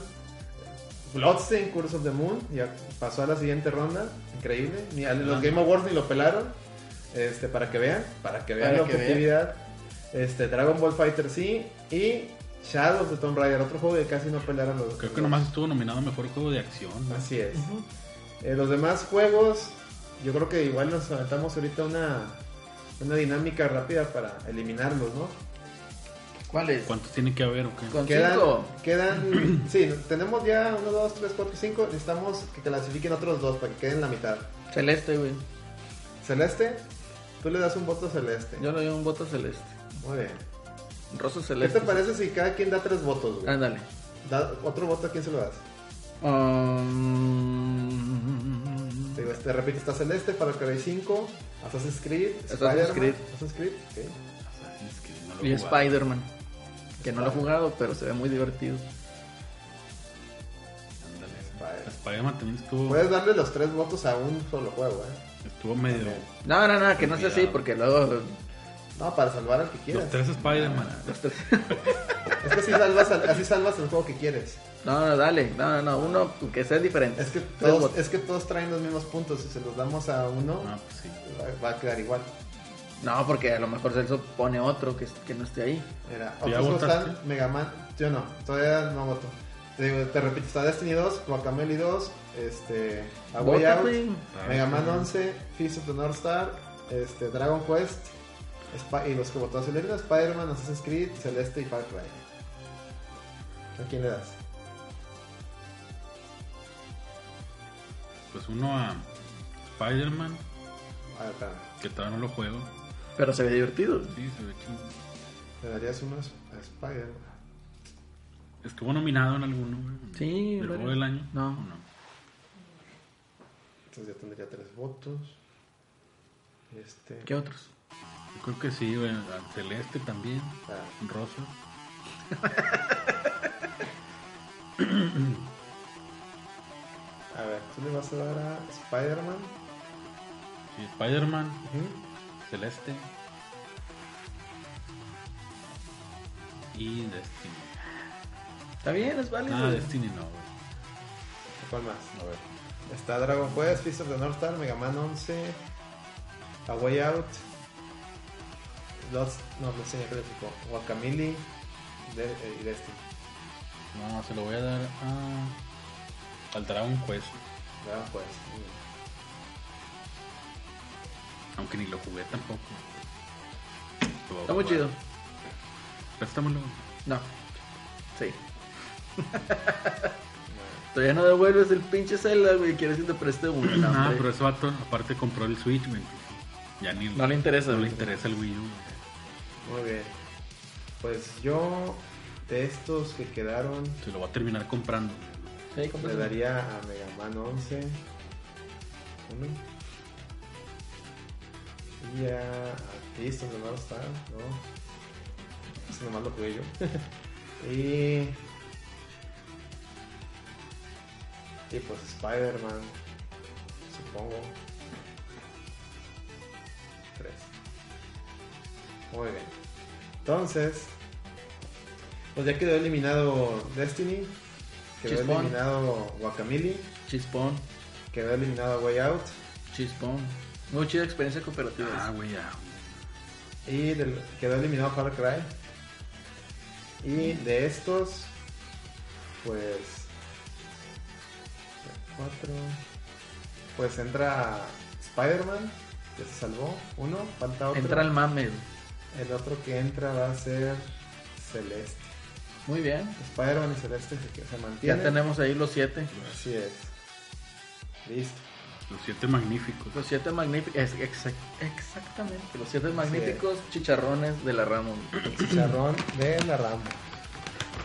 Bloodstained Curse of the Moon, ya pasó a la siguiente ronda, increíble. Ni a los Game Awards ni lo pelaron, este, para que vean, para que vean Para la que vean. objetividad. Este, Dragon Ball Fighter sí y Shadow of the Tomb Raider, otro juego que casi no pelaron los. Creo que los- nomás estuvo nominado a mejor juego de acción. ¿no? Así es. Eh, los demás juegos, yo creo que igual nos aventamos ahorita una, una dinámica rápida para eliminarlos, ¿no? ¿Cuál es? ¿Cuántos tiene que haber o qué? Con Quedan, cinco. quedan, sí, tenemos ya 1, 2, 3, 4, 5. Necesitamos que clasifiquen otros dos para que queden la mitad. Celeste, güey. Celeste, tú le das un voto a Celeste. Yo le doy un voto celeste. Muy bien. Rosa ¿Qué celeste. te parece si cada quien da tres votos, güey? Ándale. Da- otro voto a quién se lo das. Um, Te, digo, pues, te repito, está Celeste, Far Cry 5, Assassin's Creed, Assassin's Spider-Man, Creed. Assassin's Creed, ok. Ah, Es que no lo y he jugado. Spider-Man. Que no lo he jugado, pero se ve muy divertido. Ándale. Spider- Spider-Man también estuvo, Puedes darle los tres votos a un solo juego, ¿eh? estuvo medio. No, no, no, que no sea así, Cuidado. porque luego. No, para salvar al que quieras. Los tres Spider-Man. los tres- Es que así salvas, al- así salvas el juego que quieres. No, no, dale. No, no, no. Uno que sea diferente. Es que, Tres todos, votos. es que todos traen los mismos puntos. Si se los damos a uno, Ah, pues sí. va- va a quedar igual. No, porque a lo mejor Celso pone otro que, que no esté ahí. Mira, ¿Tú ya otros no votaste? están Mega Man. Yo no, todavía no voto. Te, digo, te repito, está Destiny 2, Guacamole 2, este, A Way Vota, Out, güey. Ah, Mega Man 11, Feast of the North Star, este, Dragon Quest, Sp- y los que votó Celeste, Spider-Man, Assassin's Creed, Celeste y Far Cry. ¿A quién le das? Pues uno a Spider-Man, A ver, espérame. que todavía no lo juego. Pero se ve divertido. Sí, se ve chido. ¿Le darías uno a Spider-Man? Estuvo nominado en alguno. güey? Sí, ¿El varios. juego del año? No. ¿O no? Entonces ya tendría tres votos. Este. ¿Qué otros? Yo creo que sí, güey. Al Celeste también. Ah, Rosa. a ver, tú le vas a dar a Spider-Man. Sí, Spider-Man, Celeste. Y Destiny. Está bien, es válido. Ah, güey. Destiny no, güey. ¿Cuál más? A ver. Está Dragon Quest, Fist of the North Star, Mega Man 11, A Way Out, Lost, no, no sé, ya calificó, Guacamole de- eh, y Destiny. No, se lo voy a dar a. Al Dragon Quest. Dragon Quest. Aunque ni lo jugué tampoco. Lo voy a Está muy jugar. chido. Préstamelo. No. Sí. Todavía no devuelves el pinche Zelda, güey. Quieres que te preste uno. No, ah, hombre. pero ese vato, aparte compró el Switch, güey. Ya ni No le interesa, no le güey. interesa el Wii U. güey. Muy bien. Pues yo de estos que quedaron, Se lo va a terminar comprando. Sí, le compras un- daría a Mega Man 11. Uno. Y a. a- Listo, nomás está, ¿no? Eso nomás lo jugué yo. y. Y pues Spider-Man. Supongo. Tres. Muy bien. Entonces. Pues ya quedó eliminado Destiny. Quedó Chispón. eliminado Guacamili. Chispón, Quedó eliminado Way Out. chispón. Muy chida experiencia cooperativa. Ah, güey, ya. Y del- quedó eliminado Far Cry. Y de estos, pues. Cuatro. Pues entra Spider-Man, que se salvó. Uno, falta otro. Entra al mame. güey. El otro que entra va a ser Celeste. Muy bien. Spider-Man y Celeste se, que se Ya mantienen. tenemos ahí los siete. Así es. Listo. Los siete magníficos. Los siete magníficos. exactamente. Los siete magníficos chicharrones de la rama. güey. El chicharrón de la rama.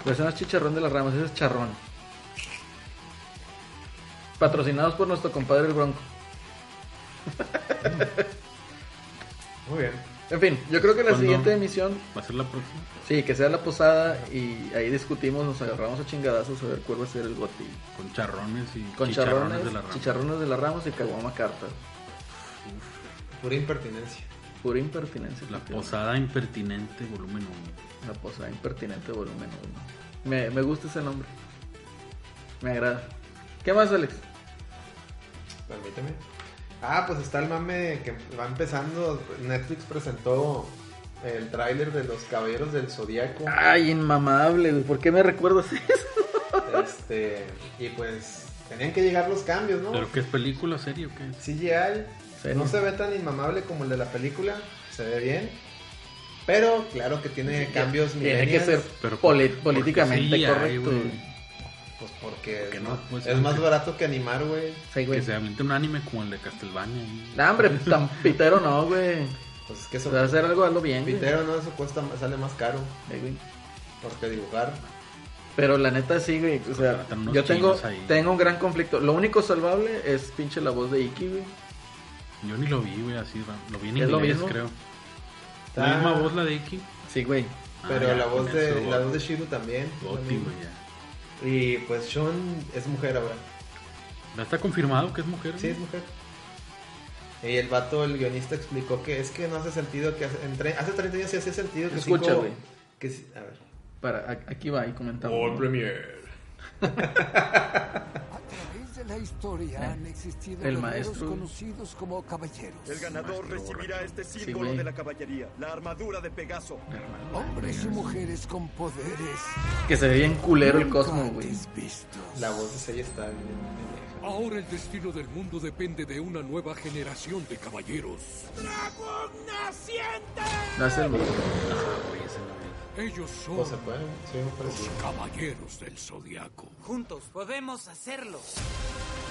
Pues no es chicharrón de las ramas, ese es charrón. Patrocinados por nuestro compadre el Bronco. Muy bien. En fin, yo creo que la ¿Cuándo? siguiente emisión, ¿Va a ser la próxima? sí, que sea la posada y ahí discutimos, nos agarramos a chingadazos a ver cuál va a ser el botín. Con charrones y Con chicharrones charrones, de la rama. chicharrones de la Ramos y caguama carta. Pura impertinencia. Pura impertinencia. La efectivamente. posada impertinente, volumen La 1. posada impertinente volumen 1. Me, me gusta ese nombre. Me agrada. ¿Qué más, Alex? Permíteme. Ah, pues está el mame que va empezando. Netflix presentó el tráiler de Los Caballeros del Zodíaco. Ay, inmamable, güey. ¿Por qué me recuerdas eso? Este, y pues tenían que llegar los cambios, ¿no? ¿Pero qué es película, serie o qué? CGI Serio. no se ve tan inmamable como el de la película, se ve bien. Pero claro que tiene cambios Tiene que millennials, ser Pero poli- por- políticamente porque sí hay, correcto. güey. güey. Pues porque Porque es, no, más, pues, es más que- barato que animar, güey. Sí, güey. Que se habilite un anime como el de Castlevania. y- Nah, hombre, pues, tan pitero no, güey. Pues es que Si eso. vas a hacer algo, hazlo bien. güey. Pitero, ¿no? Eso cuesta, sale más caro. Eh, güey. Porque dibujar. Pero la neta sí, güey. O sea, Contratan unos yo tengo, chinos ahí. tengo un gran conflicto. Lo único salvable es pinche la voz de Iki, güey. Yo ni lo vi, güey, así. va. Lo vi en ¿Es inglés, lo mismo? creo. Ah. La misma voz, la de Iki. Sí, güey. Pero Ah, ya, la, voz con de, eso, la güey. voz de Shiru también. Goti, güey, ya. Y pues Sean es mujer ahora. ¿Ya está confirmado que es mujer? Sí, es mujer. Y el vato, el guionista, explicó que es que no hace sentido que hace, en tre- hace 30 años sí hacía sentido que Escucha, cinco- güey. que si- a ver. Para, a- aquí va, ahí comentamos. Oh, ¿no? Premier. A través de la Eh, historia han existido El guerreros maestro. conocidos como caballeros. El ganador recibirá este símbolo güey. de la caballería, la armadura de Pegaso. Hombres y mujeres con poderes. Que se ve bien culero el nunca cosmo, güey. antes vistos. La voz de Seiya está bien. pendeja. Ahora el destino del mundo depende de una nueva generación de caballeros. No es el mismo. Ellos son ¿Cómo se puede? pues, Sí, me parece. caballeros del zodiaco. Juntos podemos hacerlo.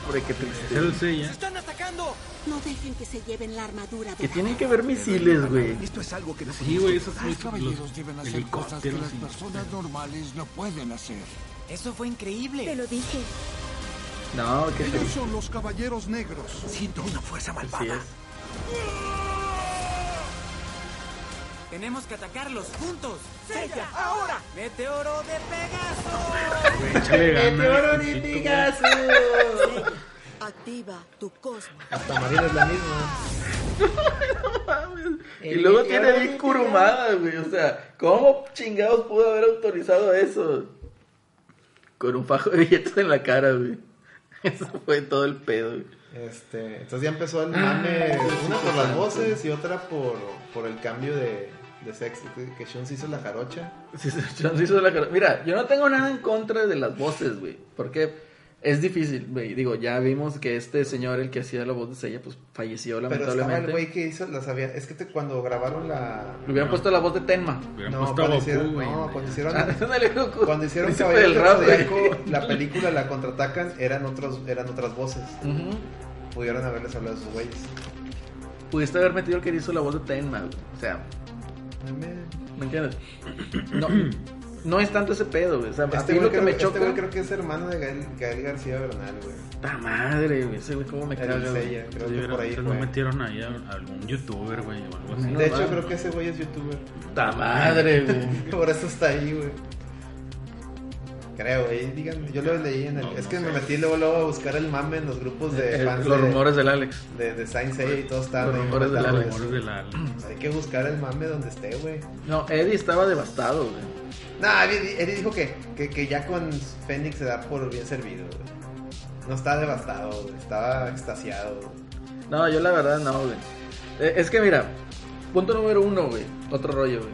Hombre, qué Es triste. el Seiya. ¡Están atacando! No dejen que se lleven la armadura Que de tienen que ver misiles, güey. Esto es algo que no Sí, güey, esos Los son caballeros deben los hacer cosas que helicópteros las y- personas normales no pueden hacer. Eso fue Te increíble. lo dije. No, que Ellos son los caballeros negros. Siento una fuerza sí es. Tenemos que atacarlos juntos. ¡Sella! ¡Ahora! ¡Meteoro de Pegaso! Échale ganas. Activa tu cosmo. Hasta Marina es la misma. Y luego tiene bien curumada, güey. O sea, ¿cómo chingados pudo haber autorizado eso? Con un fajo de billetes en la cara, güey. Eso fue todo el pedo, güey. Este, entonces ya empezó el mame. Una por las voces y otra por, por el cambio de, de sexo. que- Que Sean se hizo la jarocha. Sí, se- John se hizo la cara. Mira, yo no tengo nada en contra de las voces, güey. Porque es difícil, güey. Digo, ya vimos que este señor, el que hacía la voz de Sella, pues falleció Pero estaba el lamentablemente. güey que hizo, las había, es que te- cuando grabaron la... Le hubieran puesto la voz de Tenma. Hubieran No, puesto a cuando Goku, hicieron, güey. no, cuando hicieron, Ándale, Goku. Ah. cuando hicieron Príncipe Caballeros del del Rap, güey. Zodiaco, la película La Contraatacan, eran, otros, eran otras voces. Ujú. Pudieron haberles hablado a sus güeyes. Pudiste haber metido el que hizo la voz de Tenma, güey. O sea, ¿me entiendes? No, no es tanto ese pedo, güey. O sea, a Este mí güey lo que creo, me este choca. güey creo que es hermano de Gael, Gael García Bernal, güey. Puta madre, güey. Ese güey, cómo me El caga, güey. Sella, creo Sí, que pero por ahí antes no fue. metieron ahí a a algún youtuber, güey, o algo así. De hecho, creo que ese güey es youtuber. Puta madre, güey. Por eso está ahí, güey. Creo, güey. Díganme, yo lo leí en el. No, es no que sé. me metí luego, luego a buscar el mame en los grupos de Eh, fans los de, rumores del Alex. de, de Saint Seiya y todos estaban Los ahí rumores de matando Alex. eso. Rumores de la- Hay que buscar el mame donde esté, güey. No, Eddie estaba devastado, güey. Nah, Eddie, Eddie dijo que, que, que ya con Fénix se da por bien servido, güey. No estaba devastado, güey. Estaba extasiado, güey. No, yo la verdad no, güey. Eh, Es que mira, punto número uno, güey. Otro rollo, güey.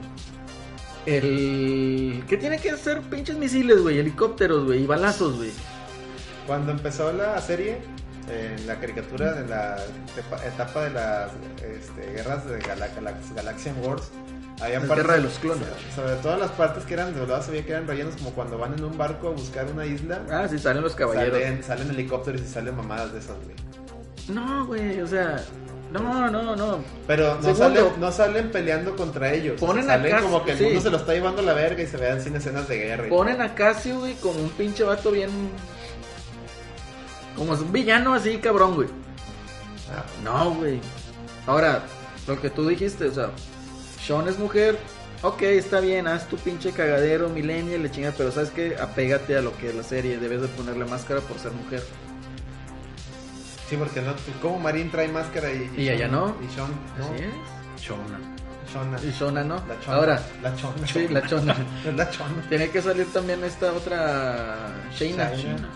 El. ¿Qué tiene que hacer pinches misiles, güey? Helicópteros, güey. Y balazos, güey. Cuando empezó la serie, en la caricatura de la tepa- etapa de las este, guerras de Gala- Galax- Galaxian Wars, había La guerra de los clones. Sobre todo las partes que eran de verdad se veía que eran rellenos, como cuando van en un barco a buscar una isla, Ah, sí, salen los caballeros. salen, salen helicópteros y salen mamadas de esas, güey. No, güey, o sea. No, no, no. Pero no Segundo. salen, no salen peleando contra ellos. Ponen salen acá- como que el sí. mundo se lo está llevando a la verga y se vean sin escenas de guerra. y- Ponen a Casio, güey, como un pinche vato bien. Como es un villano así, cabrón, güey. Ah, No, güey. Ahora, lo que tú dijiste, o sea, Sean es mujer. Ok, está bien, haz tu pinche cagadero, millennial, le chingas, pero sabes que apégate a lo que es la serie, debes de ponerle máscara por ser mujer. sí, porque no, como Marín trae máscara y... Y ella Sean- no. Y Sean, ¿no? Así es. Chona. Shona. Y Shona, ¿no? La chona. Ahora, La chona. sí, la chona. La chona. Tiene que salir también esta otra Shayna. Shaina.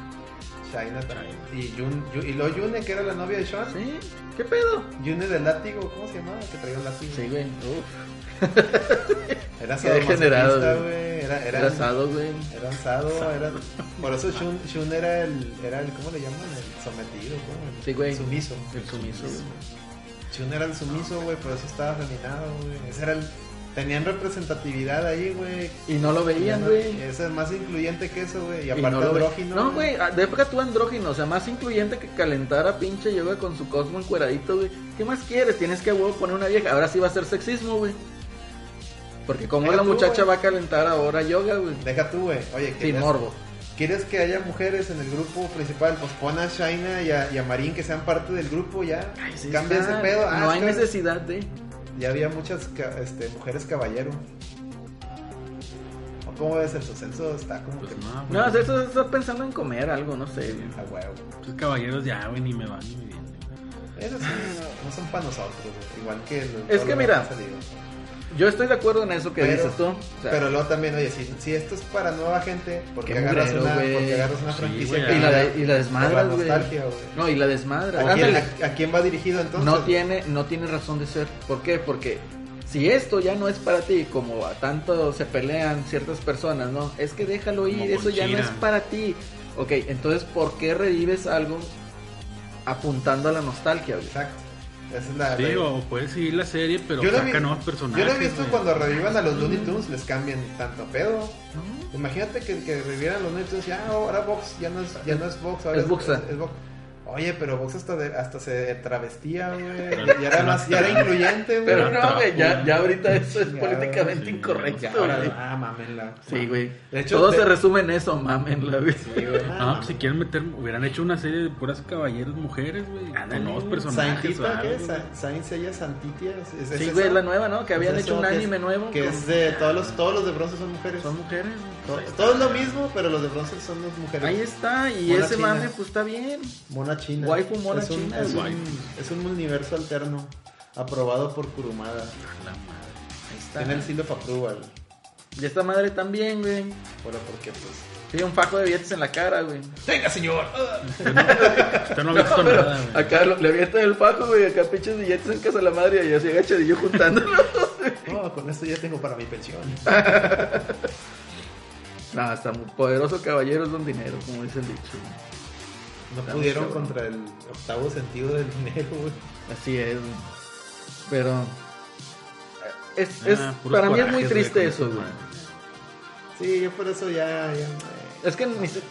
Shaina también. Y, Yun, Yu- y lo Yune, que era la novia de Sean. ¿Sí? ¿Qué pedo? Yune del látigo, ¿cómo se llamaba? Que traía un látigo. Sí, güey. Uf, Era Qué degenerado, sadomasoquista, güey. Era, era, era asado, güey. Era asado, era... Por eso Shun, Shun era el, era el... ¿Cómo le llaman? El sometido, ¿cómo? El Sí, güey. Sumiso. El sumiso, güey. Shun era el sumiso, güey, por eso estaba feminado, güey. Ese era el... Tenían representatividad ahí, güey. Y no lo veían, güey. Ese es más incluyente que eso, güey. Y Y aparte no lo ve- andrógino. No, güey, ah, deja tú andrógino, o sea, más incluyente que calentar a pinche yoga con su cosmo encueradito, güey. ¿Qué más quieres? Tienes que a huevo poner una vieja. Ahora sí va a ser sexismo, güey. Porque como Deja la tú, muchacha güey. va a calentar ahora yoga, güey. Deja tú, güey. Oye, Sin ¿querías- morbo. ¿Quieres que haya mujeres en el grupo principal? Pues pon a Shaina y a, y a Marín que sean parte del grupo ya. Ay, sí Cambia está. ese pedo. Ah, no es hay que necesidad de. Ya había muchas ca- este, mujeres caballero. ¿O cómo ves el Celso está como Pues que no, güey. No, o sea, eso está pensando en comer algo, no sé. güey. a huevo. Pues caballeros ya, güey, ni me van ni me vienen. Eso sí, no, no son para nosotros, güey. igual que... el- Es todo que lo mira, ha salido. Yo estoy de acuerdo en eso que Pero- dices tú. O sea, Pero luego también, oye, si, si esto es para nueva gente, ¿por qué Qué agarras, mugrero, una, güey. porque agarras una Sí, franquicia güey, que y, la, era de- y la por la desmadras, güey. nostalgia, güey? No, ¿A y la desmadras. quién- Ándale. ¿A, a quién va dirigido entonces? no tiene, no tiene razón de ser. ¿Por qué? Porque si esto ya no es para ti, como a tanto se pelean ciertas personas, ¿no? Es que déjalo ir, Como eso ya no Conchita. es para ti. Ok, entonces, ¿por qué revives algo apuntando a la nostalgia, güey? Exacto. Esa es la... Sí, la- o puedes seguir la serie, pero Yo lo, saca vi- nuevos personajes. yo lo he visto güey. cuando revivan a los Looney Tunes, les cambian tanto pedo. Imagínate que, que revivieran los Looney Tunes, ya ahora Vox, ya no es, ya no es Vox, ahora Es Voxa. Vox. Oye, pero Vox hasta, de- hasta se travestía, güey. Pero- Ya era más, ya era incluyente, güey. Pero no, güey, ya, güey. ya ahorita eso es Ya, políticamente sí, Ya incorrecto, ahora, güey. ah, mamenla. Sí, güey. De hecho, Todo te- se resume en eso, mamenla, güey. Sí, güey. Ah, pues si quieren meter, hubieran hecho una serie de puras caballeros mujeres, güey. Con nuevos personajes ah, o Santita, ¿qué? algo, Sa- Saint Seiya Santitia. ¿Es- es- es Sí, eso? güey, es la nueva, ¿no? Que habían ¿Es hecho eso? un Que es- anime nuevo. Que con- es de todos los, todos los de bronce son mujeres. Son mujeres, To- güey. Todo es lo mismo, pero los de bronce son las mujeres. Ahí está, y Mola ese china. mame pues está bien. Mona China. Waifu mona es un, china, Es güey. un, es un universo alterno aprobado por Kurumada. La madre. Ahí está. Tiene el silo Faprua, Y esta madre también, güey. Bueno, porque pues. Tiene un fajo de billetes en la cara, güey. Usted no ha visto Pero nada, güey. acá lo- le avientan el fajo, güey. Acá pinches billetes en casa de la madre y así agachadillo juntándolos. No, con esto ya tengo para mi pensión. no, está muy poderoso caballero es don dinero, como dice el dicho. güey. No Está pudieron muy cabrón. contra el octavo sentido del dinero, güey. Así es, güey. Pero. Es, Ah, es, puros para mí es muy corajes, triste güey, eso, con güey. esa madre. Sí, yo por eso ya. ya- Es que ni se-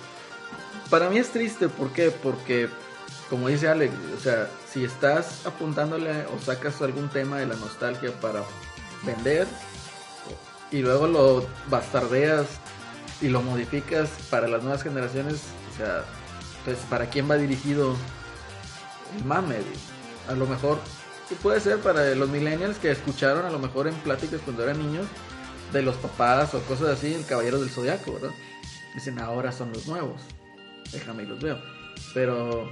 para mí es triste, ¿por qué? Porque, como dice Alex, o sea, si estás apuntándole o sacas algún tema de la nostalgia para vender y luego lo bastardeas y lo modificas para las nuevas generaciones, o sea, pues para quién va dirigido el mame. güey? A lo mejor sí puede ser para los millennials que escucharon a lo mejor en pláticas cuando eran niños de los papás o cosas así, el caballero del zodiaco, ¿verdad? Dicen, ahora son los nuevos. Déjame y los veo. Pero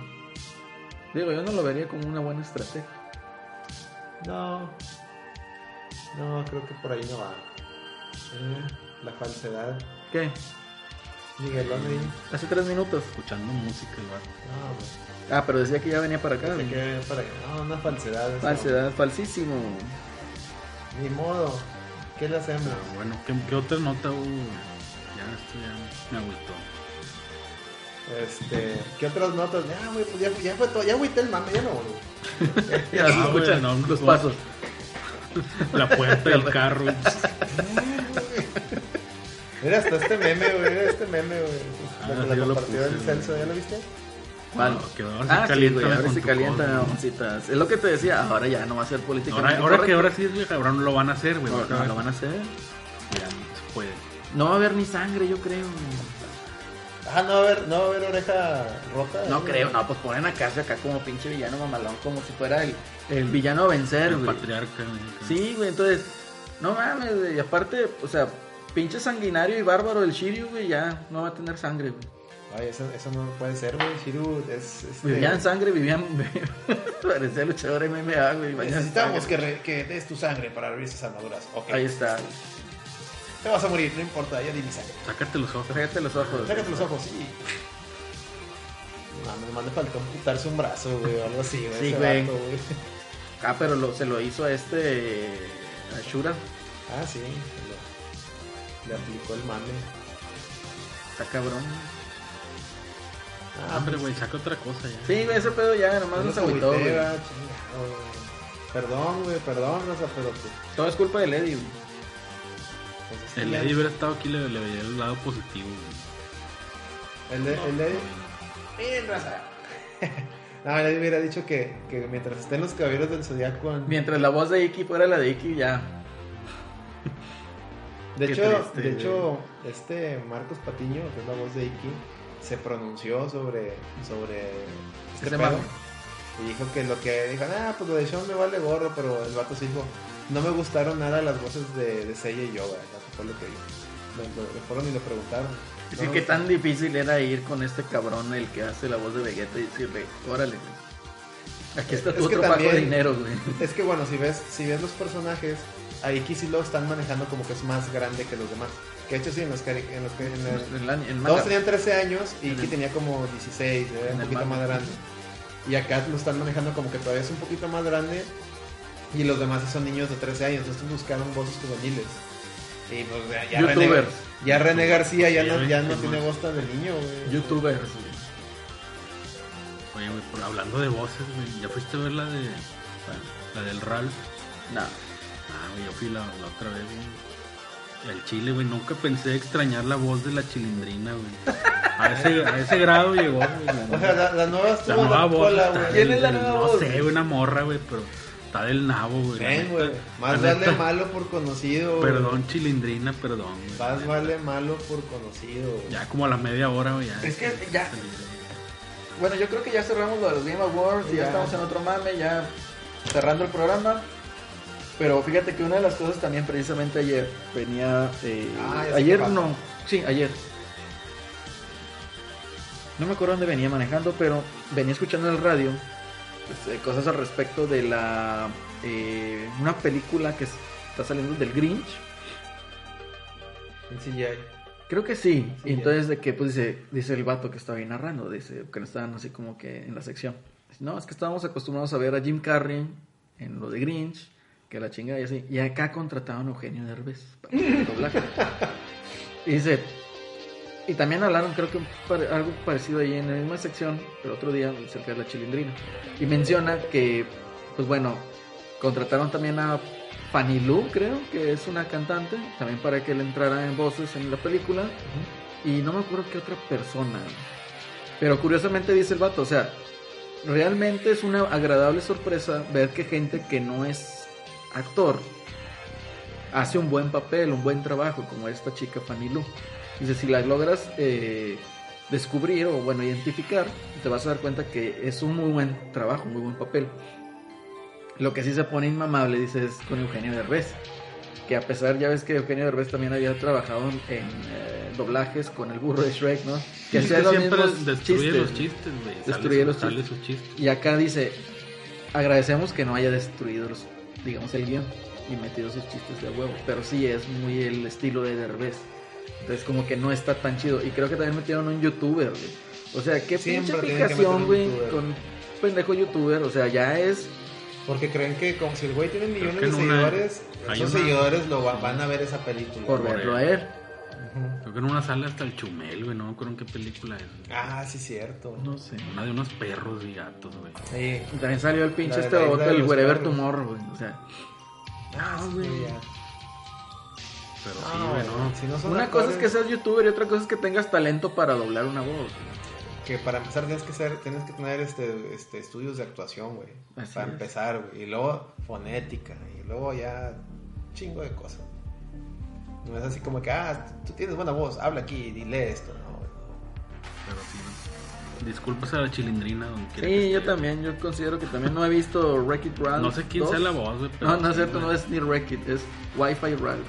digo, yo no lo vería como una buena estrategia. No. No, creo que por ahí no va. Eh, la falsedad. ¿Qué? Miguelón ahí. Hace tres minutos. Escuchando música el vato. No, pues. Ah, pero decía que ya venía para acá. se güey. queda para acá. No, una falsedad. eso. Falsedad, falsísimo. Ni modo. ¿Qué le hacemos? Pero bueno, ¿qué, qué otra nota hubo? güey? Ya, esto ya me agüitó. Este, ¿qué otras notas? Ya, güey, pues ya, ya fue todo. Ya agüité el mame, ya no, güey. Ya se Ah, güey, escuchan no, los no. pasos. La puerta del carro. Mira, hasta este meme, güey. Mira este meme, güey. Ah, La que sí, yo la lo compartió el puse, Celso, güey. ¿ya lo viste? ¿Cuál? No, que ahora se ah, sí, calientan güey, ahora con se tu calientan cosa, ¿no? oncitas. Es lo que te decía, ahora ya no va a ser política. Ahora, ahora que ahora sí, güey, ahora no lo van a pues, hacer, güey. No, Ahora no lo van a hacer. Ya, no se puede. No va a haber ni sangre, yo creo. Ah, no va a haber, no va a haber oreja rota. No ¿eh? creo, no, pues ponen a Casio acá como pinche villano mamalón, como si fuera el, el villano a vencer, El güey. patriarca, güey. Sí, güey, entonces, no mames, güey. Y aparte, o sea, pinche sanguinario y bárbaro el Shiryu, güey, ya no va a tener sangre, güey. Ay, eso, eso no puede ser, güey. Shiru es. Este... Vivían sangre, vivían. Parecía luchador MMA, güey. bañan Necesitamos que, sangre. re- que des tu sangre para abrir esas armaduras. Ok. Ahí está. Te vas a morir, no importa, ya di mi sangre. Sácate los ojos. Fíjate los ojos. Sácate los ojos, Ah, sí. No, nomás le faltó amputarse un brazo, güey, o algo así, güey. Sí, ese güey. vato, güey. Ah, pero lo- se lo hizo a este. A Shura. Ah, sí. le- Le aplicó el mame. Está cabrón. Ah, Hombre, güey, saca otra cosa ya. Sí, güey, ese pedo ya nomás pues, nos se agüitó, güey. agüitea, chingado, güey. Perdón, güey, perdón, o sea, pero pues, Todo es culpa de Lady, güey. pues, es que El ya- Eddie hubiera estado aquí, le, le veía el lado positivo, güey. El de, el de, Bien, raza. No, le hubiera dicho que, que mientras estén los caballeros del zodiaco en- Mientras la voz de Iki fuera la de Iki, ya. De Qué hecho, triste, de güey. hecho, este Marcos Patiño, que es la voz de Iki, se pronunció sobre, sobre este Ese pedo. mame. Y dijo que lo que dijo, ah, pues lo de Sean me vale gorro, pero el vato sí dijo, no me gustaron nada las voces de, de Seiya y Yoga, fue lo que dijo. Lo- lo- lo fueron y lo preguntaron. Es No que me qué gustaron. tan difícil era ir con este cabrón, el que hace la voz de Vegeta, y decirle, órale, güey. Aquí está Es tu que otro paco de también- dinero, güey. Es que bueno, si ves, si ves los personajes, a Iki sí lo están manejando como que es más grande que los demás. Que de hecho sí, en los, cari- en los, que- en el- En la- en manga. Todos tenían 13 años y En Iki el- tenía como 16, era en un el poquito manga. más grande. Y acá lo están manejando como que todavía es un poquito más grande y los demás son niños de 13 años, entonces buscaron voces juveniles. Y pues ya, ya René- Youtubers. ya René García ya no, Sí, ya no pues, sí, tiene no. voz tan de niño, güey. Youtubers, güey. Oye, güey, por- hablando de voces, güey, ¿ya fuiste a ver la de. La del Ralph? No. Ah, güey, yo fui la, la otra vez, güey. Al chile, güey, nunca pensé extrañar la voz de la chilindrina, güey. A ese, a ese grado llegó, güey. la O neta. sea, la, la nueva La estuvo nueva la voz. cola, está güey. ¿Quién es la del- nueva no voz, sé, güey? güey, una morra, güey, pero está del nabo, güey. la Ven, neta. güey. Más La vale neta, malo por conocido. güey. Perdón, chilindrina, perdón, güey. la Más neta. vale malo por conocido. güey. Ya como a la media hora, güey. Es que ya- Bueno, yo creo que ya cerramos lo de los Game Awards y ya Ya. estamos en otro mame, ya cerrando el programa. Pero fíjate que una de las cosas también precisamente ayer venía... eh, Ah, ya sé ayer qué pasa. no, sí, ayer. No me acuerdo dónde venía manejando, pero venía escuchando en el radio pues, eh, cosas al respecto de la... eh, una película que está saliendo del Grinch. Sí, ya. Creo que sí. Sí, y entonces de que pues dice, dice el vato que estaba ahí narrando, dice, que no estaban así como que en la sección. Dice, no, es que estábamos acostumbrados a ver a Jim Carrey en lo de Grinch, que la chingada y así. Y acá contrataban a Eugenio Derbez para el doblaje. y dice, y también hablaron, creo que un pare- algo parecido ahí en la misma sección, pero otro día cerca de la chilindrina. Y menciona que, pues bueno, contrataron también a Panilú, creo, que es una cantante, también para que él entrara en voces en la película. Y no me acuerdo qué otra persona. Pero curiosamente dice el vato, o sea, realmente es una agradable sorpresa ver que gente que no es actor hace un buen papel, un buen trabajo, como esta chica Fanny Lu. Dice, si la logras eh, descubrir o bueno, identificar, te vas a dar cuenta que es un muy buen trabajo, muy buen papel. Lo que sí se pone inmamable, dice, es con Eugenio Derbez. Que a pesar, ya ves que Eugenio Derbez también había trabajado en eh, doblajes con el burro de Shrek, ¿no? Que Es hacía que los siempre mismos destruye los ¿no? chistes, güey. Sale Destruye su- los sale chistes. sus chistes. Y acá dice, agradecemos que no haya destruido, los- digamos, el guión y metido sus chistes de huevo. Pero sí es muy el estilo de Derbez. Entonces como que no está tan chido. Y creo que también metieron un youtuber, güey. O sea, qué pinche Siempre tienen que meter aplicación, un güey, youtuber. con un pendejo youtuber. O sea, ya es... Porque creen que como si el güey tiene millones que de en una- seguidores, hay esos una- seguidores lo va- van a ver esa película. Por Por verlo él. a él. Creo que en una sala hasta el chumel, güey. No me acuerdo en qué película es. Ah, sí, cierto. No sé. Una de unos perros y gatos, güey. Sí. Y también salió el pinche La de este la isla otro, de el los Wherever perros. Tomorrow, güey. O sea, Ah, güey. sí, ya. Pero sí, Ah, No, güey, no. Ah, si no son una cosa es que actores, seas youtuber y otra cosa es que tengas talento para doblar una voz. que para empezar tienes que ser, tienes que tener este, este estudios de actuación, güey. Así Para es. empezar, güey. Y luego fonética. Y luego ya chingo de cosas. No es así como que, ah, tú tienes buena voz, habla aquí, dile esto, no, güey. Pero sí, no. Disculpas a la chilindrina, don Sí, yo también, yo considero que también no he visto Wreck-It Ralph. No sé quién 2. sea la voz, güey. pero No, no es sí, cierto, no güey. es ni Wreck-It, es Wi-Fi Ralph.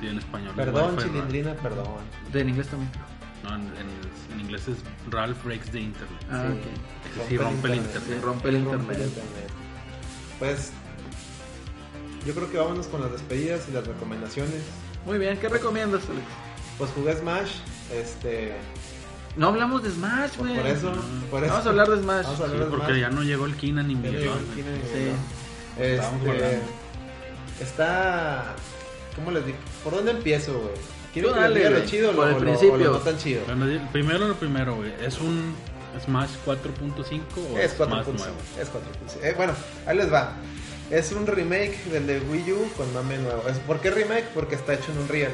Sí, en español. es Perdón, Wi-Fi, chilindrina, perdón. De en inglés también. Ralph. No, en, en- en inglés es Ralph Breaks the Internet. Ah, Sí. ok. Ese sí rompe el internet. Sí, rompe el Rompe internet. el internet. Pues yo creo que vámonos con las despedidas y las recomendaciones. Muy bien, ¿qué recomiendas, Alex? Pues jugué Smash, este, No hablamos de Smash, Pues por güey. Ah, eso, por eso. Vamos a hablar de Smash. Vamos a Sí, hablar de porque Smash. ya no llegó el Kina ni Ya no Miguel. llegó el güey. Kine ni Sí. Miguel, ¿no? Estábamos Este, hablando. está, ¿cómo les digo? ¿Por dónde empiezo, güey? ¿Quieren Tú que les dale, diga lo güey. chido o lo- Por el o lo- principio. o lo no tan chido? Bueno, di- primero lo primero, güey. ¿Es un Smash 4.5 o Es es, más 4.5. nuevo? Es 4.5. Eh, bueno, ahí les va. Es un remake del de Wii U con mame nuevo. Es- ¿Por qué remake? Porque está hecho en un real.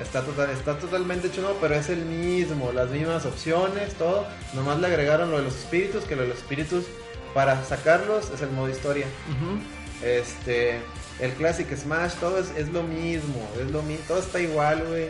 está, total- está totalmente hecho nuevo, pero es el mismo. Las mismas opciones, todo. Nomás le agregaron lo de los espíritus, que lo de los espíritus para sacarlos es el modo historia. Ujú. Este, el Classic Smash, todo es, es lo mismo, es lo mi- todo está igual, güey.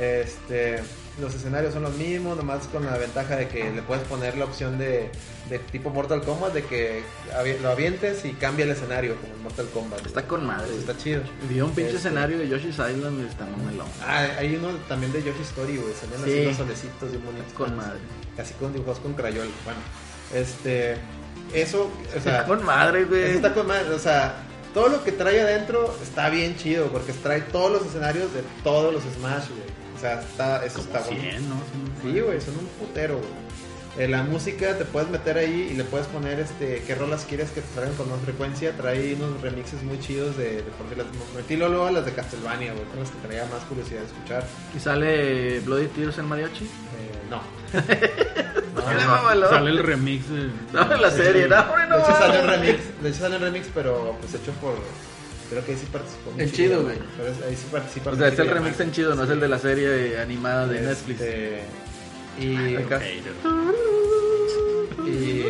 Este, los escenarios son los mismos, nomás con la ventaja de que le puedes poner la opción de, de tipo Mortal Kombat, de que avi- lo avientes y cambia el escenario, como en Mortal Kombat. güey. Está con madre. Eso está chido. Vi un pinche Este. escenario de Yoshi's Island y está mamelón. Ah, hay uno también de Yoshi's Story, güey, salen Sí. así los solecitos bien bonitos. Con madre. Casi con dibujos con crayola. Bueno, este, eso, o sea, Está con madre, güey. Eso está con madre, o sea, todo lo que trae adentro está bien chido, porque trae todos los escenarios de todos los Smash, güey. O sea, está, eso Como está bueno. 100, ¿no? Son- Sí, güey, son un putero, güey. Eh, la música te puedes meter ahí y le puedes poner este qué rolas quieres que te traigan con más frecuencia. Trae unos remixes muy chidos de, de por si las metí luego a las de Castlevania, güey, con las que traía más curiosidad de escuchar. ¿Y sale Bloody Tears en mariachi? Eh, no. ¿Qué le mamaló? Sale el remix de. Dame la serie, no, hombre, Ah, no. Ah, De hecho sale un mames. remix, de hecho sale un remix, pero pues hecho por creo que ahí sí participó. un El chico chido, llamado, güey. Pero es- ahí sí participa. O un sea, es chico el remix llamado. en chido, no es el de la serie animada de Este, Netflix. Y, Acá. Hater. y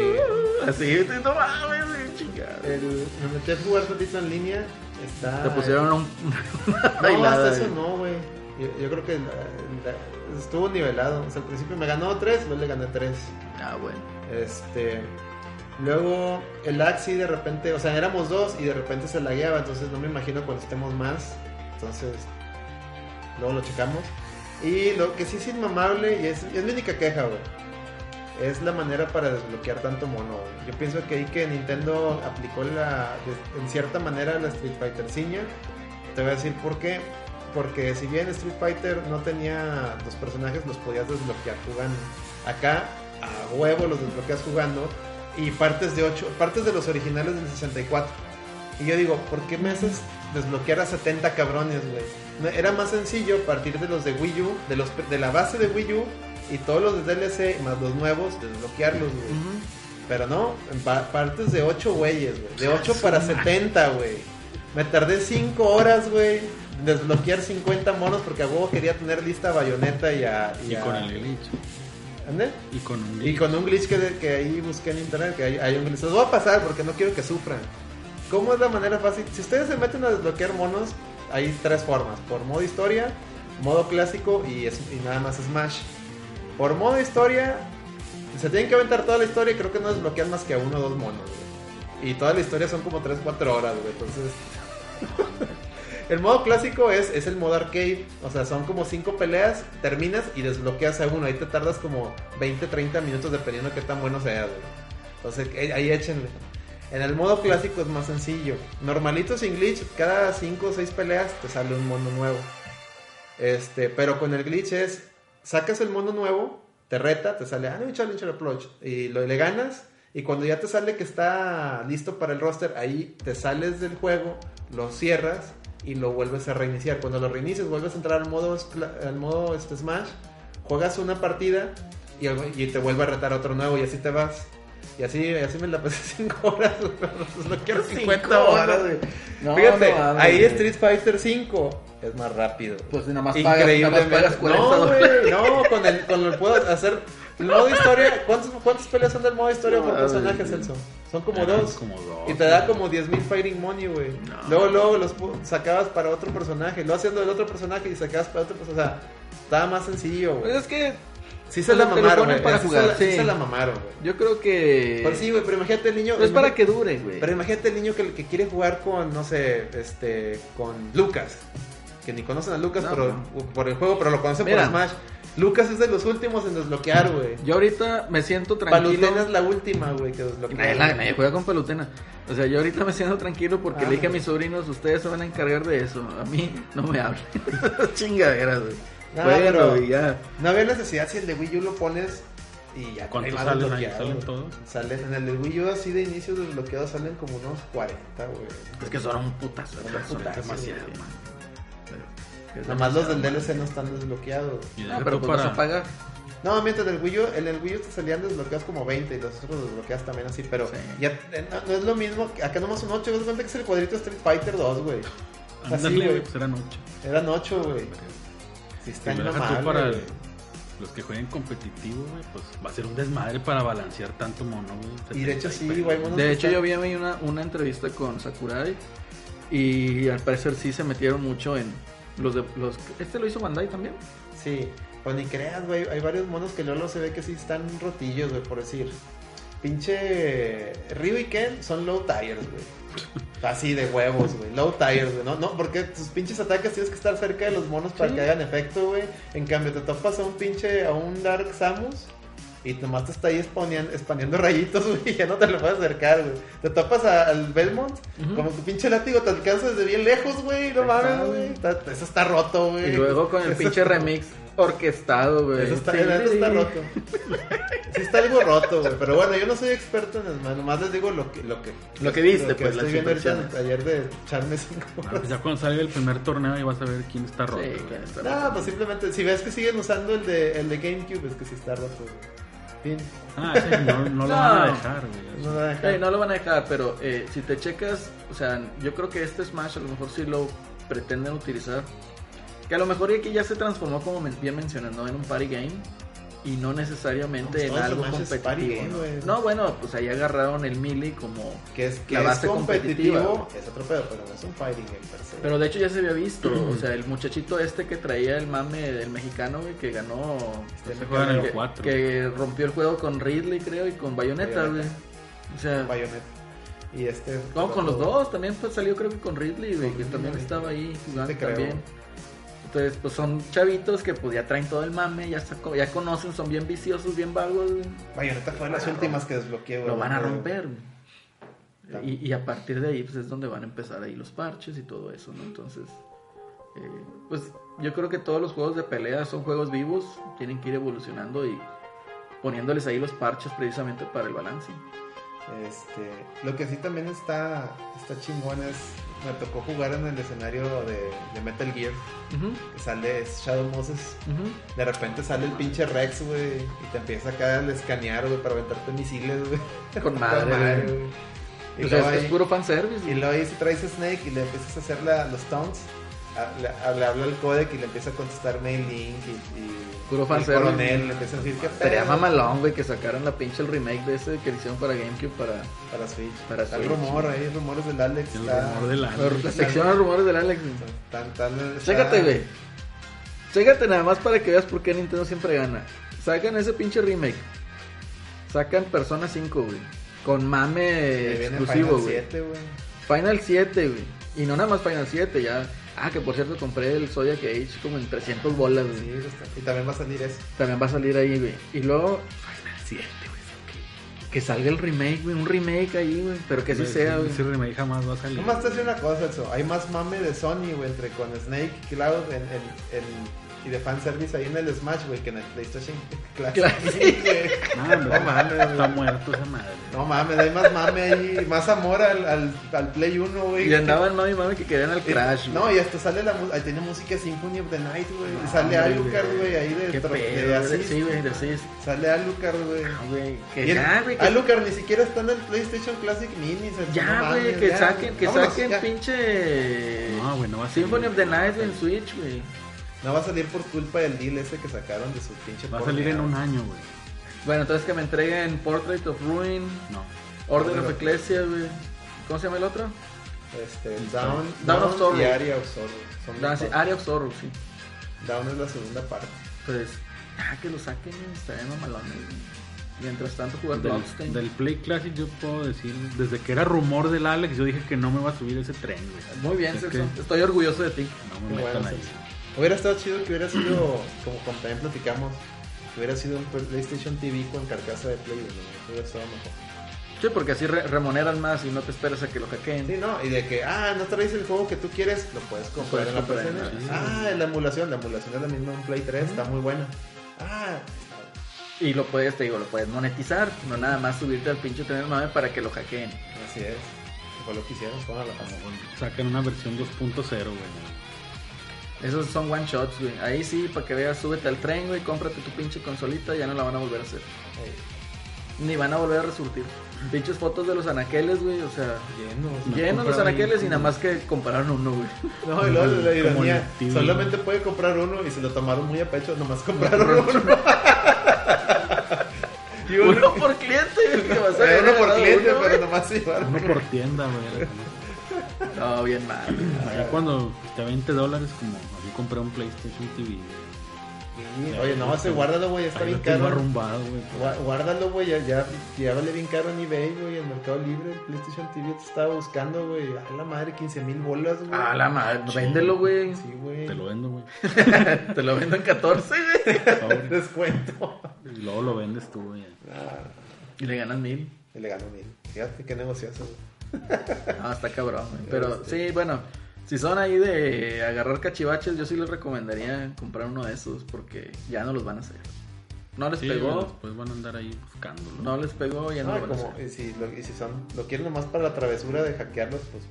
Así, no mames, güey, chingada. el- me metí a jugar tantito en línea. Está. Te pusieron un, una No, bailada. eh. hasta eso güey. no, güey. Yo, yo creo que la- la- estuvo nivelado. O sea, al principio me ganó 3, luego le gané 3. Ah, bueno. Este. Luego el Axi de repente, o sea, éramos dos y de repente se lagueaba, entonces no me imagino cuando estemos más. Entonces, luego lo checamos. Y lo que sí es inmamable y es, es mi única queja, güey. Es la manera para desbloquear tanto mono, güey. Yo pienso que ahí que Nintendo aplicó la, de- en cierta manera la Street Fighter ciña. Te voy a decir por qué. Porque si bien Street Fighter no tenía los personajes, los podías desbloquear jugando. Acá, a huevo, los desbloqueas jugando. Y partes de ocho partes de los originales del 64. Y yo digo, ¿por qué me haces desbloquear a 70 cabrones, güey? No, Era más sencillo partir de los de Wii U, de, los, de la base de Wii U y todos los de DLC más los nuevos, desbloquearlos, güey. Pero no, en pa- partes de 8 güeyes, güey. De 8 para 70, güey. Me tardé 5 horas, güey. en Desbloquear 50 monos porque a huevo quería tener lista a Bayonetta y a. Y a- con el glitch. ¿Ande? Y con un Y glitch. con un glitch que, que ahí busqué en internet, que hay, hay un glitch. Los voy a pasar porque no quiero que sufran. ¿Cómo es la manera fácil? Si ustedes se meten a desbloquear monos, hay tres formas. Por modo historia, modo clásico y, es- y nada más Smash. Por modo historia, se tienen que aventar toda la historia y creo que no desbloquean más que a uno o dos monos, güey. Y toda la historia son como 3-4 horas, güey. Entonces. el modo clásico es, es el modo arcade. O sea, son como 5 peleas, terminas y desbloqueas a uno. Ahí te tardas como 20-30 minutos dependiendo de qué tan bueno seas, güey. Entonces eh, ahí échenle. En el modo clásico es más sencillo. Normalito sin glitch, cada 5 o 6 peleas te sale un mono nuevo. Este, pero con el glitch es, sacas el mono nuevo, te reta, te sale, ah, no, challenge approach, y lo, le ganas, y cuando ya te sale que está listo para el roster, ahí te sales del juego, lo cierras y lo vuelves a reiniciar. Cuando lo reinicias, vuelves a entrar al modo, escla- al modo este, Smash, juegas una partida y, y te vuelve a retar otro nuevo y así te vas. Y así, y así me la pasé 5 horas, no quiero Cinco 50 horas. horas. güey. No, Fíjate, no mames. ahí Street Fighter 5 es más rápido. Pues nada más pagas, nada más Increíblemente. pagas 40 no, dólares. güey, no, con el, con el puedo hacer el modo historia. ¿Cuántos, ¿Cuántas peleas son del modo historia por personaje, Celso? Son Ah, como Eran dos. como dos, Y te da güey. como 10.000 fighting money, güey. No. Luego, luego los pu- sacabas para otro personaje. Lo haciendo del otro personaje y sacabas para otro personaje. O sea, estaba más sencillo, Pues güey. es que Sí se la te lo mamaron, ponen güey. para Sí se jugar, la- sí sí. se la mamaron, güey. yo creo que. Pero sí, güey, pero imagínate el niño. Pero es el para niño- que dure, güey. pero imagínate el niño que, que quiere jugar con, no sé, este, con Lucas. Que ni conocen a Lucas No, pero, por el juego, pero lo conocen Mira. por Smash. Lucas es de los últimos en desbloquear, güey. Yo ahorita me siento tranquilo. Palutena es la última, güey, que Y desbloquea. Nadie, la- nadie juega con pelutena. O sea, yo ahorita me siento tranquilo porque Ah, le dije a güey. mis sobrinos, ustedes se van a encargar de eso. A mí no me hablen. Chingaderas, güey. No, bueno, Ah, pero- güey, ya. No había necesidad si el de Wii U lo pones y ya. ¿Cuántos ahí va salen ahí? desbloqueado, ¿Salen güey. todos? Salen, en el de Wii U así de inicio desbloqueado salen como unos 40, güey. Es que son un putazo. Son güey, un son putazo, demasiado, güey. man. Es Nomás los demasiado, del man. DLC no están desbloqueados. Y No, deja pero tú pues vas a para- pagar. No, mientras en el Wii U, en el Wii U te salían desbloqueados como 20 y los otros los desbloqueas también así, pero Sí. ya eh, no, no es lo mismo, que- acá nomás un 8, ¿ves cuenta que es el cuadrito de Street Fighter 2, güey? Así, Ándale, güey. güey, pues eran ocho. Eran 8, güey. Sí, está Si me dejas mal, tú para güey. los que jueguen competitivo, güey, pues va a ser un desmadre para balancear tanto mono, güey. Y de hecho 70 sí, pesos. güey, hay monos De que hecho, están- yo vi a mí una, una entrevista con Sakurai y al parecer sí se metieron mucho en los de los. Este lo hizo Bandai también. Sí, pues ni creas, güey, hay varios monos que luego se ve que sí están rotillos, güey, por decir. Pinche Ryu y Ken son low tires, güey. Así de huevos, güey. Low tires, güey. No, no, porque tus pinches ataques tienes que estar cerca de los monos para Sí. que hagan efecto, güey. En cambio, te topas a un pinche, a un Dark Samus. Y nomás te está ahí spawnean- spaneando rayitos, güey. y Ya no te lo puedes acercar, güey. Te topas a- al Belmont. Como tu pinche látigo te alcanza desde bien lejos, güey. No Ahí mames, está, güey. güey. Está- Eso está roto, güey. Y luego con el Eso pinche está- remix orquestado, güey. eso está, Sí, eso sí. está roto. Sí está algo roto, güey. Pero bueno, yo no soy experto en Smash. Nomás les digo lo que... Lo que, Lo que viste, lo pues, estoy las viendo ahorita en el impresiones. taller de echarme cinco Ah, horas. pues ya cuando salga el primer torneo y vas a ver quién está roto. Sí, güey. claro, está No, roto. pues simplemente... Si ves que siguen usando el de, el de GameCube, es que sí está roto, güey. Fin. Ah, ese no, no lo van a No. dejar, güey. No lo voy a dejar. Eh, no lo van a dejar, pero eh, si te checas, o sea, yo creo que este Smash a lo mejor sí lo pretenden utilizar. Que a lo mejor aquí ya se transformó, como men- bien mencionando, en un party game y no necesariamente No, en todo algo Smash es party competitivo. game, ¿no? güey. no, bueno, pues ahí agarraron el Melee como Que es, que La es base competitivo. competitiva. Es otro pedo, pero no es un fighting game per se. Pero de hecho ya se había visto, o sea, el muchachito este que traía el mame del mexicano güey, que ganó, Este, Se juegan que- el 4. que rompió el juego con Ridley creo y con Bayonetta, güey. Bayonetta. O sea, Bayonetta. Y este... no, con los otro- dos, también pues, salió creo que con Ridley, güey, que Ridley, también güey. estaba ahí jugando te creo. también. Entonces, pues son chavitos que pues ya traen todo el mame, ya, está- ya conocen, son bien viciosos, bien vagos, güey. Bayonetta fue las últimas que desbloqueé, güey. lo van a güey. romper. güey. Y, y a partir de ahí pues, es donde van a empezar ahí los parches y todo eso, ¿no? Entonces, eh, pues yo creo que todos los juegos de pelea son juegos vivos, tienen que ir evolucionando y poniéndoles ahí los parches precisamente para el balance. Este, lo que sí también está, está chingón es, me tocó jugar en el escenario de, de Metal Gear, Ujú, que sale Shadow Moses, ujú. de repente sale el pinche Rex, güey, y te empieza acá a escanear, güey, para aventarte misiles, güey. Con madre, Con güey. güey. Y O sea, luego Pues, es, es ahí- puro fanservice. y güey. luego ahí si traes a Snake y le empiezas a hacer la- los taunts, a- le, a- le habla el codec y le empieza a contestar Mail Link y, y Puro el fanservice. coronel le empieza a decir que Sería mamalón, güey, que sacaran la pinche el remake de ese que hicieron para GameCube para para Switch. Para Está el Switch. rumor, ahí rumores del Alex. El está- rumor de la. la sección de rumores del Alex. güey. Tan, tan, Chécate, güey. Chécate nada más para que veas por qué Nintendo siempre gana. Sacan ese pinche remake. Sacan Persona 5, güey. Con mame viene exclusivo, Final güey. 7, güey. Final 7, güey. Y no nada más Final 7, ya. Ah, que por cierto compré el Zodiac Age como en 300 bolas, güey. Sí, eso está- y también va a salir eso. También va a salir ahí, güey. Y luego. Que salga el remake, güey. Un remake ahí, güey. Pero que sí sea, güey. Ese remake jamás va a salir. Nomás te hace una cosa, eso. Hay más mame de Sony, güey, entre con Snake, Cloud en, en- en- y de fanservice ahí en el Smash, güey, que en el PlayStation Classic. güey. Nah, hombre, No mames, güey. Ah, Está muerto esa madre. No mames, hay más mame ahí, más amor al, al, al Play 1, güey. Y andaban mami mami que querían al Y- Crash, güey. No, y hasta sale la música, ahí tiene música Symphony of the Night, güey. y sale Hombre, Alucard, güey, ahí de, Qué tro- pedo, de güey. Asís. Sí, güey, de Asís. Sale Alucard, güey. Ah, güey. Que Y el- ya, güey. que- Alucard ni siquiera está en el PlayStation Classic Mini. o sea, no Ya, mames, güey. Que ya, saquen, que vámonos, saquen ya. pinche. No, güey, no va a salir. Symphony of the Night güey, en Switch, güey. No va a salir por culpa del deal ese que sacaron de su pinche Va a salir en un año, güey. Bueno, entonces que me entreguen Portrait of Ruin, No. Order of Ecclesia, güey. ¿Cómo se llama el otro? Este, Down, Dawn of Sorrow. y Area of Sorrow. Son Ah, las sí, dos. Area of Sorrow, sí. Down es la segunda parte. Pues, ah, que lo saquen, güey, estaría mamalón. güey. Mientras tanto, jugar Del, Bloodstain. del Play Classic yo puedo decir, desde que era rumor del Alex, yo dije que no me va a subir ese tren, güey. Muy bien, Es Celso. que- Estoy orgulloso de ti. No me Qué metan bueno, ahí. Celso. Hubiera estado chido que hubiera sido, como, como también platicamos, que hubiera sido un PlayStation TV con carcasa de Play 1. güey, Hubiera estado mejor. Sí, porque así re- remuneran más y no te esperas a que lo Sí, hackeen. no, y de que, ah, no traes el juego que tú quieres, lo puedes comprar Puedes en la comprar en PlayStation. la- sí, Ah, la emulación, la emulación es la misma en Play 3, está muy buena. Ah, Y lo puedes, te digo, lo puedes monetizar. No nada más subirte al pinche tener mame para que lo hackeen. así es. Fue lo que hicieron, fueron a la pasta. Sacan una versión 2.0, güey. Esos son one shots, güey. Ahí sí, para que veas, súbete al tren, güey, cómprate tu pinche consolita, ya no la van a volver a hacer. Ey. Ni van a volver a resurtir. Pinches fotos de los anaqueles, güey, o sea, Llenos. llenos los compra ahí anaqueles y como- nada más que compraron uno, güey. No, y luego la- la Como ironía, el TV. solamente puede comprar uno y se lo tomaron muy a pecho, nomás compraron uno. y uno, Uno por cliente, güey, que vas a Eh, haber uno por agarrado cliente, uno, pero güey. nomás se llevaron. Uno por tienda, güey. No, bien mal. güey. Allá cuando está 20 dólares, como así compré un PlayStation TV. güey. Sí, Oye, nomás se guárdalo, güey, está Ahí bien lo tengo caro. arrumbado, güey. pues, Gua- Guárdalo, güey, ya, ya, ya vale bien caro en eBay, güey, en Mercado Libre, el PlayStation TV te estaba buscando, güey, a la madre, 15 mil bolas, güey. A la madre, véndelo, güey. Sí, güey. Te lo vendo, güey. Te lo vendo en 14, güey. Sobre. Descuento. Y luego lo vendes tú, güey. Y le ganan mil. Y le ganó mil. Fíjate qué negociazo, güey. Ah, está cabrón, güey. Pero Este. sí, bueno, si son ahí de agarrar cachivaches, yo sí les recomendaría comprar uno de esos porque ya no los van a hacer. No les Sí, güey, pegó, después van a andar ahí buscándolo. no les pegó, ya no, No, y lo van a Ah, como, hacer. y si, lo, y si son, lo quieren nomás para la travesura de hackearlos, pues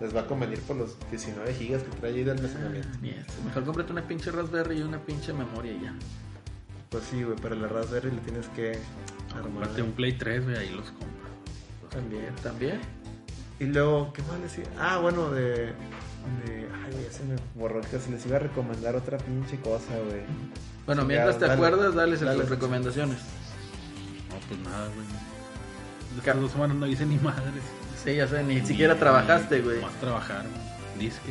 les va a convenir por los 19 gigas que trae ahí de almacenamiento. Ni esto. Mejor cómprate una pinche Raspberry y una pinche memoria y ya. Pues sí, güey, para la Raspberry le tienes que armar. Cómprate un Play 3, güey, ahí los compras. También, también. Y luego, ¿qué más decía? Ah, bueno, de. de ay, güey, ya se me borró el caso. Les iba a recomendar otra pinche cosa, güey. Bueno, Sí, mientras ya, te dale. acuerdas, dale Dale. las recomendaciones. No, pues nada, güey. Estas Ca- dos semanas no hice ni madres. Sí, ya sé, ni Ni- Mm. siquiera trabajaste, güey. Más trabajar, güey. disque.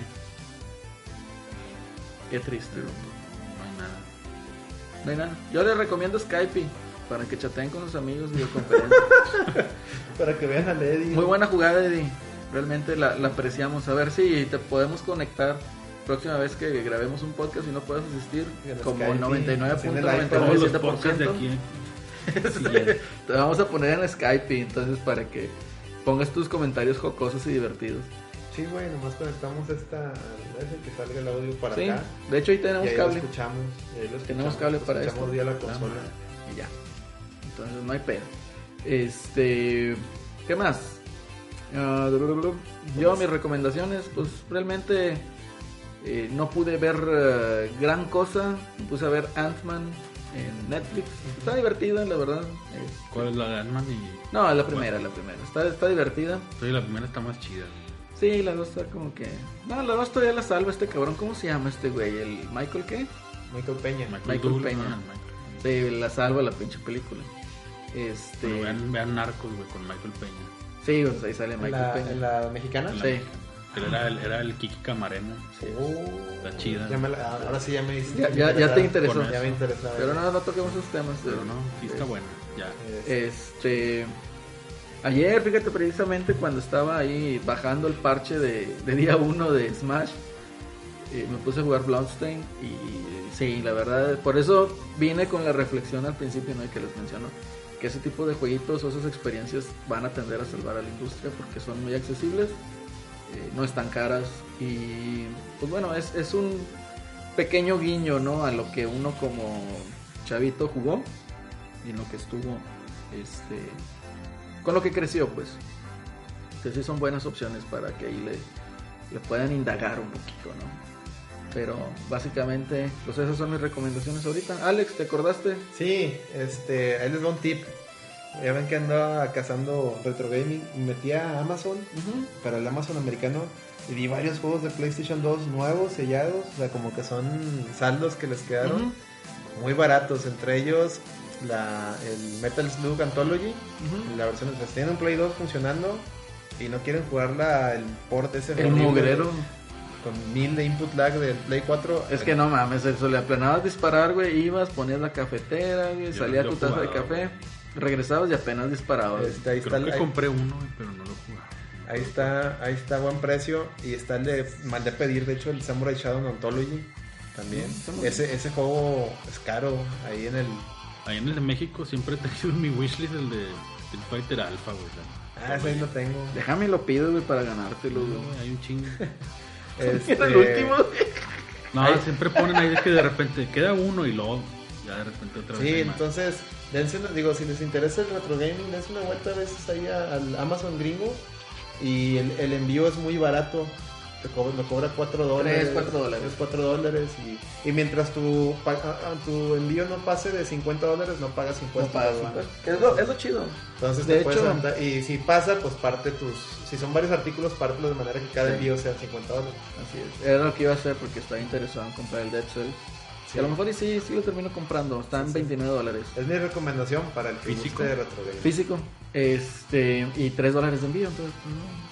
Qué triste, Pero güey. pues, no hay nada. No hay nada. Yo les recomiendo Skype para que chateen con los amigos videoconferencia. Para que vean a Lady. Muy buena jugada, Eddie. Realmente la, la apreciamos. A ver si te podemos conectar próxima vez que grabemos un podcast y no puedas asistir. En Como Skype, así en el iPhone. Todos los podcasts de 99.997%. aquí. Te vamos a poner en Skype entonces para que pongas tus comentarios jocosos y divertidos. Sí, güey, nomás conectamos esta. al- ese que salga el audio para Sí, acá. de hecho ahí Y tenemos ahí lo cable. escuchamos. y ahí lo Tenemos escuchamos, cable para eso. Escuchamos ya la consola. Y ya. Entonces no hay pedo. Este. ¿Qué más? Ah, blub, yo, mis recomendaciones, pues realmente eh, no pude ver eh, gran cosa. Me puse a ver Ant-Man en Netflix. Está divertida, la verdad. Eh, ¿Cuál es la de Ant-Man? Y... no, la primera, la primera. Está, está divertida. Oye, la primera está más chida. güey. Sí, la dos está como que. No, la dos todavía la salva este cabrón. ¿Cómo se llama este güey? ¿El Michael qué? Michael Peña. Michael, Michael Douglas, Peña. ah, Michael. Sí, la salva la pinche película. Este. Bueno, vean, vean Narcos, güey, con Michael Peña. Sí, pues ahí sale ¿En Michael la, Peña. en la mexicana? Sí. que él era el, era el Kiki Camarena. Está chida. Oh. Ya me la- ahora sí ya me dice. Ya- ya- ya te interesó. Ya me interesa. Pero no, no toquemos esos temas. Pero no, sí está Eh, buena. Ya. Eh, Este. Ayer, fíjate, precisamente cuando estaba ahí bajando el parche de, de día 1 de Smash, eh, me puse a jugar Bloodstain y, eh, sí, la verdad, por eso vine con la reflexión al principio, ¿no? Y que les menciono, que ese tipo de jueguitos o esas experiencias van a tender a salvar a la industria porque son muy accesibles, eh, no están caras y, pues bueno, es, es un pequeño guiño, ¿no? A lo que uno como chavito jugó y en lo que estuvo, este, con lo que creció, pues. Entonces sí son buenas opciones para que ahí le, le puedan indagar un poquito, ¿no? Pero básicamente, pues esas son mis recomendaciones ahorita. Alex, ¿te acordaste? Sí, este, ahí les va un tip. Ya ven que andaba cazando retro gaming. Me metí a Amazon, para el Amazon americano, y vi varios juegos de PlayStation 2 nuevos, sellados. O sea, como que son saldos que les quedaron muy baratos. Entre ellos, la, el Metal Slug Anthology, la versión o sea, si tienen un Play 2 funcionando y no quieren jugarla el port ese El horrible, mugrero. con mil de input lag del Play 4. Es que no mames, eso le aplanabas disparar, güey, ibas, ponías la cafetera, güey, Yo- salía yo tu taza de jugaba, café, regresabas y apenas disparabas. Este, ahí está Creo el- que ahí- compré uno, güey, pero no lo jugaba. Ahí está, ahí está buen precio y está el de mandé a pedir, de hecho el Samurai Shadow Anthology Mm, también. Ese, ese juego es caro ahí en el Ahí en el de México siempre he tenido en mi wishlist el de el Fighter Alpha, güey. o sea, Ah, ese ahí lo tengo. Déjame lo pido, güey, para ganártelo, güey. güey, Hay un chingo. Este, Era el último. No, Ahí- siempre ponen ahí de que de repente queda uno y luego ya de repente otra vez. Sí, hay más. entonces, dense una- digo, si les interesa el retro gaming, dense una vuelta a veces ahí a- al Amazon gringo y el, el envío es muy barato. Te co- lo cobra 4 dólares. Tres, cuatro dólares. tres, cuatro dólares y, y mientras tu, pa- a- a- tu envío no pase de 50 dólares, no pagas Pues, impuestos. para- ¿verdad? que es lo, es lo chido. Entonces De te puedes hecho- aventar- y si pasa, pues parte tus, si son varios artículos, pártelos de manera que cada Sí. envío sea 50 dólares. Así es. Era lo que iba a hacer porque estaba interesado en comprar el Dead Cells. Sí. Que a lo mejor y sí, sí lo termino comprando. Está en 29 dólares. Es mi recomendación para el que Físico. guste de retro gaming. Físico. Este, y 3 dólares de envío. Entonces, mm,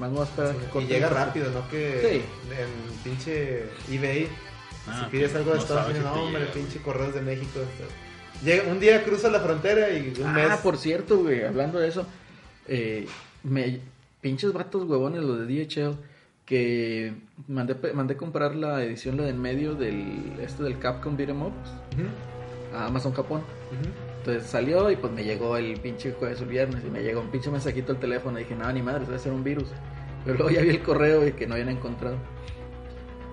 más me voy a esperar. que Sí, Y corte llega el precio. rápido, ¿no? Que Sí. en pinche eBay, Ah, si pides que algo de no Estados Unidos, sabes si no, te hombre, llega, pinche correos de México. entonces, Llega, un día cruza la frontera y un Ah, mes. por cierto, güey, hablando de eso, eh, me pinches vatos huevones los de DHL que mandé pe- mandé comprar la edición la de en medio del este del Capcom Beat'em Ups a Amazon Japón. Entonces salió y pues me llegó el pinche jueves o el viernes y me llegó un pinche mensajito al teléfono y dije, "No, ni madre, debe ser un virus." Pero luego ya vi el correo y que no habían encontrado.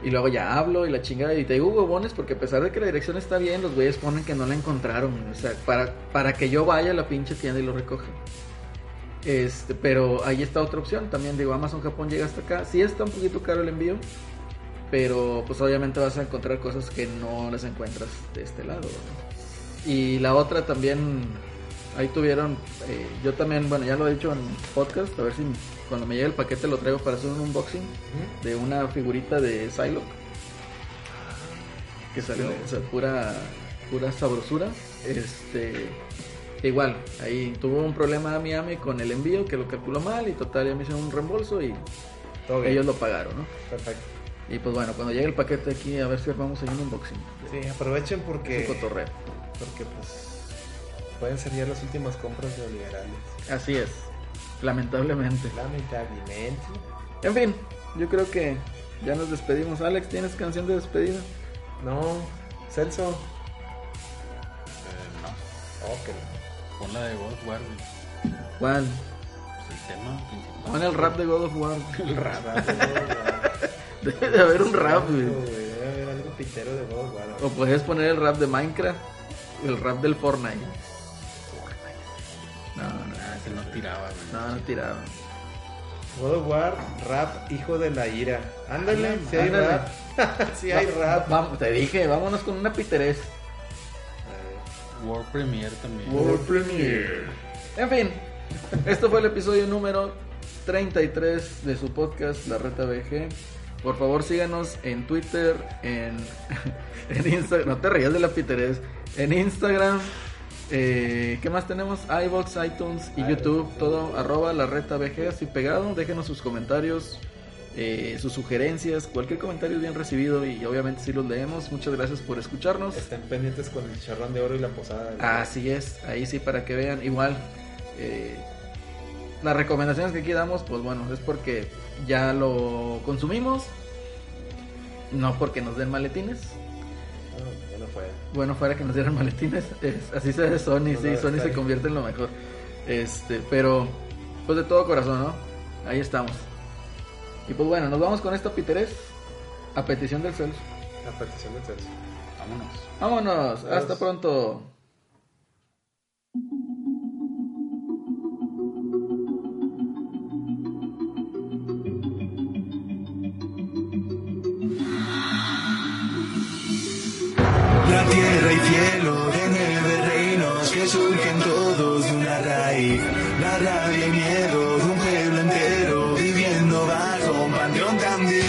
Y luego ya hablo y la chingada. Y te digo huevones porque a pesar de que la dirección está bien, los güeyes ponen que no la encontraron. O sea, para, para que yo vaya a la pinche tienda y lo recoja. Este, pero ahí está otra opción. También digo, Amazon Japón llega hasta acá. Sí está un poquito caro el envío. Pero pues obviamente vas a encontrar cosas que no las encuentras de este lado. ¿no? Y la otra también, ahí tuvieron, eh, yo también, bueno, ya lo he dicho en podcast, a ver si cuando me llegue el paquete lo traigo para hacer un unboxing de una figurita de Psylocke. Que salió, o sea, pura, pura sabrosura. Este, igual, ahí tuvo un problema Miami con el envío que lo calculó mal y total, ya me hicieron un reembolso y Todo bien, ellos lo pagaron, ¿no? perfecto. Y pues bueno, cuando llegue el paquete aquí, a ver si vamos a ir un unboxing. Sí, aprovechen Es porque, un cotorreo. porque pues, pueden ser ya las últimas compras de liberales. Así es, lamentablemente. Lamentablemente. En fin, yo creo que ya nos despedimos. Alex, ¿tienes canción de despedida? No, Celso. Eh, no, Oh, que no. pon la de God War, güey. Pues ¿Cuál? el tema principal. Pon el rap de God of War. Rato, güey. Debe de haber un rap, güey. Debe haber algo pitero de God of War. O puedes poner el rap de Minecraft, el rap del Fortnite. No, Ah, no, ese no tiraba, güey. no, no tiraba. God of War, rap, hijo de la ira. Ándale, si hay Ándale. rap. si hay rap. Vamos, te dije, vámonos con una piterez. World Premiere también. En fin, esto fue el episodio número 33 de su podcast, La Reta BG. Por favor, síganos en Twitter, en, en Instagram. No te rías de la piterez. En Instagram. eh, ¿Qué más tenemos? iBox, iTunes y YouTube. Todo arroba la reta BG así pegado. Déjenos sus comentarios. eh, sus sugerencias, cualquier comentario es bien recibido y obviamente sí los leemos. Muchas gracias por escucharnos. Estén pendientes con el charrón de oro y la posada. del- Así es, ahí sí para que vean. Igual, eh, las recomendaciones que aquí damos, pues bueno, es porque ya lo consumimos, no porque nos den maletines. No, ya no Ah, fue. Bueno, fuera que nos dieran maletines, es- así se ve Sony, No, sí, no, Sony está se bien. convierte en lo mejor. Este, pero, pues de todo corazón, ¿no? Ahí estamos. Y pues bueno, nos vamos con esta piterés a petición del Celso. La petición de Celso. Vámonos. Vámonos, hasta Pues, pronto. La tierra y cielo de nueve reinos que surgen todos de una raíz. La rabia y miedo de un pueblo entero viviendo bajo un panteón candil.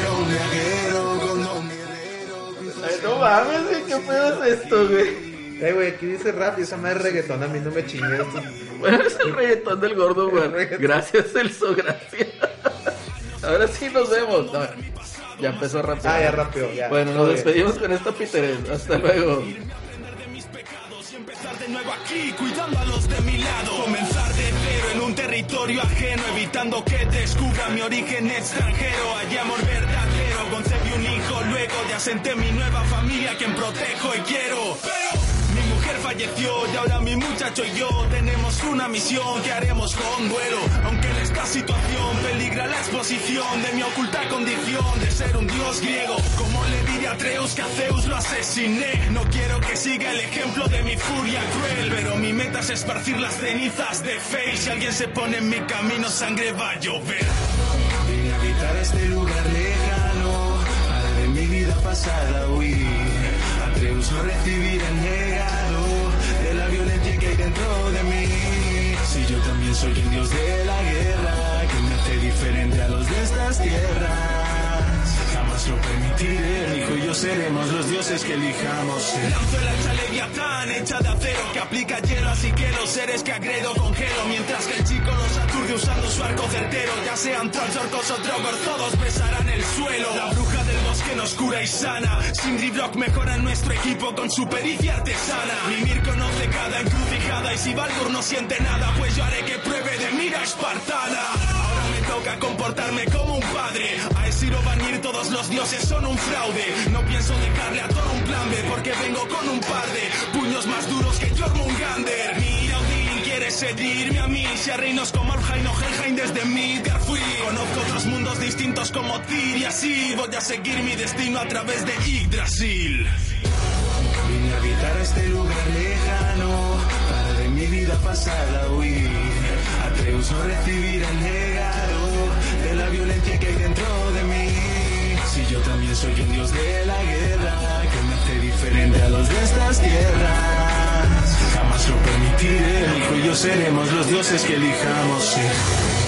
Era un viajero con don guerrero. no mames, güey, qué pedo es esto, güey. Eh, güey, aquí dice rap y esa madre es reggaetón, a mí no me chingues. Bueno, es el reggaetón del gordo, güey. reggaetón. Gracias, Celso, gracias. Ahora sí nos vemos. No, ya empezó a rapear. Ah, ya rapeó, ya. Bueno, nos Todo bien. despedimos con esta Peter. Hasta luego. Empezar de nuevo aquí, cuidando a los de mi lado. Comenzar de cero en un territorio ajeno, evitando que descubra mi origen extranjero. Allá amor verdadero, concebí un hijo luego de asenté mi nueva familia, quien protejo y quiero. Pero mi mujer falleció y ahora mi muchacho y yo tenemos una misión que haremos con duelo. Aunque en esta situación peligra la exposición de mi oculta condición de ser un dios griego. Como le diré a Treus que a Zeus lo asesiné. No quiero que siga el ejemplo de mi furia cruel, pero mi meta es esparcir las cenizas de fe. Y si alguien se pone en mi camino, sangre va a llover. Vine a habitar este lugar lejano, a la de mi vida pasada huí. Atreus no recibir el legado de la violencia que hay dentro de mí. Si yo también soy el dios de la guerra, que me hace diferente a los de estas tierras. Jamás lo permitiré, el hijo y yo seremos los dioses que elijamos ser. Lanzo el hacha leviatán hecha de acero que aplica hielo, así que los seres que agredo congelo. Mientras que el chico los aturde usando su arco certero, ya sean trolls, orcos o troggers, todos besarán el suelo. La bruja del bosque nos cura y sana. Cindy Block mejora nuestro equipo con su pericia artesana. Mimir conoce cada encrucijada y si Baldur no siente nada, pues yo haré que pruebe de mira espartana. Ahora me toca comportarme como un padre. A Esiro Vanir todos los dioses son un fraude. No pienso dejarle a todo un plan B porque vengo con un par de puños más duros que Jormungander. Mira, Odín quiere seguirme a mí. Si a reinos como Alhain o Helheim desde Midgar fui. Conozco otros mundos distintos como Tyr y así voy a seguir mi destino a través de Yggdrasil. Vine a habitar este lugar lejano para de mi vida pasada huir. Atreus no recibir el legado de la violencia que hay dentro de mí. Si yo también soy un dios de la guerra, que me hace diferente a los de estas tierras. Jamás lo permitiré, el hijo y yo seremos los dioses que elijamos ser.